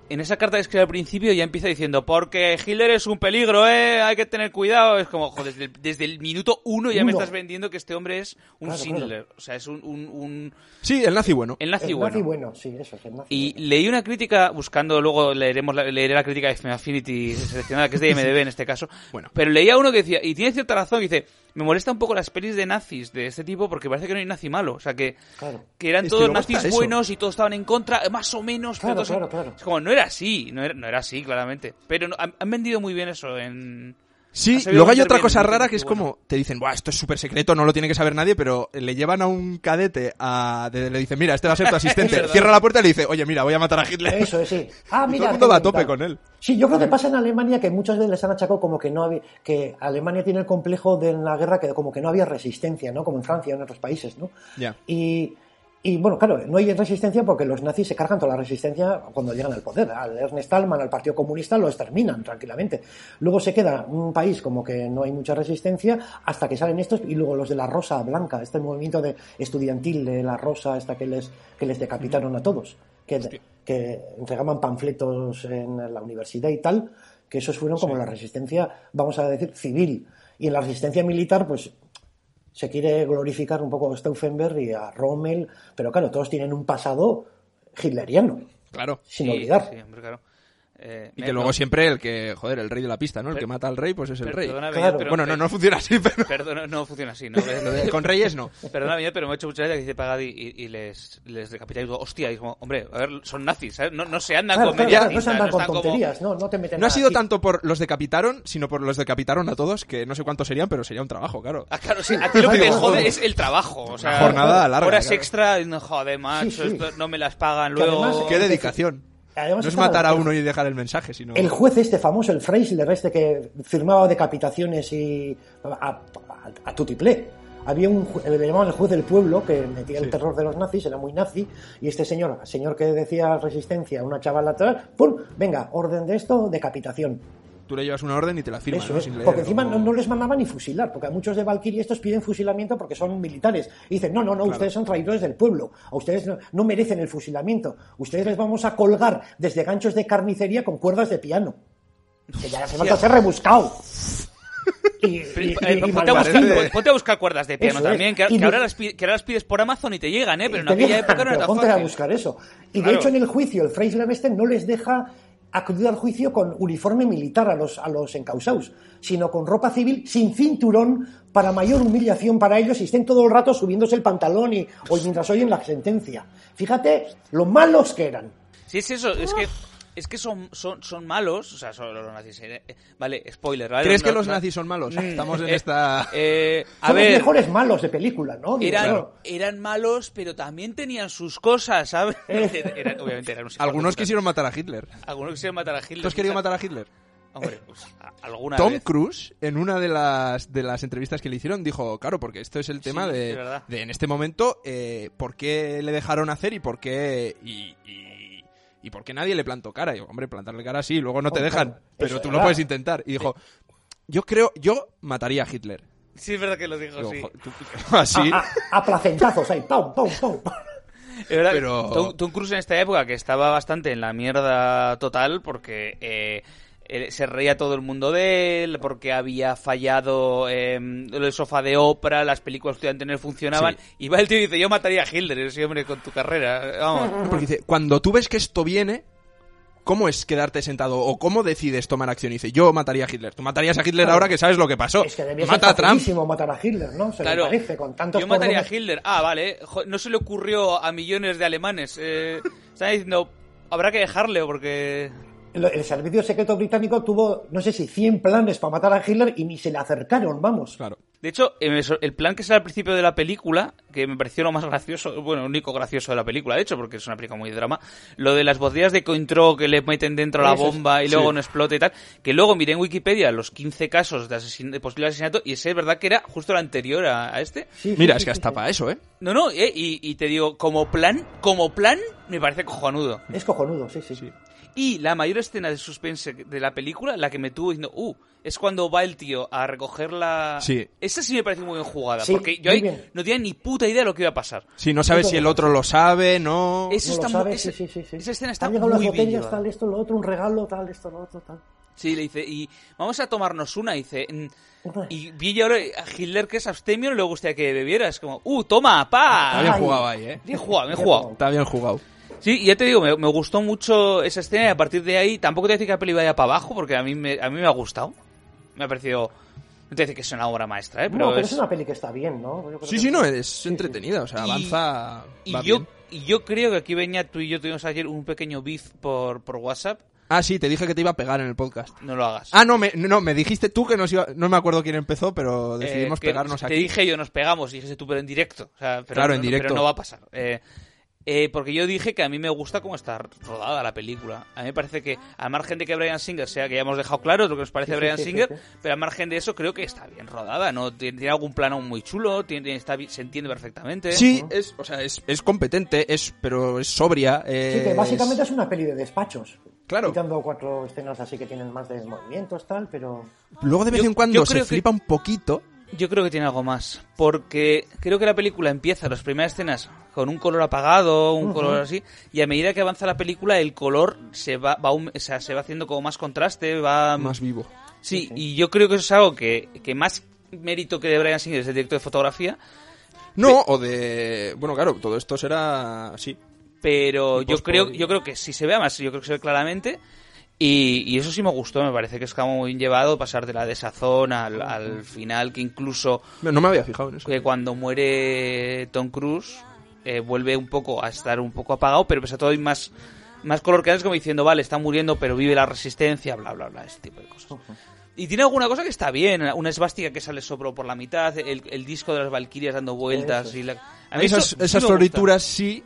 Speaker 3: En esa carta que escribe al principio ya empieza diciendo, porque Hitler es un peligro, eh, hay que tener cuidado. Es como, joder, desde el, desde el minuto uno ya me
Speaker 4: Uno.
Speaker 3: estás vendiendo que este hombre es un
Speaker 4: Claro,
Speaker 3: Schindler.
Speaker 4: claro.
Speaker 3: O sea, es un, un, un-
Speaker 2: Sí, el nazi bueno.
Speaker 3: el nazi
Speaker 4: El
Speaker 3: bueno.
Speaker 4: nazi bueno, sí, eso es el nazi
Speaker 3: Y
Speaker 4: bueno.
Speaker 3: leí una crítica, buscando luego, leeremos la, leeré la crítica de Film Affinity seleccionada, que es de IMDB en este caso.
Speaker 2: Bueno.
Speaker 3: Pero leía uno que decía, y tiene cierta razón, que dice, me molesta un poco las pelis de nazis de este tipo porque parece que no hay nazi malo. O sea, que,
Speaker 4: Claro.
Speaker 3: que eran
Speaker 2: Es que
Speaker 3: todos
Speaker 2: luego está
Speaker 3: nazis
Speaker 2: eso.
Speaker 3: buenos y todos estaban en contra, eh, más o menos. pero
Speaker 4: Claro,
Speaker 3: todos-
Speaker 4: claro, claro.
Speaker 3: Es como, no era así, no era, no era así, claramente. Pero no- han, han vendido muy bien eso en...
Speaker 2: Sí,
Speaker 3: sabido
Speaker 2: luego hay
Speaker 3: vender
Speaker 2: otra
Speaker 3: bien,
Speaker 2: cosa
Speaker 3: muy
Speaker 2: rara
Speaker 3: bien,
Speaker 2: que es
Speaker 3: muy bueno.
Speaker 2: como, te dicen, Buah, esto es súper secreto, no lo tiene que saber nadie, pero le llevan a un cadete a... de- le dicen, mira, este va a ser tu
Speaker 3: Es
Speaker 2: asistente.
Speaker 3: verdad.
Speaker 2: Cierra la puerta y le dice, oye, mira, voy a matar a Hitler.
Speaker 4: Eso es, sí. Ah,
Speaker 2: Y
Speaker 4: mira,
Speaker 2: todo el mundo va a
Speaker 4: qué
Speaker 2: tope
Speaker 4: bien,
Speaker 2: con
Speaker 4: tal.
Speaker 2: él.
Speaker 4: Sí, yo creo que pasa en Alemania que muchas veces les han achacado como que no había, que Alemania tiene el complejo de en la guerra que como que no había resistencia, ¿no? Como en Francia o en otros países, ¿no?
Speaker 2: Ya.
Speaker 4: Y, y, bueno, claro, no hay resistencia porque los nazis se cargan toda la resistencia cuando llegan al poder. Al Ernest Stallman, al Partido Comunista, lo exterminan tranquilamente. Luego se queda un país como que no hay mucha resistencia hasta que salen estos y luego los de la Rosa Blanca, este movimiento de estudiantil de la Rosa, esta que les, que les decapitaron a todos, que, que entregaban panfletos en la universidad y tal, que esos fueron como la resistencia, vamos a decir, civil. Y en la resistencia militar, pues se quiere glorificar un poco a Stauffenberg y a Rommel, pero claro, todos tienen un pasado hitleriano,
Speaker 2: Claro.
Speaker 4: sin
Speaker 3: Sí,
Speaker 4: olvidar.
Speaker 3: sí, hombre, claro. Eh,
Speaker 2: Y
Speaker 3: me-
Speaker 2: que
Speaker 3: no,
Speaker 2: luego siempre el que, joder, el rey de la pista, ¿no? El
Speaker 3: Pero-
Speaker 2: que mata al rey, pues es el
Speaker 3: per-
Speaker 2: rey.
Speaker 3: perdóname,
Speaker 4: Claro.
Speaker 3: pero- eh,
Speaker 2: Bueno, no, no funciona así, pero...
Speaker 3: Perdona, no funciona así, ¿no?
Speaker 2: Lo de- con reyes no.
Speaker 3: Perdona, mía, pero me ha hecho mucha gracia que dice Pagadi y, y les, les decapitáis. Digo, hostia, y es como, hombre, a ver, son nazis, ¿sabes? No, no se andan
Speaker 4: Claro,
Speaker 3: con
Speaker 4: claro,
Speaker 3: medias
Speaker 4: claro, no
Speaker 3: tintas,
Speaker 4: se andan
Speaker 3: no
Speaker 4: con
Speaker 3: están como-
Speaker 4: tonterías, no, no te meten
Speaker 2: No ha
Speaker 4: nada
Speaker 2: sido
Speaker 4: aquí.
Speaker 2: tanto por los decapitaron, sino por los decapitaron a todos, que no sé cuántos serían, pero sería un trabajo, claro.
Speaker 3: Ah, claro, sí, a ti lo que te
Speaker 4: Claro.
Speaker 3: jode es el trabajo. O sea,
Speaker 2: Una jornada larga,
Speaker 3: Horas
Speaker 2: claro.
Speaker 3: extra, y no, joder, macho,
Speaker 4: Sí, sí.
Speaker 3: esto no me las pagan
Speaker 4: Que
Speaker 3: luego.
Speaker 4: además-
Speaker 2: Qué dedicación.
Speaker 4: Además
Speaker 2: No es
Speaker 4: estaba-
Speaker 2: matar a uno y dejar el mensaje, sino...
Speaker 4: El juez este famoso, el Freisler, este que firmaba decapitaciones y a, a, a tutiplé. Había un, ju- le llamaban el juez del pueblo que metía el terror de los nazis, era muy nazi, y este señor, señor que decía resistencia a una chavala atrás, ¡pum! Venga, orden de esto, decapitación.
Speaker 2: Tú le llevas una orden y te la firmas,
Speaker 4: Eso
Speaker 2: ¿no?
Speaker 4: es,
Speaker 2: Sin leer,
Speaker 4: porque encima
Speaker 2: ¿no?
Speaker 4: no, no les mandaban ni fusilar, porque a muchos de Valkyrie estos piden fusilamiento porque son militares. Y dicen, no, no, no, ustedes son traidores del pueblo, a ustedes no, no merecen el fusilamiento, ustedes les vamos a colgar desde ganchos de carnicería con cuerdas de piano. Que ya hace falta ser rebuscado. Y, y-
Speaker 3: Pero, eh,
Speaker 4: y- y
Speaker 3: ponte, a
Speaker 4: malvacil.
Speaker 3: buscar,
Speaker 2: malvacillo.
Speaker 3: ponte a buscar cuerdas de piano
Speaker 4: Eso es.
Speaker 3: también, que,
Speaker 4: Y
Speaker 3: que ahora
Speaker 4: ni-
Speaker 3: las, pi- que ahora las pides por Amazon y te llegan, ¿eh? Pero en
Speaker 4: Te
Speaker 3: aquella
Speaker 4: dejan,
Speaker 3: época no
Speaker 4: pero
Speaker 3: era tan
Speaker 4: ponte a
Speaker 3: fácil.
Speaker 4: buscar eso. Y
Speaker 3: Claro.
Speaker 4: de hecho en el juicio, el Freisler este no les deja acudir al juicio con uniforme militar a los, a los encausados, sino con ropa civil sin cinturón para mayor humillación para ellos y estén todo el rato subiéndose el pantalón y, o mientras oyen la sentencia. Fíjate lo malos que eran.
Speaker 3: Sí, es eso, es que, es que son, son, son malos, o sea, son los nazis. eh, eh, Vale, spoiler, ¿vale?
Speaker 2: ¿Crees
Speaker 3: No-
Speaker 2: que los
Speaker 3: no-
Speaker 2: nazis son malos? Estamos en
Speaker 3: eh,
Speaker 2: esta...
Speaker 3: eh, a
Speaker 4: Son los
Speaker 3: ver,
Speaker 4: mejores malos de película, ¿no? Digo,
Speaker 3: eran,
Speaker 4: claro.
Speaker 3: eran malos, pero también tenían sus cosas, ¿sabes? Eran- obviamente eran unos hijos
Speaker 2: Algunos
Speaker 3: de puta.
Speaker 2: quisieron matar a Hitler.
Speaker 3: Algunos quisieron matar a Hitler.
Speaker 2: ¿Tú has querido matar a Hitler?
Speaker 3: Hombre, pues, a- alguna
Speaker 2: Tom
Speaker 3: vez.
Speaker 2: Cruise, en una de las, de las entrevistas que le hicieron, dijo, claro, porque esto es el tema de,
Speaker 3: es verdad.
Speaker 2: de, en este momento, eh, por qué le dejaron hacer y por qué... Y, y- y por qué nadie le plantó cara. Y yo, hombre, plantarle cara sí, luego no te
Speaker 4: Hombre,
Speaker 2: dejan,
Speaker 4: claro,
Speaker 2: pero
Speaker 4: eso
Speaker 2: tú
Speaker 4: es
Speaker 2: lo
Speaker 4: verdad.
Speaker 2: puedes intentar. Y dijo, yo creo, yo mataría a Hitler.
Speaker 3: Sí, es verdad que lo dijo,
Speaker 2: Digo,
Speaker 3: sí.
Speaker 2: "Jo- tú- Así.
Speaker 4: A, a placentazos ahí, pum, pum, pum.
Speaker 3: Es verdad que
Speaker 2: pero-
Speaker 3: Tom, Tom Cruise en esta época, que estaba bastante en la mierda total, porque eh, él- se reía todo el mundo de él, porque había fallado eh, el sofá de Oprah, las películas estudiantes no funcionaban, y va el tío y dice, yo mataría a Hitler, y yo, "Sí, hombre, con tu carrera, vamos.
Speaker 2: Porque dice, cuando tú ves que esto viene, ¿cómo es quedarte sentado o cómo decides tomar acción? Y dice, yo mataría a Hitler. Tú matarías a Hitler ahora que sabes lo que pasó.
Speaker 4: Es que debía
Speaker 2: Mata a
Speaker 4: ser
Speaker 2: Trump.
Speaker 4: facilísimo matar a Hitler, ¿no? Se
Speaker 3: Claro.
Speaker 4: me parece, con tantos
Speaker 3: Yo mataría
Speaker 4: cordones.
Speaker 3: a Hitler. Ah, vale. Jo- No se le ocurrió a millones de alemanes. Eh, están diciendo, habrá que dejarle porque...
Speaker 4: El, el servicio secreto británico tuvo, no sé si 100 planes para matar a Hitler y ni se le acercaron, vamos.
Speaker 2: Claro.
Speaker 3: De hecho, eh, me sor- el plan que sale al principio de la película, que me pareció lo más gracioso, bueno, lo único gracioso de la película, de hecho, porque es una película muy de drama, lo de las botellas de cointro que le meten dentro la
Speaker 4: Eso es.
Speaker 3: bomba y luego no explota y tal, que luego miré en Wikipedia los 15 casos de, asesin- de posible asesinato y ese es verdad que era justo el anterior a, a este.
Speaker 4: Sí, sí,
Speaker 2: Mira,
Speaker 4: sí,
Speaker 2: es que
Speaker 4: sí,
Speaker 2: hasta
Speaker 4: sí.
Speaker 2: para eso, ¿eh?
Speaker 3: No, no, eh, y, y te digo, como plan, como plan, me parece cojonudo.
Speaker 4: Es cojonudo, sí, sí.
Speaker 3: Y la mayor escena de suspense de la película, la que me tuvo diciendo, uh, es cuando va el tío a recoger la.
Speaker 2: Sí.
Speaker 3: Esa sí me pareció muy bien jugada,
Speaker 4: Sí,
Speaker 3: porque yo
Speaker 4: muy
Speaker 3: ahí
Speaker 4: bien.
Speaker 3: no tenía ni puta idea de lo que iba a pasar.
Speaker 2: Si no sabes si el otro lo sabe, no.
Speaker 3: Eso
Speaker 4: No lo
Speaker 3: está mu-
Speaker 4: sabes,
Speaker 3: esa-
Speaker 4: sí, sí, sí, sí.
Speaker 3: Esa escena está
Speaker 4: Han
Speaker 3: muy
Speaker 4: llegado las
Speaker 3: bien.
Speaker 4: botellas,
Speaker 3: llevada.
Speaker 4: tal, esto, lo otro, un regalo, tal, esto, lo otro, tal.
Speaker 3: Sí, le dice, y vamos a tomarnos una, dice. mm, Y vi ahora a Hitler que es abstemio, no le gustaría que bebiera. Es como, uh, toma,
Speaker 2: Está
Speaker 3: pa.
Speaker 2: bien
Speaker 4: Ay.
Speaker 2: jugado ahí, ¿eh?
Speaker 3: Bien jugado, bien
Speaker 4: Bien
Speaker 3: jugado.
Speaker 4: jugado.
Speaker 2: Está bien jugado.
Speaker 3: Sí, y ya te digo, me, me gustó mucho esa escena y a partir de ahí tampoco te voy a decir que la peli vaya para abajo porque a mí me, a mí me ha gustado. Me ha parecido... No te voy a decir que es una obra maestra, ¿eh?
Speaker 4: Pero
Speaker 3: Pero,
Speaker 4: no, pero
Speaker 3: es-
Speaker 4: es... una peli que está bien, ¿no? Yo creo
Speaker 2: Sí,
Speaker 4: que-
Speaker 2: sí, no, es entretenida, o sea,
Speaker 3: Y-
Speaker 2: avanza.
Speaker 3: y,
Speaker 2: va
Speaker 3: yo,
Speaker 2: bien.
Speaker 3: y yo creo que aquí, Beña, tú y yo tuvimos ayer un pequeño beef por, por WhatsApp.
Speaker 2: Ah, sí, te dije que te iba a pegar en el podcast.
Speaker 3: No lo hagas. Eh,
Speaker 2: Ah, no, me, no, me dijiste tú que nos iba... No me acuerdo quién empezó, pero
Speaker 3: Eh,
Speaker 2: pues decidimos
Speaker 3: que
Speaker 2: pegarnos
Speaker 3: te
Speaker 2: aquí.
Speaker 3: dije yo, nos pegamos, y dijiste tú, pero en directo. O sea, pero
Speaker 2: Claro,
Speaker 3: no-
Speaker 2: en
Speaker 3: no-
Speaker 2: directo.
Speaker 3: Pero no va a pasar. Eh, eh, porque yo dije que a mí me gusta cómo está rodada la película. A mí me parece que, al margen de que Brian Singer sea, que ya hemos dejado claro es lo que nos parece
Speaker 4: Sí, sí,
Speaker 3: Brian
Speaker 4: sí, sí,
Speaker 3: Singer,
Speaker 4: sí.
Speaker 3: pero al margen de eso creo que está bien rodada. no Tiene, tiene algún plano muy chulo, tiene, está bi- se entiende perfectamente.
Speaker 2: Sí, es, o sea, es, es competente, es, pero es sobria. eh,
Speaker 4: Sí, que básicamente
Speaker 2: es-
Speaker 4: es una peli de despachos.
Speaker 2: Claro.
Speaker 4: Quitando cuatro escenas así que tienen más de movimientos, tal, pero.
Speaker 2: Luego de vez
Speaker 3: Yo-
Speaker 2: en cuando
Speaker 3: yo
Speaker 2: se
Speaker 3: creo que-
Speaker 2: flipa un poquito.
Speaker 3: Yo creo que tiene algo más, porque creo que la película empieza, las primeras escenas, con un color apagado, un color así, y a medida que avanza la película, el color se va, va aum- o sea, se va haciendo como más contraste, va...
Speaker 2: Más vivo.
Speaker 3: sí, y yo creo que eso es algo que, que más mérito que de Brian Singer es el director de fotografía,
Speaker 2: No, o de. Bueno, claro, todo esto será. Sí. Y
Speaker 3: pero yo creo,
Speaker 2: postproducción.
Speaker 3: yo creo que sí se vea más, yo creo que se ve claramente, y, y eso sí me gustó, me parece que es como muy bien llevado pasar de la desazón al, al final, que incluso...
Speaker 2: No no me había fijado en eso.
Speaker 3: que cuando muere Tom Cruise eh, vuelve un poco a estar un poco apagado, pero pese a todo hay más, más color que antes como diciendo, vale, está muriendo, pero vive la resistencia, bla, bla, bla, ese tipo de cosas. Y tiene alguna cosa que está bien, una esvástica que sale sobró por la mitad, el, el disco de las Valquirias dando vueltas
Speaker 4: Eso.
Speaker 3: y la... a mí
Speaker 2: Esas,
Speaker 3: eso sí
Speaker 2: esas
Speaker 3: me gusta.
Speaker 2: florituras sí.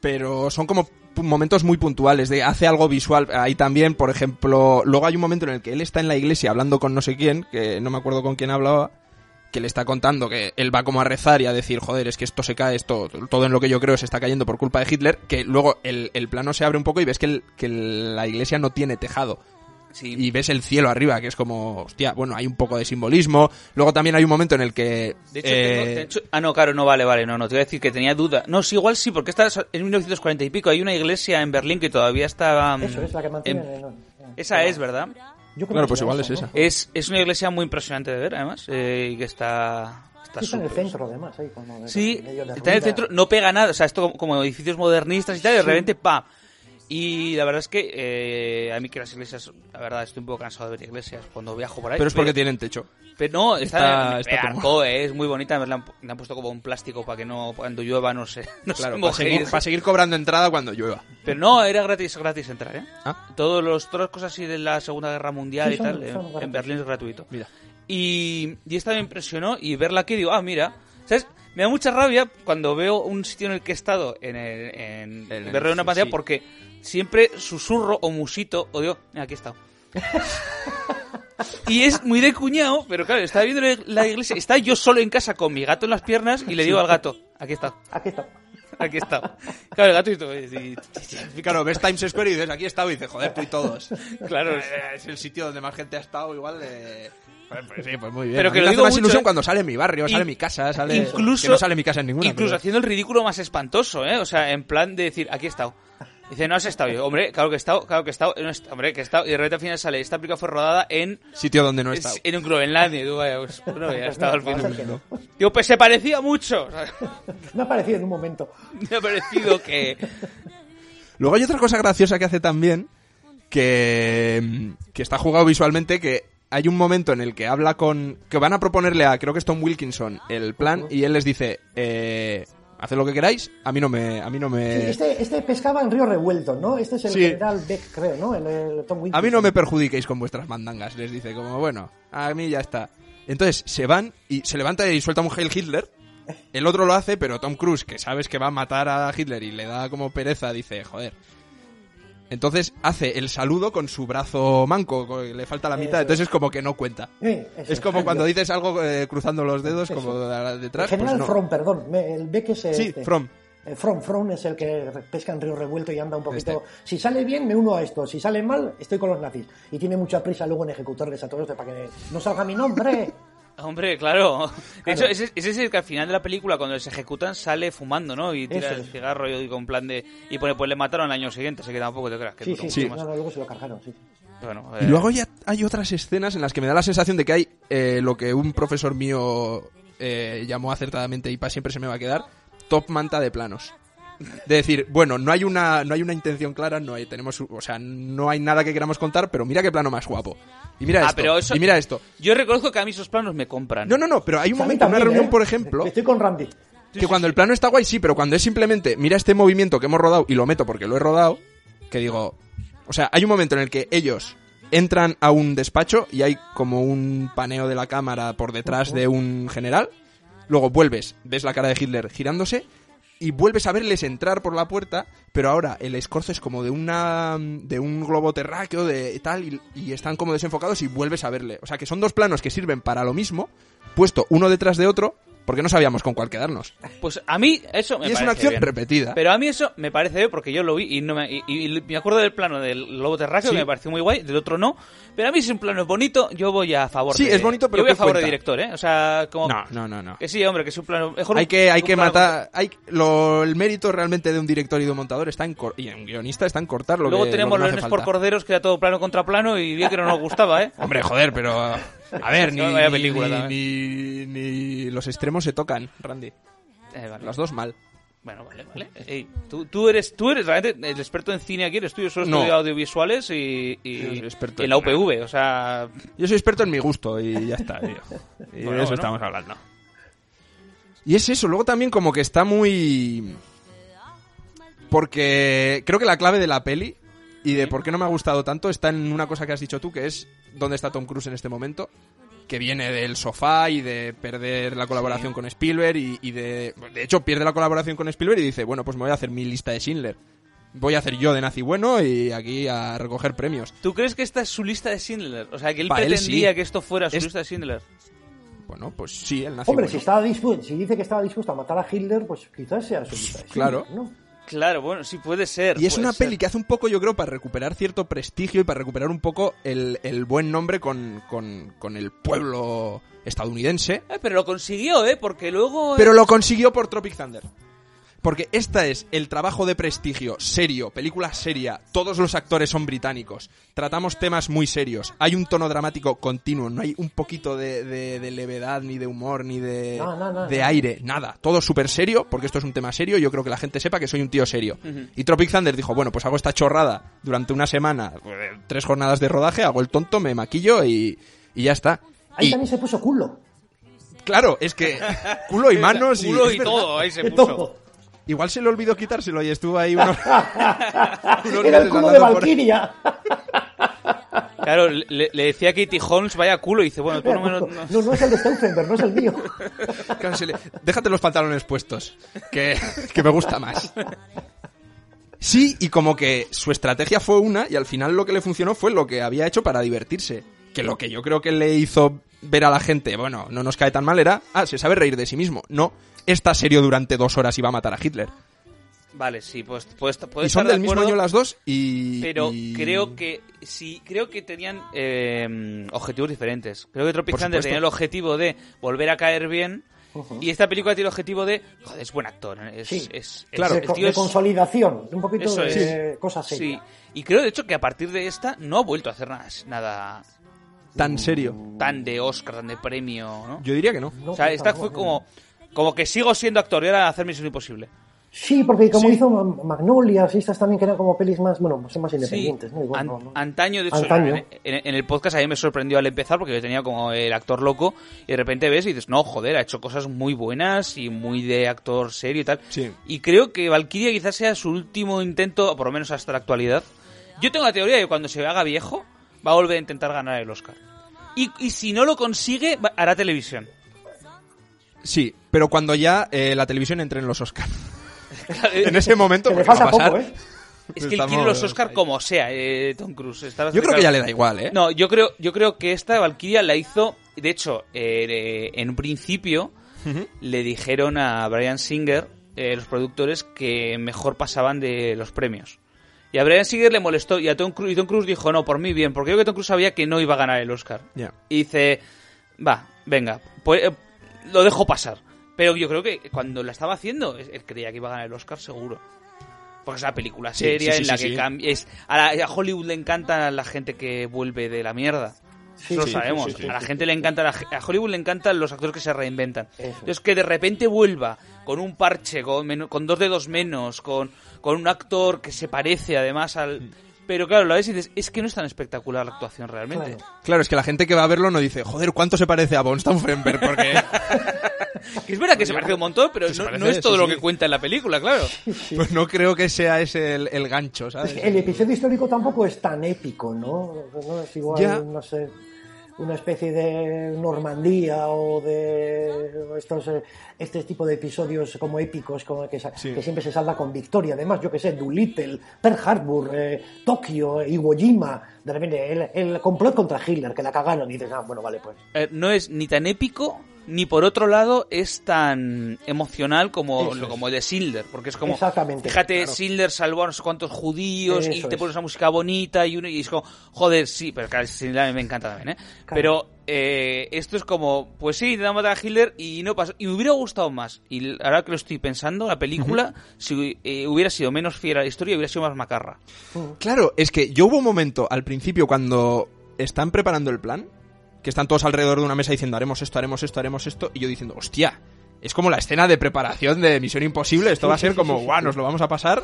Speaker 2: Pero son como pu- momentos muy puntuales de hace algo visual. Ahí también, por ejemplo, luego hay un momento en el que él está en la iglesia hablando con no sé quién, que no me acuerdo con quién hablaba, que le está contando que él va como a rezar y a decir, joder, es que esto se cae, esto, todo en lo que yo creo se está cayendo por culpa de Hitler, que luego el, el plano se abre un poco y ves que, el- que la iglesia no tiene tejado
Speaker 3: Sí.
Speaker 2: y ves el cielo arriba, que es como, hostia, bueno, hay un poco de simbolismo. Luego también hay un momento en el que...
Speaker 3: De hecho,
Speaker 2: eh,
Speaker 3: tengo- de hecho- ah, no, claro, no vale, vale, no, no, te iba a decir que tenía duda. No, sí, igual sí, porque esta es en 1940 y pico, hay una iglesia en Berlín que todavía está... mm,
Speaker 4: Eso es la que mantienen.
Speaker 3: en-
Speaker 4: en- en-
Speaker 3: Esa es, ¿verdad?
Speaker 4: Yo creo
Speaker 2: Em, Claro,
Speaker 4: que
Speaker 2: pues
Speaker 4: será
Speaker 2: igual
Speaker 4: esa,
Speaker 2: es
Speaker 4: ¿no?
Speaker 2: esa.
Speaker 3: Es, es una iglesia muy impresionante de ver, además, eh, y que está... Está
Speaker 4: Sí, Está en el
Speaker 3: súper-
Speaker 4: centro, además. Ahí, como en
Speaker 3: Sí,
Speaker 4: medio de
Speaker 3: está en el
Speaker 4: ruinas.
Speaker 3: centro, no pega nada, o sea, esto como, como edificios modernistas y tal, y de repente, ¡pam! Y la verdad es que eh, a mí que las iglesias, la verdad, estoy un poco cansado de ver iglesias cuando viajo por ahí.
Speaker 2: Pero es porque tienen techo.
Speaker 3: pero no,
Speaker 2: está-
Speaker 3: está,
Speaker 2: está
Speaker 3: me
Speaker 2: como-
Speaker 3: hartó, eh, es muy bonita, además le han, pu- le han puesto como un plástico para que no cuando llueva no se, no se
Speaker 2: Claro, para
Speaker 3: moje.
Speaker 2: seguir, para seguir cobrando entrada cuando llueva.
Speaker 3: Pero no, era gratis, gratis entrar, ¿eh?
Speaker 2: Ah.
Speaker 3: Todos los, todas las cosas así de la Segunda Guerra Mundial
Speaker 4: Sí,
Speaker 3: y
Speaker 4: son-
Speaker 3: tal, eh,
Speaker 4: son
Speaker 3: en
Speaker 4: gratis.
Speaker 3: Berlín es gratuito.
Speaker 2: Mira.
Speaker 3: Y, y esta me impresionó y verla aquí digo, ah, mira, ¿sabes? Me da mucha rabia cuando veo un sitio en el que he estado en, el, en,
Speaker 2: En el-
Speaker 3: verlo en una pantalla
Speaker 2: sí.
Speaker 3: porque siempre susurro o musito o digo, mira, aquí he estado. y es muy de cuñado, pero claro, estaba viendo la iglesia, está yo solo en casa con mi gato en las piernas y le digo al gato, aquí está,
Speaker 4: Aquí está.
Speaker 3: aquí está. Claro, el gato y todo, y-
Speaker 2: Y claro, ves Times Square y dices, aquí he estado, y dices, joder, tú y todos.
Speaker 3: y- claro, es-
Speaker 2: Eh, Es el sitio donde más gente ha estado, igual de... Joder, Pues sí, pues muy bien.
Speaker 3: Pero
Speaker 2: A mí
Speaker 3: que lo
Speaker 2: me hace
Speaker 3: digo
Speaker 2: más
Speaker 3: mucho,
Speaker 2: ilusión
Speaker 3: ¿eh?
Speaker 2: cuando sale en mi barrio, sale
Speaker 3: In-
Speaker 2: en mi casa, sale...
Speaker 3: incluso,
Speaker 2: Que no sale en mi casa en ninguna.
Speaker 3: Incluso
Speaker 2: pero-
Speaker 3: haciendo el ridículo más espantoso, ¿eh? O sea, en plan de decir, aquí he estado. Dice, no has estado yo. Hombre, claro que he estado, claro que he estado. No he estado, hombre, que he estado. Y de repente al final sale, esta película fue rodada en...
Speaker 2: Sitio donde no he estado.
Speaker 3: En un Groenlandia. Y tú, vaya, pues, bueno, ya he estado al
Speaker 4: Vamos a que no.
Speaker 3: final. Digo, pues se parecía mucho. O sea,
Speaker 4: Me ha parecido en un momento.
Speaker 3: me ha parecido que...
Speaker 2: Luego hay otra cosa graciosa que hace también, que, que está jugado visualmente, que hay un momento en el que habla con... que van a proponerle a, creo que es Tom Wilkinson, el plan, y él les dice, eh, haced lo que queráis, a mí no me... A mí no
Speaker 4: Sí,
Speaker 2: me...
Speaker 4: este, este pescaba en Río Revuelto, ¿no? Este es el
Speaker 2: Eh. Sí.
Speaker 4: general Beck, creo, ¿no? El, el Tom
Speaker 2: A
Speaker 4: Wilkinson.
Speaker 2: mí no me perjudiquéis con vuestras mandangas, les dice, como bueno, a mí ya está. Entonces se van y se levanta y suelta un Hail Hitler. El otro lo hace, pero Tom Cruise, que sabes que va a matar a Hitler y le da como pereza, dice, joder. Entonces hace el saludo con su brazo manco, co- le falta la
Speaker 4: Eso
Speaker 2: mitad,
Speaker 4: es.
Speaker 2: entonces es como que no cuenta.
Speaker 4: Sí, eso
Speaker 2: Es como
Speaker 4: sí,
Speaker 2: cuando
Speaker 4: yo-
Speaker 2: dices algo eh, cruzando los dedos,
Speaker 4: Eso.
Speaker 2: como de-
Speaker 4: El
Speaker 2: detrás. pues
Speaker 4: general
Speaker 2: no.
Speaker 4: From, perdón. Me- El Beck es este. el.
Speaker 2: Sí, From.
Speaker 4: El From, From es el que pesca en Río Revuelto y anda un
Speaker 2: Este.
Speaker 4: poquito. Si sale bien, me uno a esto. Si sale mal, estoy con los nazis. Y tiene mucha prisa luego en ejecutarles a todos para que no salga mi nombre.
Speaker 3: Hombre, claro. De hecho,
Speaker 4: Claro.
Speaker 3: ese, ese es el que al final de la película, cuando les ejecutan, sale fumando, ¿no? Y tira
Speaker 4: Eso
Speaker 3: el
Speaker 4: es.
Speaker 3: cigarro y con plan de... Y pone, pues le mataron al año siguiente, así que tampoco te creas que
Speaker 4: Sí,
Speaker 3: duró
Speaker 4: sí,
Speaker 3: mucho
Speaker 4: sí.
Speaker 3: más.
Speaker 4: No, no, luego se lo cargaron, sí.
Speaker 3: Bueno,
Speaker 2: Y
Speaker 3: eh,
Speaker 2: luego ya hay otras escenas en las que me da la sensación de que hay eh, lo que un profesor mío eh, llamó acertadamente y para siempre se me va a quedar, top manta de planos. De decir, bueno, no hay una, no hay una intención clara, no hay, tenemos, o sea, no hay nada que queramos contar, pero mira qué plano más guapo. Y mira
Speaker 3: Ah,
Speaker 2: esto,
Speaker 3: pero eso-
Speaker 2: y mira esto.
Speaker 3: Yo reconozco que a mí esos planos me compran.
Speaker 2: No, no, no, pero hay un
Speaker 4: A mí
Speaker 2: momento, en una
Speaker 4: también,
Speaker 2: reunión,
Speaker 4: ¿eh?
Speaker 2: por ejemplo,
Speaker 4: Estoy con Randy.
Speaker 2: que cuando el plano está guay, sí, pero cuando es simplemente, mira este movimiento que hemos rodado y lo meto porque lo he rodado, que digo, O sea, hay un momento en el que ellos entran a un despacho y hay como un paneo de la cámara por detrás de un general. Luego vuelves, ves la cara de Hitler girándose y vuelves a verles entrar por la puerta, pero ahora el escorzo es como de una de un globo terráqueo de tal y, y están como desenfocados y vuelves a verle. O sea, que son dos planos que sirven para lo mismo, puesto uno detrás de otro, porque no sabíamos con cuál quedarnos.
Speaker 3: Pues a mí eso me
Speaker 2: y es
Speaker 3: parece
Speaker 2: una acción
Speaker 3: bien.
Speaker 2: repetida.
Speaker 3: Pero a mí eso me parece bien porque yo lo vi y, no me, y- y me acuerdo del plano del lobo terráqueo
Speaker 2: Sí.
Speaker 3: que me pareció muy guay, del otro no. Pero a mí es un plano bonito, yo voy a favor
Speaker 2: Sí,
Speaker 3: de-
Speaker 2: es bonito, pero
Speaker 3: Yo voy a
Speaker 2: ¿qué
Speaker 3: favor de
Speaker 2: cuenta?
Speaker 3: director, ¿eh? O sea, como...
Speaker 2: no, no, no, no.
Speaker 3: Que sí, hombre, que es un plano... Mejor
Speaker 2: hay
Speaker 3: un-
Speaker 2: que, hay
Speaker 3: un
Speaker 2: que
Speaker 3: plano-
Speaker 2: matar. Hay, lo, el mérito realmente de un director y de un montador está en cor- y un guionista está en cortar lo
Speaker 3: Luego
Speaker 2: que-
Speaker 3: tenemos
Speaker 2: lo que no
Speaker 3: los
Speaker 2: hace
Speaker 3: por
Speaker 2: falta.
Speaker 3: corderos, que era todo plano contra plano y bien que no nos gustaba, ¿eh?
Speaker 2: Hombre, joder, pero. A ver, ni,
Speaker 3: Vaya
Speaker 2: ni-
Speaker 3: película
Speaker 2: ni-
Speaker 3: también.
Speaker 2: ni- ni los extremos se tocan, Randy.
Speaker 3: Eh, vale.
Speaker 2: Las dos mal.
Speaker 3: Bueno, vale, vale. Ey, tú, tú eres, tú eres realmente el experto en cine aquí, eres tú, yo solo
Speaker 2: No.
Speaker 3: estudio audiovisuales y, y,
Speaker 2: Yo soy experto
Speaker 3: y
Speaker 2: en
Speaker 3: la
Speaker 2: nada.
Speaker 3: UPV, o sea...
Speaker 2: Yo soy experto en mi gusto y ya está, tío. Y
Speaker 3: Bueno,
Speaker 2: de eso
Speaker 3: bueno.
Speaker 2: estamos hablando. Y es eso, luego también como que está muy... Porque creo que la clave de la peli y de por qué no me ha gustado tanto está en una cosa que has dicho tú, que es dónde está Tom Cruise en este momento, que viene del sofá y de perder la colaboración con Spielberg y, y de... De hecho, pierde la colaboración con Spielberg y dice, bueno, pues me voy a hacer mi lista de Schindler. Voy a hacer yo de nazi bueno y aquí a recoger premios.
Speaker 3: ¿Tú crees que esta es su lista de Schindler? O sea, que él
Speaker 2: Pa' él,
Speaker 3: pretendía
Speaker 2: sí.
Speaker 3: que esto fuera su
Speaker 2: Es-
Speaker 3: lista de Schindler.
Speaker 2: Bueno, pues sí, el nazi
Speaker 4: Hombre,
Speaker 2: bueno.
Speaker 4: si, estaba dispu- si dice que estaba dispuesto a matar a Hitler, pues quizás sea su lista de Schindler,
Speaker 2: Claro.
Speaker 4: ¿no?
Speaker 3: Claro, bueno, sí puede ser.
Speaker 2: Y es
Speaker 3: puede
Speaker 2: una
Speaker 3: ser.
Speaker 2: peli que hace un poco, yo creo, para recuperar cierto prestigio y para recuperar un poco el, el buen nombre con, con- con el pueblo estadounidense.
Speaker 3: Eh, pero lo consiguió, ¿eh? Porque luego... eh,
Speaker 2: Pero lo consiguió por Tropic Thunder. Porque esta es el trabajo de prestigio, serio, película seria, todos los actores son británicos, tratamos temas muy serios, hay un tono dramático continuo, no hay un poquito de, de- de levedad, ni de humor, ni de,
Speaker 4: No, no, no,
Speaker 2: de
Speaker 4: no.
Speaker 2: aire, nada, todo súper serio, porque esto es un tema serio, yo creo que la gente sepa que soy un tío serio. Y Tropic Thunder dijo, bueno, pues hago esta chorrada durante una semana, eh, tres jornadas de rodaje, hago el tonto, me maquillo y, y ya está.
Speaker 4: Ahí
Speaker 2: y
Speaker 4: también se puso culo.
Speaker 2: claro, es que culo y manos y...
Speaker 3: culo
Speaker 2: es
Speaker 3: y
Speaker 2: verdad.
Speaker 3: todo, ahí se
Speaker 4: De
Speaker 3: puso.
Speaker 4: todo.
Speaker 2: Igual se le olvidó quitárselo y estuvo ahí unos... unos
Speaker 4: Era el
Speaker 2: meses
Speaker 4: culo de
Speaker 2: andando por-
Speaker 4: Valkyria.
Speaker 3: Claro, le, le decía a Katie Holmes, vaya culo, y dice, bueno, tú no me lo... no-
Speaker 4: No, no es el de Stauffenberg, no es el mío.
Speaker 2: Claro, se le- Déjate los pantalones puestos, que, que me gusta más. Sí, y como que su estrategia fue una y al final lo que le funcionó fue lo que había hecho para divertirse. Que lo que yo creo que le hizo ver a la gente, bueno, no nos cae tan mal era, ah, se sabe reír de sí mismo. No, está serio durante dos horas y va a matar a Hitler.
Speaker 3: Vale, sí, pues... pues,
Speaker 2: Y son del mismo año las dos y...
Speaker 3: Pero
Speaker 2: y-
Speaker 3: creo que sí, creo que tenían eh, objetivos diferentes. Creo que Tropic
Speaker 2: Por
Speaker 3: Thunder
Speaker 2: supuesto.
Speaker 3: tenía el objetivo de volver a caer bien. Y esta película tiene el objetivo de. Joder, es buen actor. ¿eh? Es,
Speaker 4: Sí.
Speaker 3: es-
Speaker 2: Claro.
Speaker 3: el
Speaker 4: de, co-
Speaker 3: tío
Speaker 4: de
Speaker 3: es-
Speaker 4: consolidación, un poquito
Speaker 3: eso
Speaker 4: de
Speaker 3: es.
Speaker 4: cosas
Speaker 3: Sí.
Speaker 4: serias.
Speaker 3: Y creo, de hecho, que a partir de esta no ha vuelto a hacer nada, nada
Speaker 2: Tan serio.
Speaker 3: tan de Oscar, tan de premio. ¿no?
Speaker 2: Yo diría que no.
Speaker 4: No,
Speaker 3: o sea, esta
Speaker 4: tampoco,
Speaker 3: fue
Speaker 4: no.
Speaker 3: como. Como que sigo siendo actor y ahora hacer Misión Imposible.
Speaker 4: Sí, porque como hizo Ma- Magnolias y estas también que eran como pelis más, bueno, son más
Speaker 3: Sí,
Speaker 4: independientes, ¿no? Igual,
Speaker 3: an-
Speaker 4: no, no.
Speaker 3: antaño, de hecho,
Speaker 4: Antaño.
Speaker 3: En, en- en el podcast a mí me sorprendió al empezar porque yo tenía como el actor loco y de repente ves y dices, no, joder, ha hecho cosas muy buenas y muy de actor serio y tal.
Speaker 2: Sí.
Speaker 3: Y creo que Valkyria quizás sea su último intento, por lo menos hasta la actualidad. Yo tengo la teoría de que cuando se haga viejo va a volver a intentar ganar el Oscar. Y, y si no lo consigue, va- hará televisión.
Speaker 2: Sí, pero cuando ya eh, la televisión entre en los Oscars. en
Speaker 3: es
Speaker 2: ese momento
Speaker 4: Que le
Speaker 2: porque va a
Speaker 4: falta
Speaker 2: pasar.
Speaker 4: poco, ¿eh?
Speaker 3: que él quiere
Speaker 2: Estamos
Speaker 3: los Oscar
Speaker 2: ahí.
Speaker 3: como sea, eh, Tom Cruise. Está
Speaker 2: Yo
Speaker 3: bastante
Speaker 2: creo que
Speaker 3: claro.
Speaker 2: ya le da igual, ¿eh?
Speaker 3: No, yo creo, yo creo que esta Valkyria la hizo. De hecho, eh, eh, en un principio le dijeron a Brian Singer, eh, los productores, que mejor pasaban de los premios. Y a Brian Singer le molestó y a Tom Cruise, y Tom Cruise dijo, no, por mí bien, porque yo que Tom Cruise sabía que no iba a ganar el Oscar.
Speaker 2: Ya.
Speaker 3: Y dice, va, venga, pues, eh, lo dejo pasar. Pero yo creo que cuando la estaba haciendo, es- él creía que iba a ganar el Oscar seguro. Porque es una película
Speaker 2: Sí,
Speaker 3: seria
Speaker 2: sí, sí,
Speaker 3: en la
Speaker 2: sí,
Speaker 3: que
Speaker 2: sí.
Speaker 3: cambia. es- a, la- a Hollywood le encanta la gente que vuelve de la mierda.
Speaker 4: Sí,
Speaker 3: Eso lo
Speaker 4: sí,
Speaker 3: sabemos.
Speaker 4: sí, sí, sí,
Speaker 3: a la
Speaker 4: sí,
Speaker 3: gente le encanta, la ge- a Hollywood le encantan los actores que se reinventan.
Speaker 4: Eso.
Speaker 3: Entonces, que de repente vuelva con un
Speaker 4: Mm.
Speaker 3: parche, con, men- con dos dedos menos, con, con un actor que se parece además al. Pero claro, lo ves y dices, es que no es tan espectacular la actuación realmente.
Speaker 4: Claro.
Speaker 2: Claro, es que la gente que va a verlo no dice, joder, ¿cuánto se parece a Von Stauffenberg? Porque
Speaker 3: Que es verdad que se parece un montón, pero
Speaker 2: Sí, se
Speaker 3: no,
Speaker 2: parece,
Speaker 3: no es todo
Speaker 2: eso
Speaker 3: lo
Speaker 2: sí.
Speaker 3: que cuenta en la película, claro.
Speaker 2: pues no creo que sea ese el, el gancho, ¿sabes?
Speaker 4: Es que el episodio histórico tampoco es tan épico, ¿no? No es igual,
Speaker 2: Ya.
Speaker 4: no sé, una especie de Normandía o de o estos eh, este tipo de episodios como épicos como que, sa-
Speaker 2: Sí.
Speaker 4: que siempre se salda con victoria. Además, yo que sé, Doolittle, Pearl Harbor, eh, Tokio, eh, Iwo Jima, de repente el, el complot contra Hitler, que la cagaron y dices, ah, bueno, vale, pues.
Speaker 3: Eh, no es ni tan épico, ni por otro lado es tan emocional como,
Speaker 4: Eso es.
Speaker 3: como el de Schindler, porque es como,
Speaker 4: Exactamente,
Speaker 3: fíjate,
Speaker 4: claro.
Speaker 3: Schindler salvó a unos cuantos judíos y
Speaker 4: Eso
Speaker 3: te
Speaker 4: es.
Speaker 3: pones una música bonita y, uno, y es como, joder, sí, pero claro, Schindler a mí me encanta también, ¿eh?
Speaker 4: Claro.
Speaker 3: Pero eh, esto es como, pues sí, intentamos matar a Hitler y no pasó, y me hubiera gustado más, y l- ahora que lo estoy pensando, la película, si eh, hubiera sido menos fiel a la historia, hubiera sido más macarra.
Speaker 2: Claro, es que yo hubo un momento al principio cuando están preparando el plan, que están todos alrededor de una mesa diciendo haremos esto, haremos esto, haremos esto, y yo diciendo, hostia, es como la escena de preparación de Misión Imposible, esto va a ser como, guau, nos lo vamos a pasar.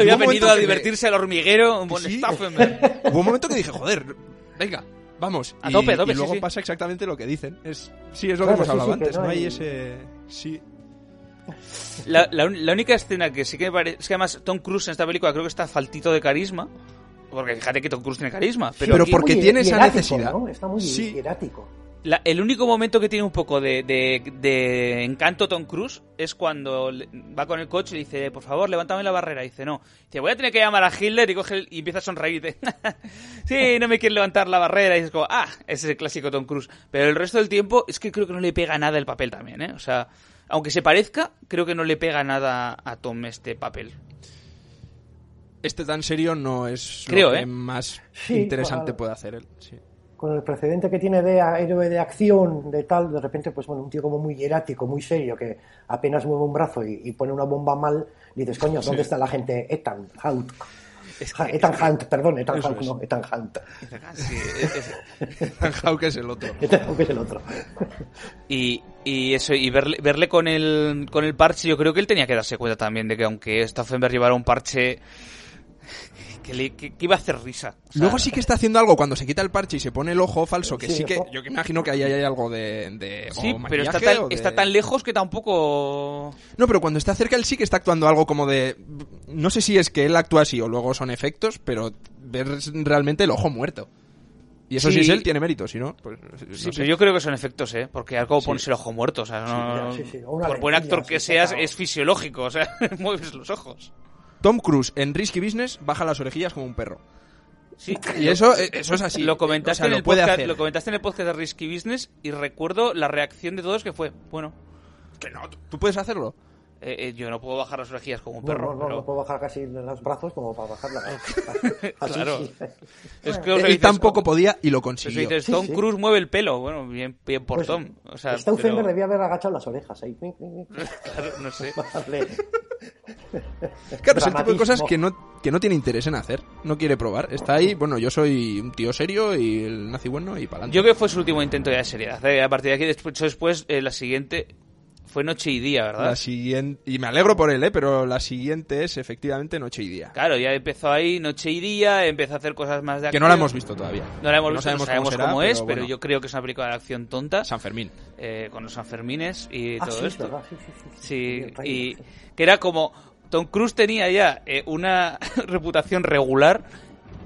Speaker 3: Había
Speaker 2: un momento
Speaker 3: venido a
Speaker 2: que me-
Speaker 3: divertirse al hormiguero, un buen
Speaker 2: sí.
Speaker 3: Stauffenberg.
Speaker 2: Hubo un momento que dije, joder, venga, vamos.
Speaker 3: A
Speaker 2: y,
Speaker 3: tope, a tope,
Speaker 2: y
Speaker 3: sí,
Speaker 2: luego
Speaker 3: sí.
Speaker 2: pasa exactamente lo que dicen. Es, sí, es lo
Speaker 4: Claro,
Speaker 2: que hemos
Speaker 4: sí,
Speaker 2: hablado
Speaker 4: sí, que
Speaker 2: antes,
Speaker 4: no
Speaker 2: no hay
Speaker 4: hay-
Speaker 2: ese... Sí,
Speaker 3: La, la un- la única escena que sí que me parece. Es que además Tom Cruise en esta película creo que está faltito de carisma. Porque fíjate que Tom Cruise tiene carisma. Pero
Speaker 2: Pero
Speaker 3: aquí
Speaker 4: Y
Speaker 2: porque
Speaker 4: muy
Speaker 2: tiene esa
Speaker 4: hierático,
Speaker 2: necesidad.
Speaker 4: ¿no? Está muy
Speaker 2: Sí.
Speaker 4: hierático.
Speaker 3: la- el único momento que tiene un poco de, de- de encanto Tom Cruise es cuando le- va con el coche y dice: Por favor, levántame la barrera. Y dice: No. Dice: Voy a tener que llamar a Hitler. Y, coge el- y empieza a sonreír. y dice, sí, no me quiere levantar la barrera. Y es como: Ah, ese es el clásico Tom Cruise. Pero el resto del tiempo es que creo que no le pega nada el papel también, ¿eh? O sea. Aunque se parezca, creo que no le pega nada a Tom este papel.
Speaker 2: Este tan serio no es
Speaker 3: Creo,
Speaker 2: lo que
Speaker 3: ¿eh?
Speaker 2: más
Speaker 4: Sí,
Speaker 2: interesante
Speaker 4: ojalá.
Speaker 2: puede hacer él. sí.
Speaker 4: con el precedente que tiene de a- héroe de acción, de tal, de repente, pues bueno, un tío como muy hierático, muy serio, que apenas mueve un brazo y, y pone una bomba mal, y dices, coño, ¿dónde está la gente Ethan Hunt? Ja- Ethan Hunt, perdón, Ethan Hunt, no, Ethan Hunt.
Speaker 3: Sí, es- es-
Speaker 2: Hawke es el otro.
Speaker 4: Ethan Hunt Este es el otro.
Speaker 3: Y, y eso, y verle, verle con el con el parche, yo creo que él tenía que darse cuenta también de que aunque Stauffenberg llevara un parche que, le, que, que iba a hacer risa. O sea,
Speaker 2: Luego sí que está haciendo algo cuando se quita el parche y se pone el ojo falso, que
Speaker 4: Sí,
Speaker 2: sí, que
Speaker 4: ojo.
Speaker 2: yo que imagino que ahí hay algo de... de- o
Speaker 3: sí, pero está
Speaker 2: maquillaje
Speaker 3: tan,
Speaker 2: o de-
Speaker 3: está tan lejos que tampoco.
Speaker 2: No, pero cuando está cerca él sí que está actuando algo como de... No sé si es que él actúa así o luego son efectos, pero ver realmente el ojo muerto. Y eso
Speaker 3: Sí.
Speaker 2: sí, es él, tiene mérito, si no... Pues, no
Speaker 3: Sí,
Speaker 2: sé.
Speaker 3: pero yo creo que son efectos, ¿eh? Porque algo pones el ojo muerto, o sea, no-
Speaker 4: Sí, ya, sí, sí, o una
Speaker 3: por buen
Speaker 4: lentilla,
Speaker 3: actor que
Speaker 4: sí,
Speaker 3: seas,
Speaker 4: sacado.
Speaker 3: es fisiológico, o sea, mueves los ojos.
Speaker 2: Tom Cruise en Risky Business baja las orejillas como un perro.
Speaker 3: Sí,
Speaker 2: Y eso, eh, eso es así.
Speaker 3: lo comentaste
Speaker 2: O sea,
Speaker 3: en
Speaker 2: lo
Speaker 3: el
Speaker 2: puede
Speaker 3: podcast,
Speaker 2: hacer.
Speaker 3: lo comentaste en el podcast de Risky Business y recuerdo la reacción de todos que fue, bueno,
Speaker 2: Que no, tú- tú puedes hacerlo.
Speaker 3: eh, eh, yo no puedo bajar las orejillas como un
Speaker 4: No,
Speaker 3: perro,
Speaker 4: no, no,
Speaker 3: pero Ah,
Speaker 4: no puedo bajar casi los brazos como para bajarla. Así,
Speaker 3: Claro.
Speaker 4: sí.
Speaker 3: es que
Speaker 2: Él,
Speaker 3: os
Speaker 2: él
Speaker 3: dices,
Speaker 2: Eh, tampoco podía y lo
Speaker 3: si
Speaker 2: consiguió.
Speaker 3: dices,
Speaker 4: Sí,
Speaker 3: Tom
Speaker 4: sí.
Speaker 3: Cruise mueve el pelo, bueno, bien, bien por
Speaker 4: Pues,
Speaker 3: Tom, o sea,
Speaker 4: Stauffenberg
Speaker 3: pero-
Speaker 4: debía haber agachado las orejas ahí.
Speaker 3: claro, no sé.
Speaker 4: Vale.
Speaker 2: Claro, es el tipo de cosas
Speaker 4: Dramatismo.
Speaker 2: que no, que no tiene interés en hacer, no quiere probar. Está ahí, bueno, yo soy un tío serio y el nazi bueno y pa'lante.
Speaker 3: Yo creo que fue su último intento ya de seriedad, ¿eh? a partir de aquí después, después eh, la siguiente fue Noche y Día, ¿verdad?
Speaker 2: La siguiente, y me alegro por él, ¿eh? pero la siguiente es efectivamente Noche y Día.
Speaker 3: Claro, ya empezó ahí Noche y Día, empezó a hacer cosas más de
Speaker 2: Que
Speaker 3: acción.
Speaker 2: no la hemos visto todavía.
Speaker 3: No la hemos visto, no sabemos
Speaker 2: será,
Speaker 3: cómo es, pero,
Speaker 2: bueno,
Speaker 3: yo creo que es una película de acción tonta,
Speaker 2: San Fermín.
Speaker 3: eh, con los Sanfermines y
Speaker 4: Ah,
Speaker 3: todo
Speaker 4: sí, es
Speaker 3: esto.
Speaker 4: verdad, sí, sí, sí, sí.
Speaker 3: Sí,
Speaker 4: El rey.
Speaker 3: y que era como Tom Cruise tenía ya eh, una reputación regular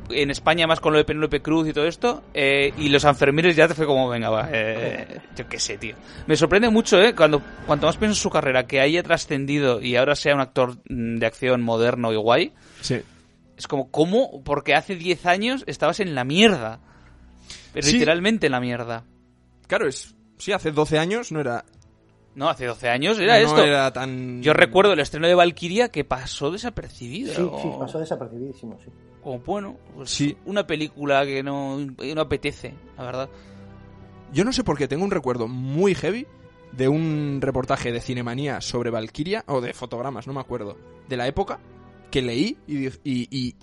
Speaker 3: en España más con lo de Penélope Cruz y todo esto eh, y los Sanfermines ya te fue como venga va eh, yo qué sé tío me sorprende mucho eh cuando cuanto más pienso en su carrera que haya trascendido y ahora sea un actor mm, de acción moderno y guay
Speaker 2: Sí.
Speaker 3: es como cómo porque hace 10 años estabas en la mierda pero
Speaker 2: Sí.
Speaker 3: literalmente en la mierda
Speaker 2: Claro, es. Sí, hace 12 años no era.
Speaker 3: no hace 12 años era
Speaker 2: no
Speaker 3: esto
Speaker 2: era tan.
Speaker 3: yo recuerdo el estreno de Valkyria que pasó desapercibido.
Speaker 4: Sí, sí,
Speaker 3: o-
Speaker 4: pasó desapercibidísimo, sí.
Speaker 3: como bueno, pues
Speaker 2: Sí.
Speaker 3: una película que no, no apetece, la verdad.
Speaker 2: Yo no sé por qué tengo un recuerdo muy heavy de un reportaje de Cinemanía sobre Valkyria, o de fotogramas, no me acuerdo, de la época, que leí y... di- y- y-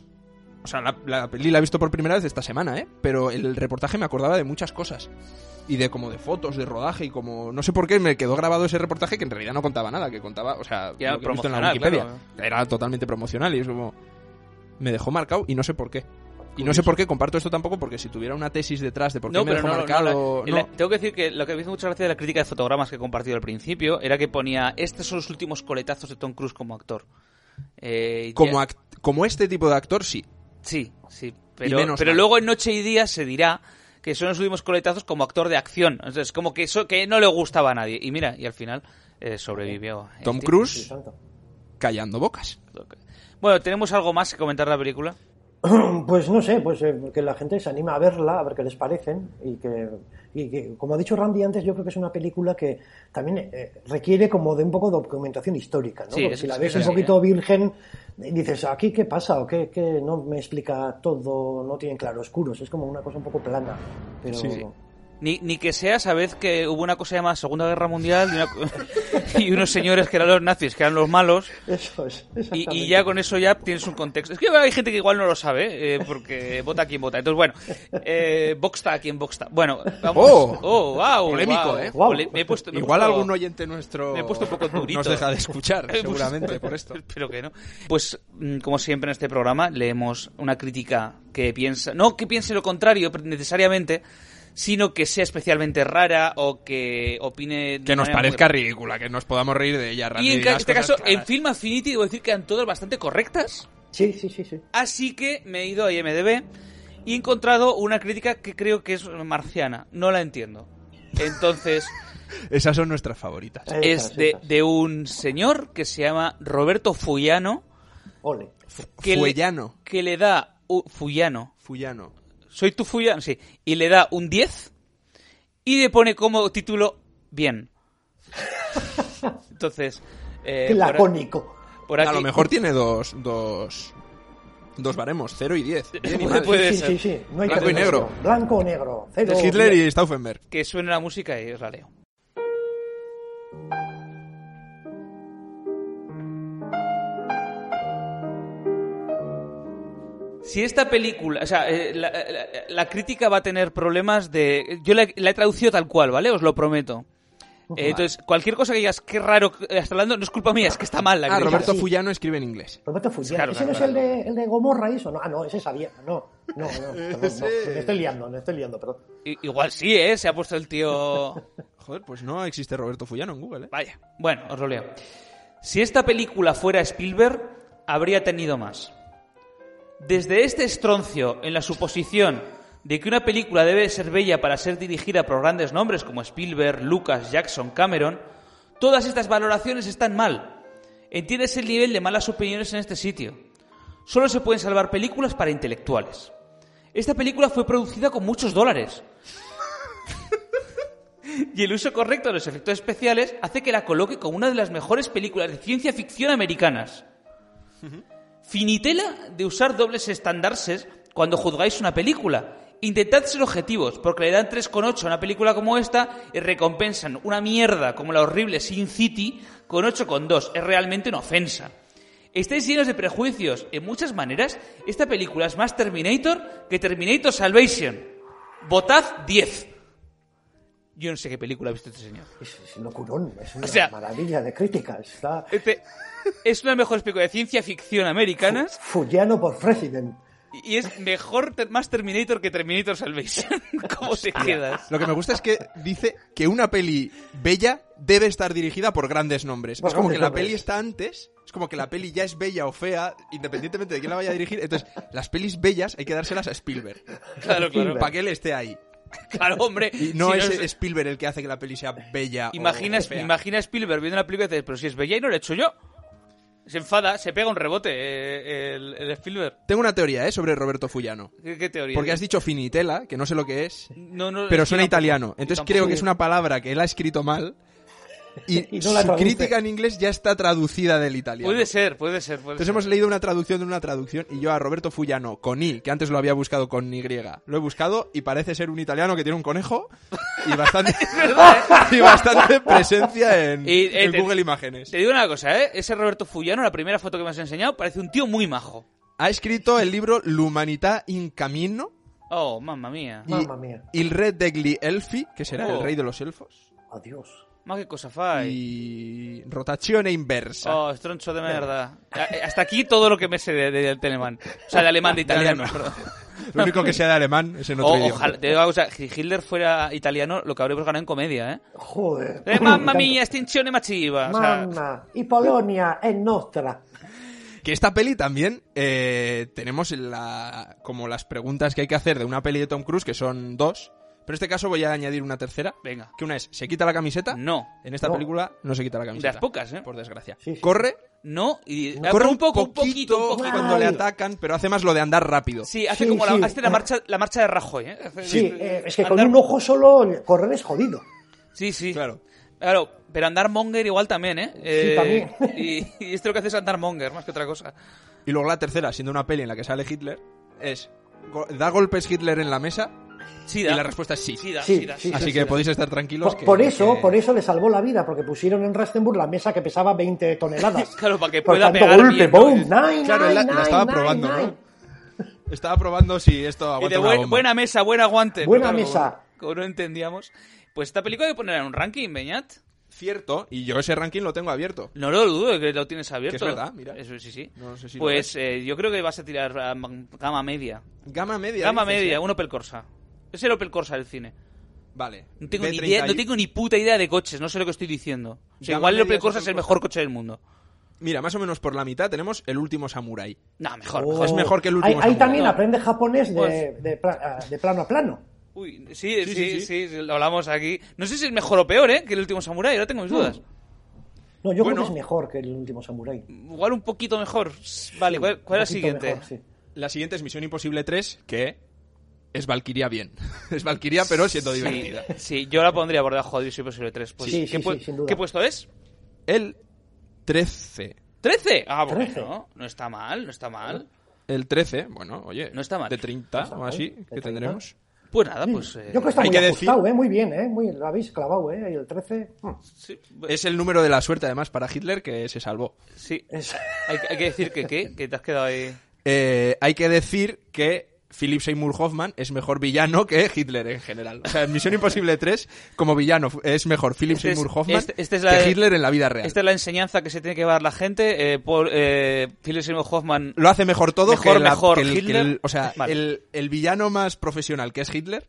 Speaker 2: o sea, la, la peli la he visto por primera vez esta semana, ¿eh? Pero el reportaje me acordaba de muchas cosas. Y de como de fotos, de rodaje, y como... No sé por qué me quedó grabado ese reportaje que en realidad no contaba nada, que contaba... O sea,
Speaker 3: Que era
Speaker 2: lo que he visto en la
Speaker 3: promocional,
Speaker 2: Wikipedia.
Speaker 3: claro.
Speaker 2: Era totalmente promocional y es como... me dejó marcado y no sé por qué. Y no sé por qué comparto esto tampoco, porque si tuviera una tesis detrás de por qué
Speaker 3: No,
Speaker 2: me
Speaker 3: pero
Speaker 2: dejó
Speaker 3: no, no,
Speaker 2: marcado.
Speaker 3: no, la-
Speaker 2: no.
Speaker 3: Tengo que decir que lo que me hizo mucha gracia de la crítica de fotogramas que he compartido al principio era que ponía: Estos son los últimos coletazos de Tom Cruise como actor. Eh, y
Speaker 2: Como,
Speaker 3: ya-
Speaker 2: act- como este tipo de actor, sí.
Speaker 3: Sí, sí. Pero,
Speaker 2: menos
Speaker 3: pero
Speaker 2: mal.
Speaker 3: luego en Noche y Día se dirá que son los últimos coletazos como actor de acción. Entonces, como que eso que no le gustaba a nadie. Y mira, y al final eh, sobrevivió. este el
Speaker 2: Tom
Speaker 3: tío.
Speaker 4: Sí,
Speaker 2: Cruise
Speaker 4: santo.
Speaker 2: callando bocas.
Speaker 3: Bueno, ¿tenemos algo más que comentar de la película?
Speaker 4: Pues no sé, pues eh, que la gente se anima a verla, a ver qué les parecen y que, y que, como ha dicho Randy antes, yo creo que es una película que también eh, requiere como de un poco de documentación histórica, ¿no?
Speaker 3: Sí,
Speaker 4: Porque
Speaker 3: eso
Speaker 4: si la
Speaker 3: sí,
Speaker 4: ves
Speaker 3: eso
Speaker 4: un
Speaker 3: sí,
Speaker 4: poquito virgen, eh, dices, ¿aquí qué pasa? ¿O qué, qué no me explica todo? No tienen claroscuros, es como una cosa un poco plana. Pero...
Speaker 2: Sí, sí.
Speaker 3: Ni, ni que sea, sabed que hubo una cosa llamada Segunda Guerra Mundial y, una- y unos señores que eran los nazis, que eran los malos,
Speaker 4: Eso es.
Speaker 3: y, y
Speaker 4: exactamente.
Speaker 3: ya con eso ya tienes un contexto. Es que hay gente que igual no lo sabe, eh, porque vota quien vota. Entonces, bueno, eh, Voxta a quien Voxta. Bueno, vamos.
Speaker 2: Oh.
Speaker 3: oh wow,
Speaker 2: Polémico,
Speaker 3: wow.
Speaker 2: ¿eh?
Speaker 4: Wow.
Speaker 3: Ole, me he puesto- me he
Speaker 2: Igual
Speaker 3: puesto-
Speaker 2: algún oyente nuestro
Speaker 3: me he puesto un poco durito.
Speaker 2: nos deja de escuchar,
Speaker 3: Me he puesto-
Speaker 2: seguramente, por esto.
Speaker 3: Espero que no. Pues, mm, como siempre en este programa, leemos una crítica que piensa. No que piense lo contrario pero necesariamente, sino que sea especialmente rara o que opine. de
Speaker 2: Que nos
Speaker 3: manera muy-
Speaker 2: parezca ridícula, que nos podamos reír de ella. Randy,
Speaker 3: Y en
Speaker 2: di
Speaker 3: ca-
Speaker 2: las
Speaker 3: este
Speaker 2: cosas
Speaker 3: caso, en
Speaker 2: claras.
Speaker 3: Film Affinity, debo decir que eran todas bastante correctas.
Speaker 4: Sí, sí, sí, sí.
Speaker 3: Así que me he ido a IMDb y he encontrado una crítica que creo que es marciana. No la entiendo. Entonces.
Speaker 2: Esas son nuestras favoritas.
Speaker 4: Ahí
Speaker 3: es
Speaker 4: estás,
Speaker 3: de,
Speaker 4: estás.
Speaker 3: de un señor que se llama Roberto Fullano,
Speaker 4: Ole.
Speaker 3: que le-
Speaker 2: Fuellano.
Speaker 3: que le da u- Fullano,
Speaker 2: Fullano.
Speaker 3: soy tu Fullano, sí, y le da un 10 y le pone como título bien. Entonces, eh,
Speaker 4: Qué
Speaker 3: por a-
Speaker 4: lacónico.
Speaker 3: por
Speaker 2: A
Speaker 3: aquí-
Speaker 2: lo mejor tiene dos, dos, dos baremos, 0 y 10. Bien y mal.
Speaker 3: Puede
Speaker 4: sí,
Speaker 3: ser.
Speaker 4: sí, sí. No hay
Speaker 2: Blanco y
Speaker 4: término
Speaker 2: negro.
Speaker 4: medio. Blanco o negro. Cero.
Speaker 2: Hitler y Stauffenberg.
Speaker 3: que suene la música y os la leo. Si esta película, o sea, eh, la, la- la crítica va a tener problemas de... Yo la, la he traducido tal cual, ¿vale? Os lo prometo. Eh, entonces, cualquier cosa que digas, qué raro, eh, está hablando, no es culpa mía, es que está mal la
Speaker 2: Ah,
Speaker 3: crítica.
Speaker 2: Roberto
Speaker 4: sí.
Speaker 2: Fullano escribe en inglés.
Speaker 4: Roberto Fujiano.
Speaker 3: Claro,
Speaker 4: ¿Ese
Speaker 3: claro,
Speaker 4: no es
Speaker 3: claro.
Speaker 4: el de, el de Gomorra y eso? No, ah, no, ese sabía. No, no, no. perdón, no. Me estoy liando, me estoy liando, perdón.
Speaker 3: I- Igual sí, ¿eh? Se ha puesto el tío...
Speaker 2: Joder, pues no existe Roberto Fullano en Google, ¿eh?
Speaker 3: Vaya. Bueno, os lo leo. Si esta película fuera Spielberg, habría tenido más. Desde este estroncio en la suposición de que una película debe ser bella para ser dirigida por grandes nombres como Spielberg, Lucas, Jackson, Cameron, todas estas valoraciones están mal. Entiendes el nivel de malas opiniones en este sitio. Solo se pueden salvar películas para intelectuales. Esta película fue producida con muchos dólares. Y el uso correcto de los efectos especiales hace que la coloque como una de las mejores películas de ciencia ficción americanas. Finitela de usar dobles estandarses cuando juzgáis una película. Intentad ser objetivos, porque le dan 3,8 a una película como esta y recompensan una mierda como la horrible Sin City con 8,2. Es realmente una ofensa. Estáis llenos de prejuicios. En muchas maneras, esta película es más Terminator que Terminator Salvation. Votad 10. Yo no sé qué película ha visto este señor.
Speaker 4: Es, es un locurón, es una
Speaker 3: O sea-
Speaker 4: maravilla de crítica. Está
Speaker 3: Este es una mejor película de ciencia ficción americanas
Speaker 4: Fujiano por president.
Speaker 3: y es mejor, ter- más Terminator que Terminator Salvation. ¿Cómo te quedas?
Speaker 2: Lo que me gusta es que dice que una peli bella debe estar dirigida por grandes nombres.
Speaker 4: Por
Speaker 2: es como que
Speaker 4: grandes
Speaker 2: la
Speaker 4: nombres.
Speaker 2: peli está antes, es como que la peli ya es bella o fea, independientemente de quién la vaya a dirigir. Entonces, las pelis bellas hay que dárselas a Spielberg.
Speaker 3: Claro, claro.
Speaker 2: Para que él esté ahí.
Speaker 3: Claro, hombre.
Speaker 2: Y no
Speaker 3: si
Speaker 2: es Oh, Spielberg el que hace que la peli sea bella
Speaker 3: imagina,
Speaker 2: o fea.
Speaker 3: imagina a Spielberg viendo una película y dices, pero si es bella y no la he hecho yo. Se enfada, se pega un rebote eh, el, el Spielberg.
Speaker 2: Tengo una teoría, ¿eh? Sobre Roberto Fullano.
Speaker 3: ¿Qué, qué teoría?
Speaker 2: Porque has dicho finitela, que no sé lo que es,
Speaker 3: No, no,
Speaker 2: pero
Speaker 3: yo
Speaker 2: suena
Speaker 3: tampoco.
Speaker 2: italiano.
Speaker 3: Yo
Speaker 2: Entonces
Speaker 3: tampoco.
Speaker 2: creo que es una palabra que él ha escrito mal y,
Speaker 4: Y no la
Speaker 2: su
Speaker 4: traduce.
Speaker 2: crítica en inglés ya está traducida del italiano.
Speaker 3: Puede ser, puede ser. puede
Speaker 2: Entonces
Speaker 3: ser.
Speaker 2: hemos leído una traducción de una traducción y yo a Roberto Fullano con I, que antes lo había buscado con Y, lo he buscado y parece ser un italiano que tiene un conejo y bastante, y bastante presencia en,
Speaker 3: ¿eh? Y, eh,
Speaker 2: en
Speaker 3: te-
Speaker 2: Google Imágenes.
Speaker 3: Te digo una cosa, ¿eh? Ese Roberto Fullano, la primera foto que me has enseñado, parece un tío muy majo.
Speaker 2: Ha escrito el libro L'umanità in camino
Speaker 3: Oh, mamma mía.
Speaker 2: y
Speaker 4: Mamma mía.
Speaker 2: Il re degli elfi, que será
Speaker 3: Oh.
Speaker 2: el rey de los elfos.
Speaker 4: Adiós.
Speaker 3: Ma che cosa fai?
Speaker 2: y rotación inversa.
Speaker 3: Oh, estroncho de mierda. Eh, Hasta aquí todo lo que me sé de- de- del telemán. O sea, de alemán, de italiano, perdón.
Speaker 2: Lo único que sea de alemán es en otro
Speaker 3: O-
Speaker 2: idioma.
Speaker 3: Oh, ojalá, te digo una cosa, si Hitler fuera italiano, lo que habríamos ganado en comedia, ¿eh?
Speaker 4: Joder.
Speaker 3: Eh, mamma mía, extinción masiva. O sea,
Speaker 4: Mamma. Y Polonia es nuestra.
Speaker 2: Que esta peli también eh, tenemos la, como las preguntas que hay que hacer de una peli de Tom Cruise, que son dos. Pero en este caso voy a añadir una tercera.
Speaker 3: venga.
Speaker 2: Que una es, ¿se quita la camiseta?
Speaker 3: No.
Speaker 2: En esta
Speaker 4: No.
Speaker 2: película no se quita la
Speaker 3: De
Speaker 2: camiseta.
Speaker 3: las pocas, ¿eh?
Speaker 2: Por desgracia.
Speaker 4: Sí, sí.
Speaker 2: Corre.
Speaker 3: No, y eh,
Speaker 2: Corre
Speaker 3: un poco, un poquito, un poquito.
Speaker 2: cuando le
Speaker 4: Ay.
Speaker 2: atacan, pero hace más lo de andar rápido.
Speaker 3: Sí, hace
Speaker 4: Sí,
Speaker 3: como la,
Speaker 4: sí.
Speaker 3: hace la marcha, la marcha de Rajoy, ¿eh? Hace-
Speaker 4: Sí, eh, es que con
Speaker 3: andar-
Speaker 4: un ojo solo correr es jodido.
Speaker 3: Sí, sí.
Speaker 2: Claro.
Speaker 3: Claro, pero andar monger igual también, ¿eh? Eh,
Speaker 4: también.
Speaker 3: Y, y esto lo que hace es andar monger, más que otra cosa.
Speaker 2: Y luego la tercera, siendo una peli en la que sale Hitler, es, go- ¿da golpes Hitler en la mesa?
Speaker 3: Sí,
Speaker 2: Y
Speaker 3: da.
Speaker 2: la respuesta es sí.
Speaker 3: Sí, da,
Speaker 4: Sí,
Speaker 3: sí, da,
Speaker 4: sí,
Speaker 3: sí, da,
Speaker 2: Así
Speaker 3: sí,
Speaker 2: que
Speaker 3: da.
Speaker 2: podéis estar tranquilos.
Speaker 4: Por,
Speaker 2: que-
Speaker 4: por eso,
Speaker 2: que-
Speaker 4: por eso le salvó la vida, porque pusieron en Rastenburg la mesa que pesaba 20 toneladas.
Speaker 3: Claro, para que
Speaker 4: Por
Speaker 3: pueda
Speaker 4: tanto,
Speaker 3: pegar
Speaker 4: golpe,
Speaker 3: bien, ¿no?
Speaker 4: boom, nine,
Speaker 2: Claro, él la,
Speaker 4: nine,
Speaker 2: la estaba
Speaker 4: nine,
Speaker 2: probando,
Speaker 4: nine.
Speaker 2: ¿no? Estaba probando si esto
Speaker 3: Y
Speaker 2: aguanta
Speaker 3: de
Speaker 2: una
Speaker 3: buen-
Speaker 2: bomba.
Speaker 3: buena mesa, buen aguante.
Speaker 4: Buena
Speaker 3: Claro,
Speaker 4: mesa.
Speaker 3: Como, como no entendíamos. Pues esta película hay que ponerla en un ranking, Beñat.
Speaker 2: Cierto, y yo ese ranking lo tengo abierto.
Speaker 3: No lo dudo que lo tienes abierto.
Speaker 2: Que es verdad, mira.
Speaker 3: Eso sí, sí.
Speaker 2: No sé si lo
Speaker 3: pues eh, yo creo que vas a tirar a ma- gama media.
Speaker 2: Gama media.
Speaker 3: Gama
Speaker 2: dices,
Speaker 3: media,
Speaker 2: ¿eh?
Speaker 3: un Opel Corsa. Es el Opel Corsa del cine.
Speaker 2: Vale.
Speaker 3: No tengo, ni
Speaker 2: B30
Speaker 3: idea, no
Speaker 2: y-
Speaker 3: tengo ni puta idea de coches, no sé lo que estoy diciendo. O sea,
Speaker 2: Gama
Speaker 3: igual el
Speaker 2: media
Speaker 3: Opel
Speaker 2: es
Speaker 3: Corsa
Speaker 2: Opel
Speaker 3: es el
Speaker 2: Corsa.
Speaker 3: mejor coche del mundo.
Speaker 2: Mira, más o menos por la mitad tenemos el último samurái.
Speaker 3: No, mejor.
Speaker 4: Oh.
Speaker 3: mejor.
Speaker 2: Es mejor que el último
Speaker 4: Ahí- Ahí,
Speaker 2: samurai.
Speaker 4: también
Speaker 3: No.
Speaker 4: aprende japonés de,
Speaker 3: Pues-
Speaker 4: de pla- ah, de plano a plano.
Speaker 3: Uy, sí sí sí,
Speaker 2: Sí, sí,
Speaker 3: sí, lo hablamos aquí. No sé si es mejor o peor, ¿eh? Que el último Samurai, ahora tengo
Speaker 2: Uh.
Speaker 3: mis dudas.
Speaker 4: No, yo
Speaker 2: Bueno.
Speaker 4: creo que es mejor que el último samurái.
Speaker 3: Igual un poquito mejor. Vale, ¿cuál, cuál es la
Speaker 4: Un poquito
Speaker 3: siguiente? Eh,
Speaker 4: mejor, sí.
Speaker 2: La siguiente es Misión Imposible 3, que es Valkyria bien. es Valkyria, pero siendo divertida.
Speaker 3: Sí, yo la pondría por debajo de Misión Imposible 3. Pues,
Speaker 4: Sí,
Speaker 3: ¿qué,
Speaker 4: sí,
Speaker 3: pu-
Speaker 4: sí, sin duda.
Speaker 3: ¿Qué puesto es?
Speaker 2: El 13.
Speaker 3: ¡13! Ah, bueno,
Speaker 4: Trece.
Speaker 3: no está mal, no está mal.
Speaker 2: El 13, bueno, oye.
Speaker 3: No está mal.
Speaker 2: De 30 o
Speaker 4: mal,
Speaker 2: así,
Speaker 4: de
Speaker 2: que
Speaker 4: 30.
Speaker 2: tendremos.
Speaker 3: Pues nada, pues... eh,
Speaker 4: Yo creo que está
Speaker 2: hay
Speaker 4: muy
Speaker 2: que decir-
Speaker 4: ajustado, ¿eh? Muy bien, ¿eh? Muy, lo habéis clavado, ¿eh? Y el 13... hmm,
Speaker 3: sí, eh,
Speaker 2: Es el número de la suerte, además, para Hitler, que se salvó.
Speaker 3: sí.
Speaker 4: es-
Speaker 3: Hay, que- hay que decir que qué, que te has quedado ahí...
Speaker 2: Eh, hay que decir que Philip Seymour Hoffman es mejor villano que Hitler en general. O sea, en Misión Imposible 3, como villano, es mejor Philip
Speaker 3: Este es-
Speaker 2: Seymour Hoffman
Speaker 3: este- este es la
Speaker 2: que
Speaker 3: de-
Speaker 2: Hitler en la vida real.
Speaker 3: Esta es la enseñanza que se tiene que dar la gente. Eh, por eh, Philip Seymour Hoffman
Speaker 2: Lo hace mejor todo
Speaker 3: Mejor,
Speaker 2: que, la-
Speaker 3: mejor,
Speaker 2: que el, que
Speaker 3: Hitler.
Speaker 2: el- O sea,
Speaker 3: Vale.
Speaker 2: el, el villano más profesional que es Hitler,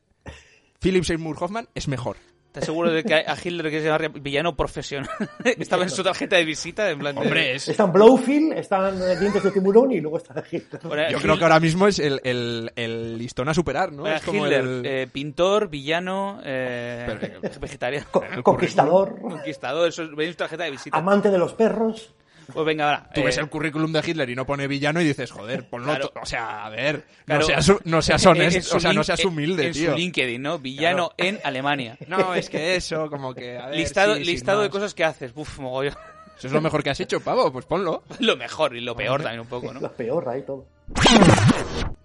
Speaker 2: Philip Seymour Hoffman, es mejor.
Speaker 3: Te aseguro de que a Hitler que se llama villano profesional. Estaba en su tarjeta de visita, en plan de-
Speaker 2: Hombre, es...
Speaker 4: Están Blowfield, están eh, Dientes de Tiburón y luego está Hitler.
Speaker 3: Bueno,
Speaker 2: Yo
Speaker 3: Hitler-
Speaker 2: creo que ahora mismo es el, el- el listón a superar, ¿no?
Speaker 3: bueno,
Speaker 2: es como
Speaker 3: Hitler,
Speaker 2: el...
Speaker 3: eh, pintor, villano, eh,
Speaker 2: Pero-
Speaker 3: vegetariano,
Speaker 4: Co- Conquistador,
Speaker 3: conquistador, eso es venís tarjeta de visita.
Speaker 4: amante de los perros.
Speaker 3: Pues venga, ahora.
Speaker 2: Tú
Speaker 3: eh,
Speaker 2: ves el currículum de Hitler y no pone villano y dices, joder, ponlo.
Speaker 3: Claro.
Speaker 2: to- O sea, a ver,
Speaker 3: Claro.
Speaker 2: no seas, no seas
Speaker 3: en- en
Speaker 2: honesto,
Speaker 3: su
Speaker 2: o sea, no
Speaker 3: link-
Speaker 2: seas
Speaker 3: en-
Speaker 2: humilde,
Speaker 3: en su
Speaker 2: tío.
Speaker 3: LinkedIn, ¿no? Villano en Alemania.
Speaker 2: No, es que eso, como que. a ver,
Speaker 3: listado
Speaker 2: sí, sin
Speaker 3: listado de
Speaker 2: más.
Speaker 3: cosas que haces. Uf, mogollón.
Speaker 2: Eso es lo mejor que has hecho, pavo, pues ponlo.
Speaker 3: Lo mejor y lo peor también un poco, ¿no?
Speaker 4: Lo peor, ahí todo.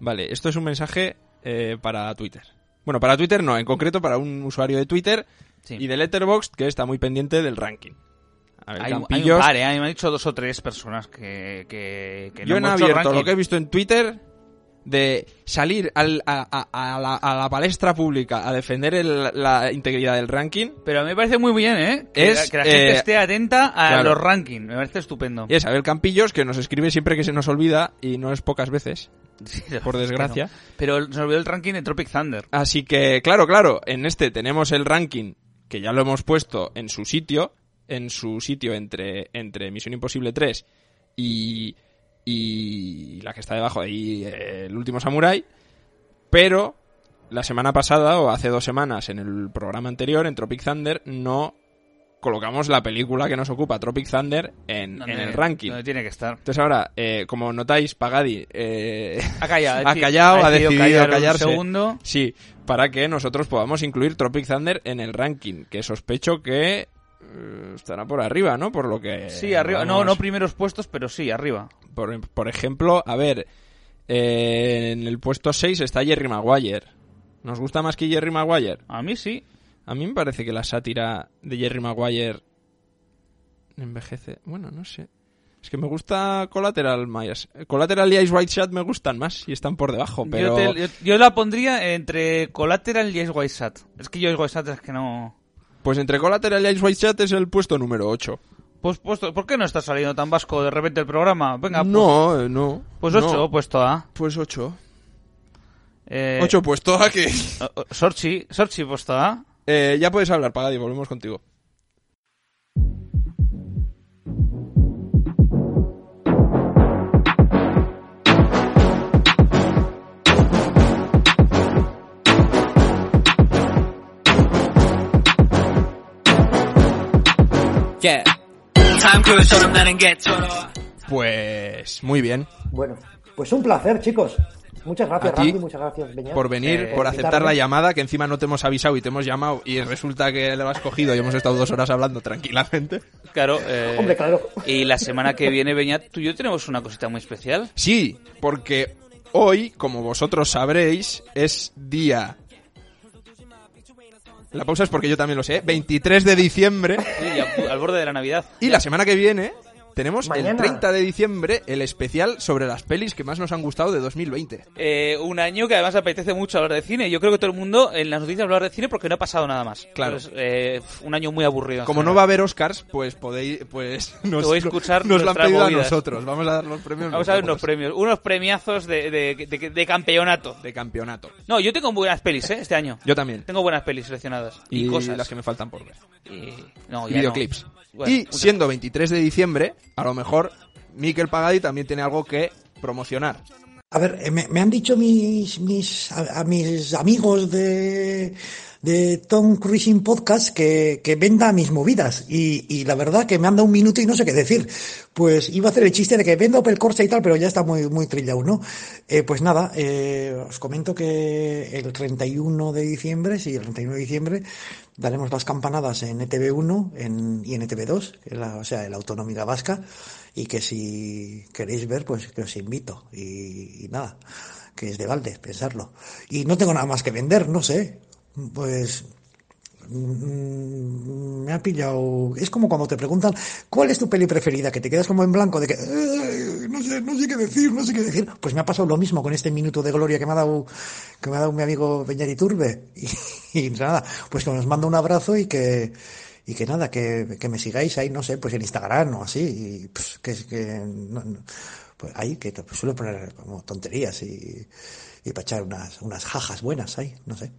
Speaker 2: Vale, esto es un mensaje eh, para Twitter. Bueno, para Twitter no, en concreto para un usuario de Twitter
Speaker 3: Sí.
Speaker 2: y de Letterboxd que está muy pendiente del ranking. A ver,
Speaker 3: Hay, un- hay un
Speaker 2: Campillos.
Speaker 3: par, ¿eh? A mí Me han dicho dos o tres personas que, que, que no
Speaker 2: Yo he
Speaker 3: hemos hecho
Speaker 2: abierto
Speaker 3: ranking.
Speaker 2: lo que he visto en Twitter de salir al- a, a- a la, a la palestra pública a defender el- la integridad del ranking.
Speaker 3: Pero a mí me parece muy bien, ¿eh? Que,
Speaker 2: Es,
Speaker 3: la, que la gente
Speaker 2: eh,
Speaker 3: esté atenta a
Speaker 2: claro. Eh,
Speaker 3: los rankings. Me parece estupendo.
Speaker 2: Y es Abel Campillos que nos escribe siempre que se nos olvida y no es pocas veces.
Speaker 3: Sí, la
Speaker 2: por
Speaker 3: verdad es que
Speaker 2: desgracia.
Speaker 3: no. Pero el- se olvidó el ranking de Tropic Thunder.
Speaker 2: Así que, claro, claro, en este tenemos el ranking que ya lo hemos puesto en su sitio, en su sitio entre, entre Misión Imposible 3 y, y la que está debajo ahí, eh, el último Samurai. Pero la semana pasada, o hace dos semanas, en el programa anterior, en Tropic Thunder, no colocamos la película que nos ocupa, Tropic Thunder, en, en
Speaker 3: Donde-
Speaker 2: el ranking.
Speaker 3: Eh, Donde tiene que estar.
Speaker 2: Entonces ahora, eh, como notáis, Pagadi eh,
Speaker 3: Ha callado.
Speaker 2: ha callado, ha decidido,
Speaker 3: callar un
Speaker 2: callarse.
Speaker 3: segundo.
Speaker 2: Sí, para que nosotros podamos incluir Tropic Thunder en el ranking, que sospecho que eh, estará por arriba, ¿no? Por lo que...
Speaker 3: Sí, arriba. No,
Speaker 2: Eh, vamos,
Speaker 3: no primeros puestos, pero sí, arriba.
Speaker 2: por, por ejemplo, a ver, eh, en el puesto 6 está Jerry Maguire. ¿Nos gusta más que Jerry Maguire?
Speaker 3: A mí sí.
Speaker 2: A mí me parece que la sátira de Jerry Maguire envejece. Bueno, no sé. Es que me gusta Collateral Myers. Collateral y Ice White Shad me gustan más y están por debajo, pero...
Speaker 3: Yo, te- yo- yo la pondría entre Collateral y Ice White Sat. Es que yo Ice White Sat es que no...
Speaker 2: Pues entre Collateral y Ice White Chat es el puesto número 8.
Speaker 3: Pues puesto, ¿por qué no está saliendo tan vasco de repente el programa? Venga,
Speaker 2: No, eh, no.
Speaker 3: pues, pues
Speaker 2: no.
Speaker 3: 8 puesto A.
Speaker 2: Pues 8.
Speaker 3: Eh,
Speaker 2: 8 puesto a que...
Speaker 3: o- o- Sorchi, Sorchi puesto A.
Speaker 2: Eh, ya puedes hablar, Pagadi, volvemos contigo.
Speaker 6: Yeah. Time Cruise 저런 나는 게 저러워.
Speaker 2: Pues muy bien.
Speaker 7: Bueno, pues un placer, chicos. Muchas gracias,
Speaker 2: A ti
Speaker 7: Randy. Muchas gracias, Beñat.
Speaker 2: por venir,
Speaker 7: Eh,
Speaker 2: por aceptar la
Speaker 7: invitarme.
Speaker 2: llamada, que encima no te hemos avisado y te hemos llamado y resulta que le has cogido y hemos estado dos horas hablando tranquilamente.
Speaker 3: Claro, eh,
Speaker 7: Hombre, claro.
Speaker 3: Y la semana que viene, Beñat, tú y yo tenemos una cosita muy especial.
Speaker 2: Sí, porque hoy, como vosotros sabréis, es día... La pausa es porque yo también lo sé, 23 de diciembre.
Speaker 3: Sí, ya, al borde de la Navidad.
Speaker 2: Y la semana que viene tenemos el
Speaker 7: Mañana.
Speaker 2: 30 de diciembre el especial sobre las pelis que más nos han gustado de 2020.
Speaker 3: Eh, un año que además apetece mucho hablar de cine. Yo creo que todo el mundo en las noticias va a hablar de cine porque no ha pasado nada más.
Speaker 2: Claro.
Speaker 3: Entonces, eh, un año muy aburrido. en
Speaker 2: Como no va a
Speaker 3: general.
Speaker 2: haber Oscars, pues podéis, pues nos,
Speaker 3: Te voy a escuchar
Speaker 2: nos lo han
Speaker 3: nuestras
Speaker 2: pedido a
Speaker 3: movidas.
Speaker 2: nosotros. Vamos a dar los premios.
Speaker 3: Vamos a ver unos
Speaker 2: nosotros.
Speaker 3: premios, unos premiazos de, de- de- de campeonato.
Speaker 2: de campeonato.
Speaker 3: No, yo tengo buenas pelis, ¿eh? Este año.
Speaker 2: Yo también.
Speaker 3: Tengo buenas pelis seleccionadas. Y,
Speaker 2: Y,
Speaker 3: cosas.
Speaker 2: las que me faltan por ver.
Speaker 3: Y- no,
Speaker 2: Y
Speaker 3: ya no.
Speaker 2: videoclips.
Speaker 3: Bueno,
Speaker 2: y
Speaker 3: muchas-
Speaker 2: siendo 23 de diciembre, a lo mejor Miquel Pagadi también tiene algo que promocionar.
Speaker 4: A ver, eh, me, me han dicho mis, mis, a, a mis amigos de, de Tom Cruising Podcast que, que venda mis movidas. Y, y la verdad que me han dado un minuto y no sé qué decir. Pues iba a hacer el chiste de que vendo Opel Corsa y tal, pero ya está muy, muy trillado, ¿no? Eh, pues nada, eh, os comento que el 31 de diciembre, sí, el 31 de diciembre, daremos las campanadas en E ETV1 en, y en E ETV2, que es la- o sea, en la autonómica vasca, y que si queréis ver, pues que os invito. Y, y nada, que es de balde pensarlo. Y no tengo nada más que vender, no sé. Pues mm, me ha pillado. Es como cuando te preguntan cuál es tu peli preferida, que te quedas como en blanco de que "Eh, no sé, no sé qué decir, no sé qué decir. Pues me ha pasado lo mismo con este minuto de gloria que me ha dado que me ha dado mi amigo Beñari Turbe. Y, y nada, pues que os mando un abrazo y que y que nada, que, que me sigáis ahí, no sé, pues en Instagram o así, y pues, que que no- no, pues ahí que pues, suelo poner como tonterías y, y para echar unas, unas jajas buenas ahí, no sé.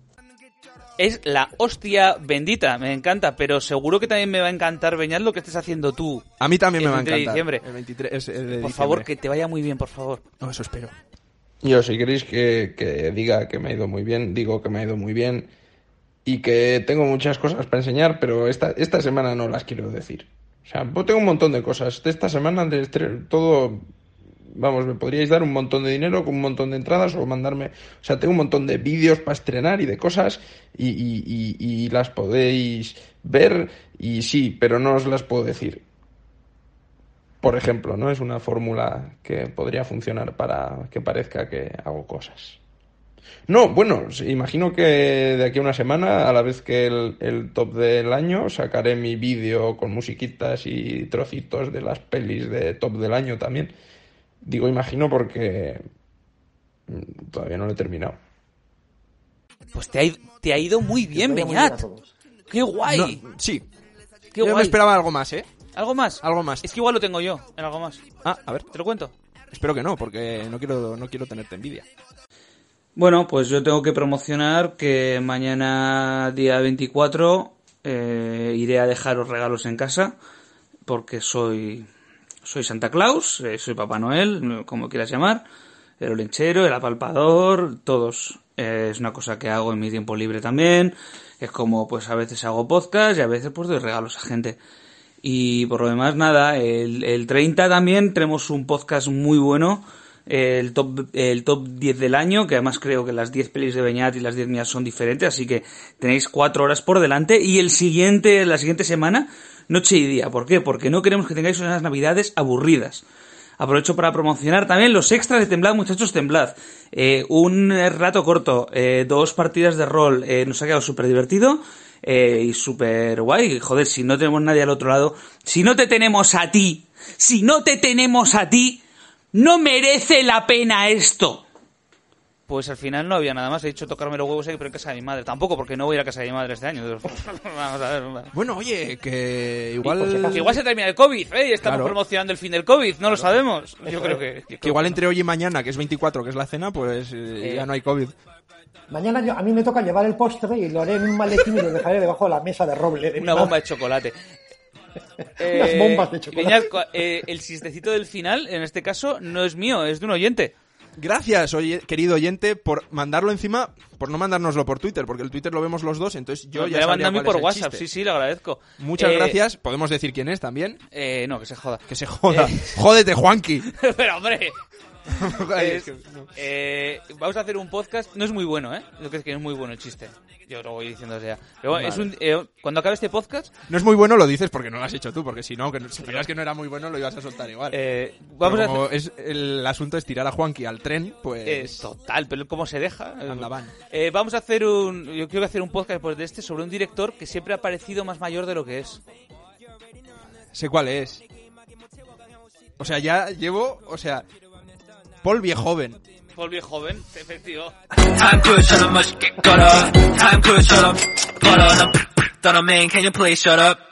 Speaker 3: Es la hostia bendita, me encanta, pero seguro que también me va a encantar, Beñat, lo que estés haciendo tú.
Speaker 2: A mí también
Speaker 3: El
Speaker 2: me va a
Speaker 3: 23 de
Speaker 2: encantar.
Speaker 3: diciembre.
Speaker 2: El 23 es- es de
Speaker 3: Por
Speaker 2: diciembre.
Speaker 3: favor, que te vaya muy bien, por favor.
Speaker 2: No, eso espero.
Speaker 8: Yo, si queréis que, que diga que me ha ido muy bien, digo que me ha ido muy bien y que tengo muchas cosas para enseñar, pero esta, esta semana no las quiero decir. O sea, pues tengo un montón de cosas. De esta semana, de estre- todo, vamos, me podríais dar un montón de dinero con un montón de entradas o mandarme. O sea, tengo un montón de vídeos para estrenar y de cosas y, y- y- y las podéis ver y sí, pero no os las puedo decir. Por ejemplo, ¿no? Es una fórmula que podría funcionar para que parezca que hago cosas. No, bueno, sí, imagino que de aquí a una semana, a la vez que el, el top del año, sacaré mi vídeo con musiquitas y trocitos de las pelis de top del año también. Digo, imagino porque mm, todavía no lo he terminado.
Speaker 3: Pues te ha, ido- te ha ido muy bien,
Speaker 7: Que os vaya muy bien a
Speaker 3: Beñat.
Speaker 7: todos.
Speaker 3: ¡Qué guay!
Speaker 2: No, sí.
Speaker 3: ¡Qué
Speaker 2: Yo me
Speaker 3: guay!
Speaker 2: esperaba algo más, ¿eh?
Speaker 3: ¿Algo más?
Speaker 2: Algo más.
Speaker 3: Es que igual lo tengo yo, en algo más.
Speaker 2: Ah, a ver.
Speaker 3: ¿Te lo cuento?
Speaker 2: Espero que no, porque no quiero, no quiero tenerte envidia.
Speaker 3: Bueno, pues yo tengo que promocionar que mañana, día 24, eh, iré a dejaros regalos en casa, porque soy, soy Santa Claus, eh, soy Papá Noel, como quieras llamar, el olenchero, el apalpador, todos. Eh, es una cosa que hago en mi tiempo libre también. Es como, pues a veces hago podcast y a veces pues doy regalos a gente. Y por lo demás, nada, el, el 30 también tenemos un podcast muy bueno, el top, el top 10 del año, que además creo que las 10 pelis de Beñat y las 10 mías son diferentes, así que tenéis 4 horas por delante. Y el siguiente, la siguiente semana, noche y día. ¿Por qué? Porque no queremos que tengáis unas navidades aburridas. Aprovecho para promocionar también los extras de Temblad, muchachos, Temblad. Eh, un eh, rato corto, eh, dos partidas de rol, eh, nos ha quedado súper divertido eh, y súper guay. Joder, si no tenemos nadie al otro lado, si no te tenemos a ti, si no te tenemos a ti, no merece la pena esto. Pues al final no había nada más. He dicho tocarme los huevos ahí, pero en casa de mi madre. Tampoco, porque no voy a ir a casa de mi madre este año. Vamos a ver. va.
Speaker 2: Bueno, oye, que
Speaker 4: por
Speaker 2: igual.
Speaker 4: si acaso-
Speaker 3: Que igual se termina el COVID, ¿eh? Y Estamos
Speaker 2: Claro.
Speaker 3: promocionando el fin del COVID, no lo sabemos. Yo creo que...
Speaker 2: que igual entre hoy y mañana, que es 24, que es la cena, pues eh,
Speaker 3: Eh.
Speaker 2: ya no hay COVID.
Speaker 4: Mañana yo- a mí me toca llevar el postre y lo haré en un maletín y lo dejaré debajo de la mesa de roble. de mi
Speaker 3: Una bomba
Speaker 4: madre.
Speaker 3: de chocolate.
Speaker 4: Unas bombas de chocolate.
Speaker 3: Beñat, eh, el chistecito del final, en este caso, no es mío, es de un oyente.
Speaker 2: Gracias, oye- querido oyente, por mandarlo encima, por no mandárnoslo por Twitter, porque el Twitter lo vemos los dos, entonces yo
Speaker 3: Me
Speaker 2: ya
Speaker 3: la
Speaker 2: sabría
Speaker 3: manda a mí
Speaker 2: cuál
Speaker 3: por
Speaker 2: es el
Speaker 3: WhatsApp,
Speaker 2: chiste.
Speaker 3: sí, sí, le agradezco.
Speaker 2: Muchas
Speaker 3: Eh,
Speaker 2: gracias, podemos decir quién es también.
Speaker 3: eh, no, que se joda.
Speaker 2: Que se joda. Jódete, Juanqui.
Speaker 3: Pero hombre,
Speaker 2: Ay, es que-
Speaker 3: eh, vamos a hacer un podcast. No es muy bueno, ¿eh? Lo que es que no es muy bueno el chiste. Yo lo voy diciendo ya. Pero bueno, es un- eh, cuando acabe este podcast,
Speaker 2: No es muy bueno, lo dices porque no lo has hecho tú, porque si no, que no- si supieras que no era muy bueno, lo ibas a soltar igual.
Speaker 3: eh,
Speaker 2: Pero
Speaker 3: vamos a
Speaker 2: como
Speaker 3: hacer.
Speaker 2: es, el asunto es tirar a Juanqui al tren, pues.
Speaker 3: eh, total, pero ¿cómo se deja? Eh,
Speaker 2: Anda, van.
Speaker 3: eh, vamos a hacer un. Yo quiero hacer un podcast después de este sobre un director que siempre ha parecido más mayor de lo que es.
Speaker 2: Sé cuál es. O sea, ya llevo. O sea. Paul Viejoven.
Speaker 3: Volví joven, efectivo.
Speaker 9: Time could shut up, much get got up. Time could shut up, got up. Thought I'm man, can you please shut up?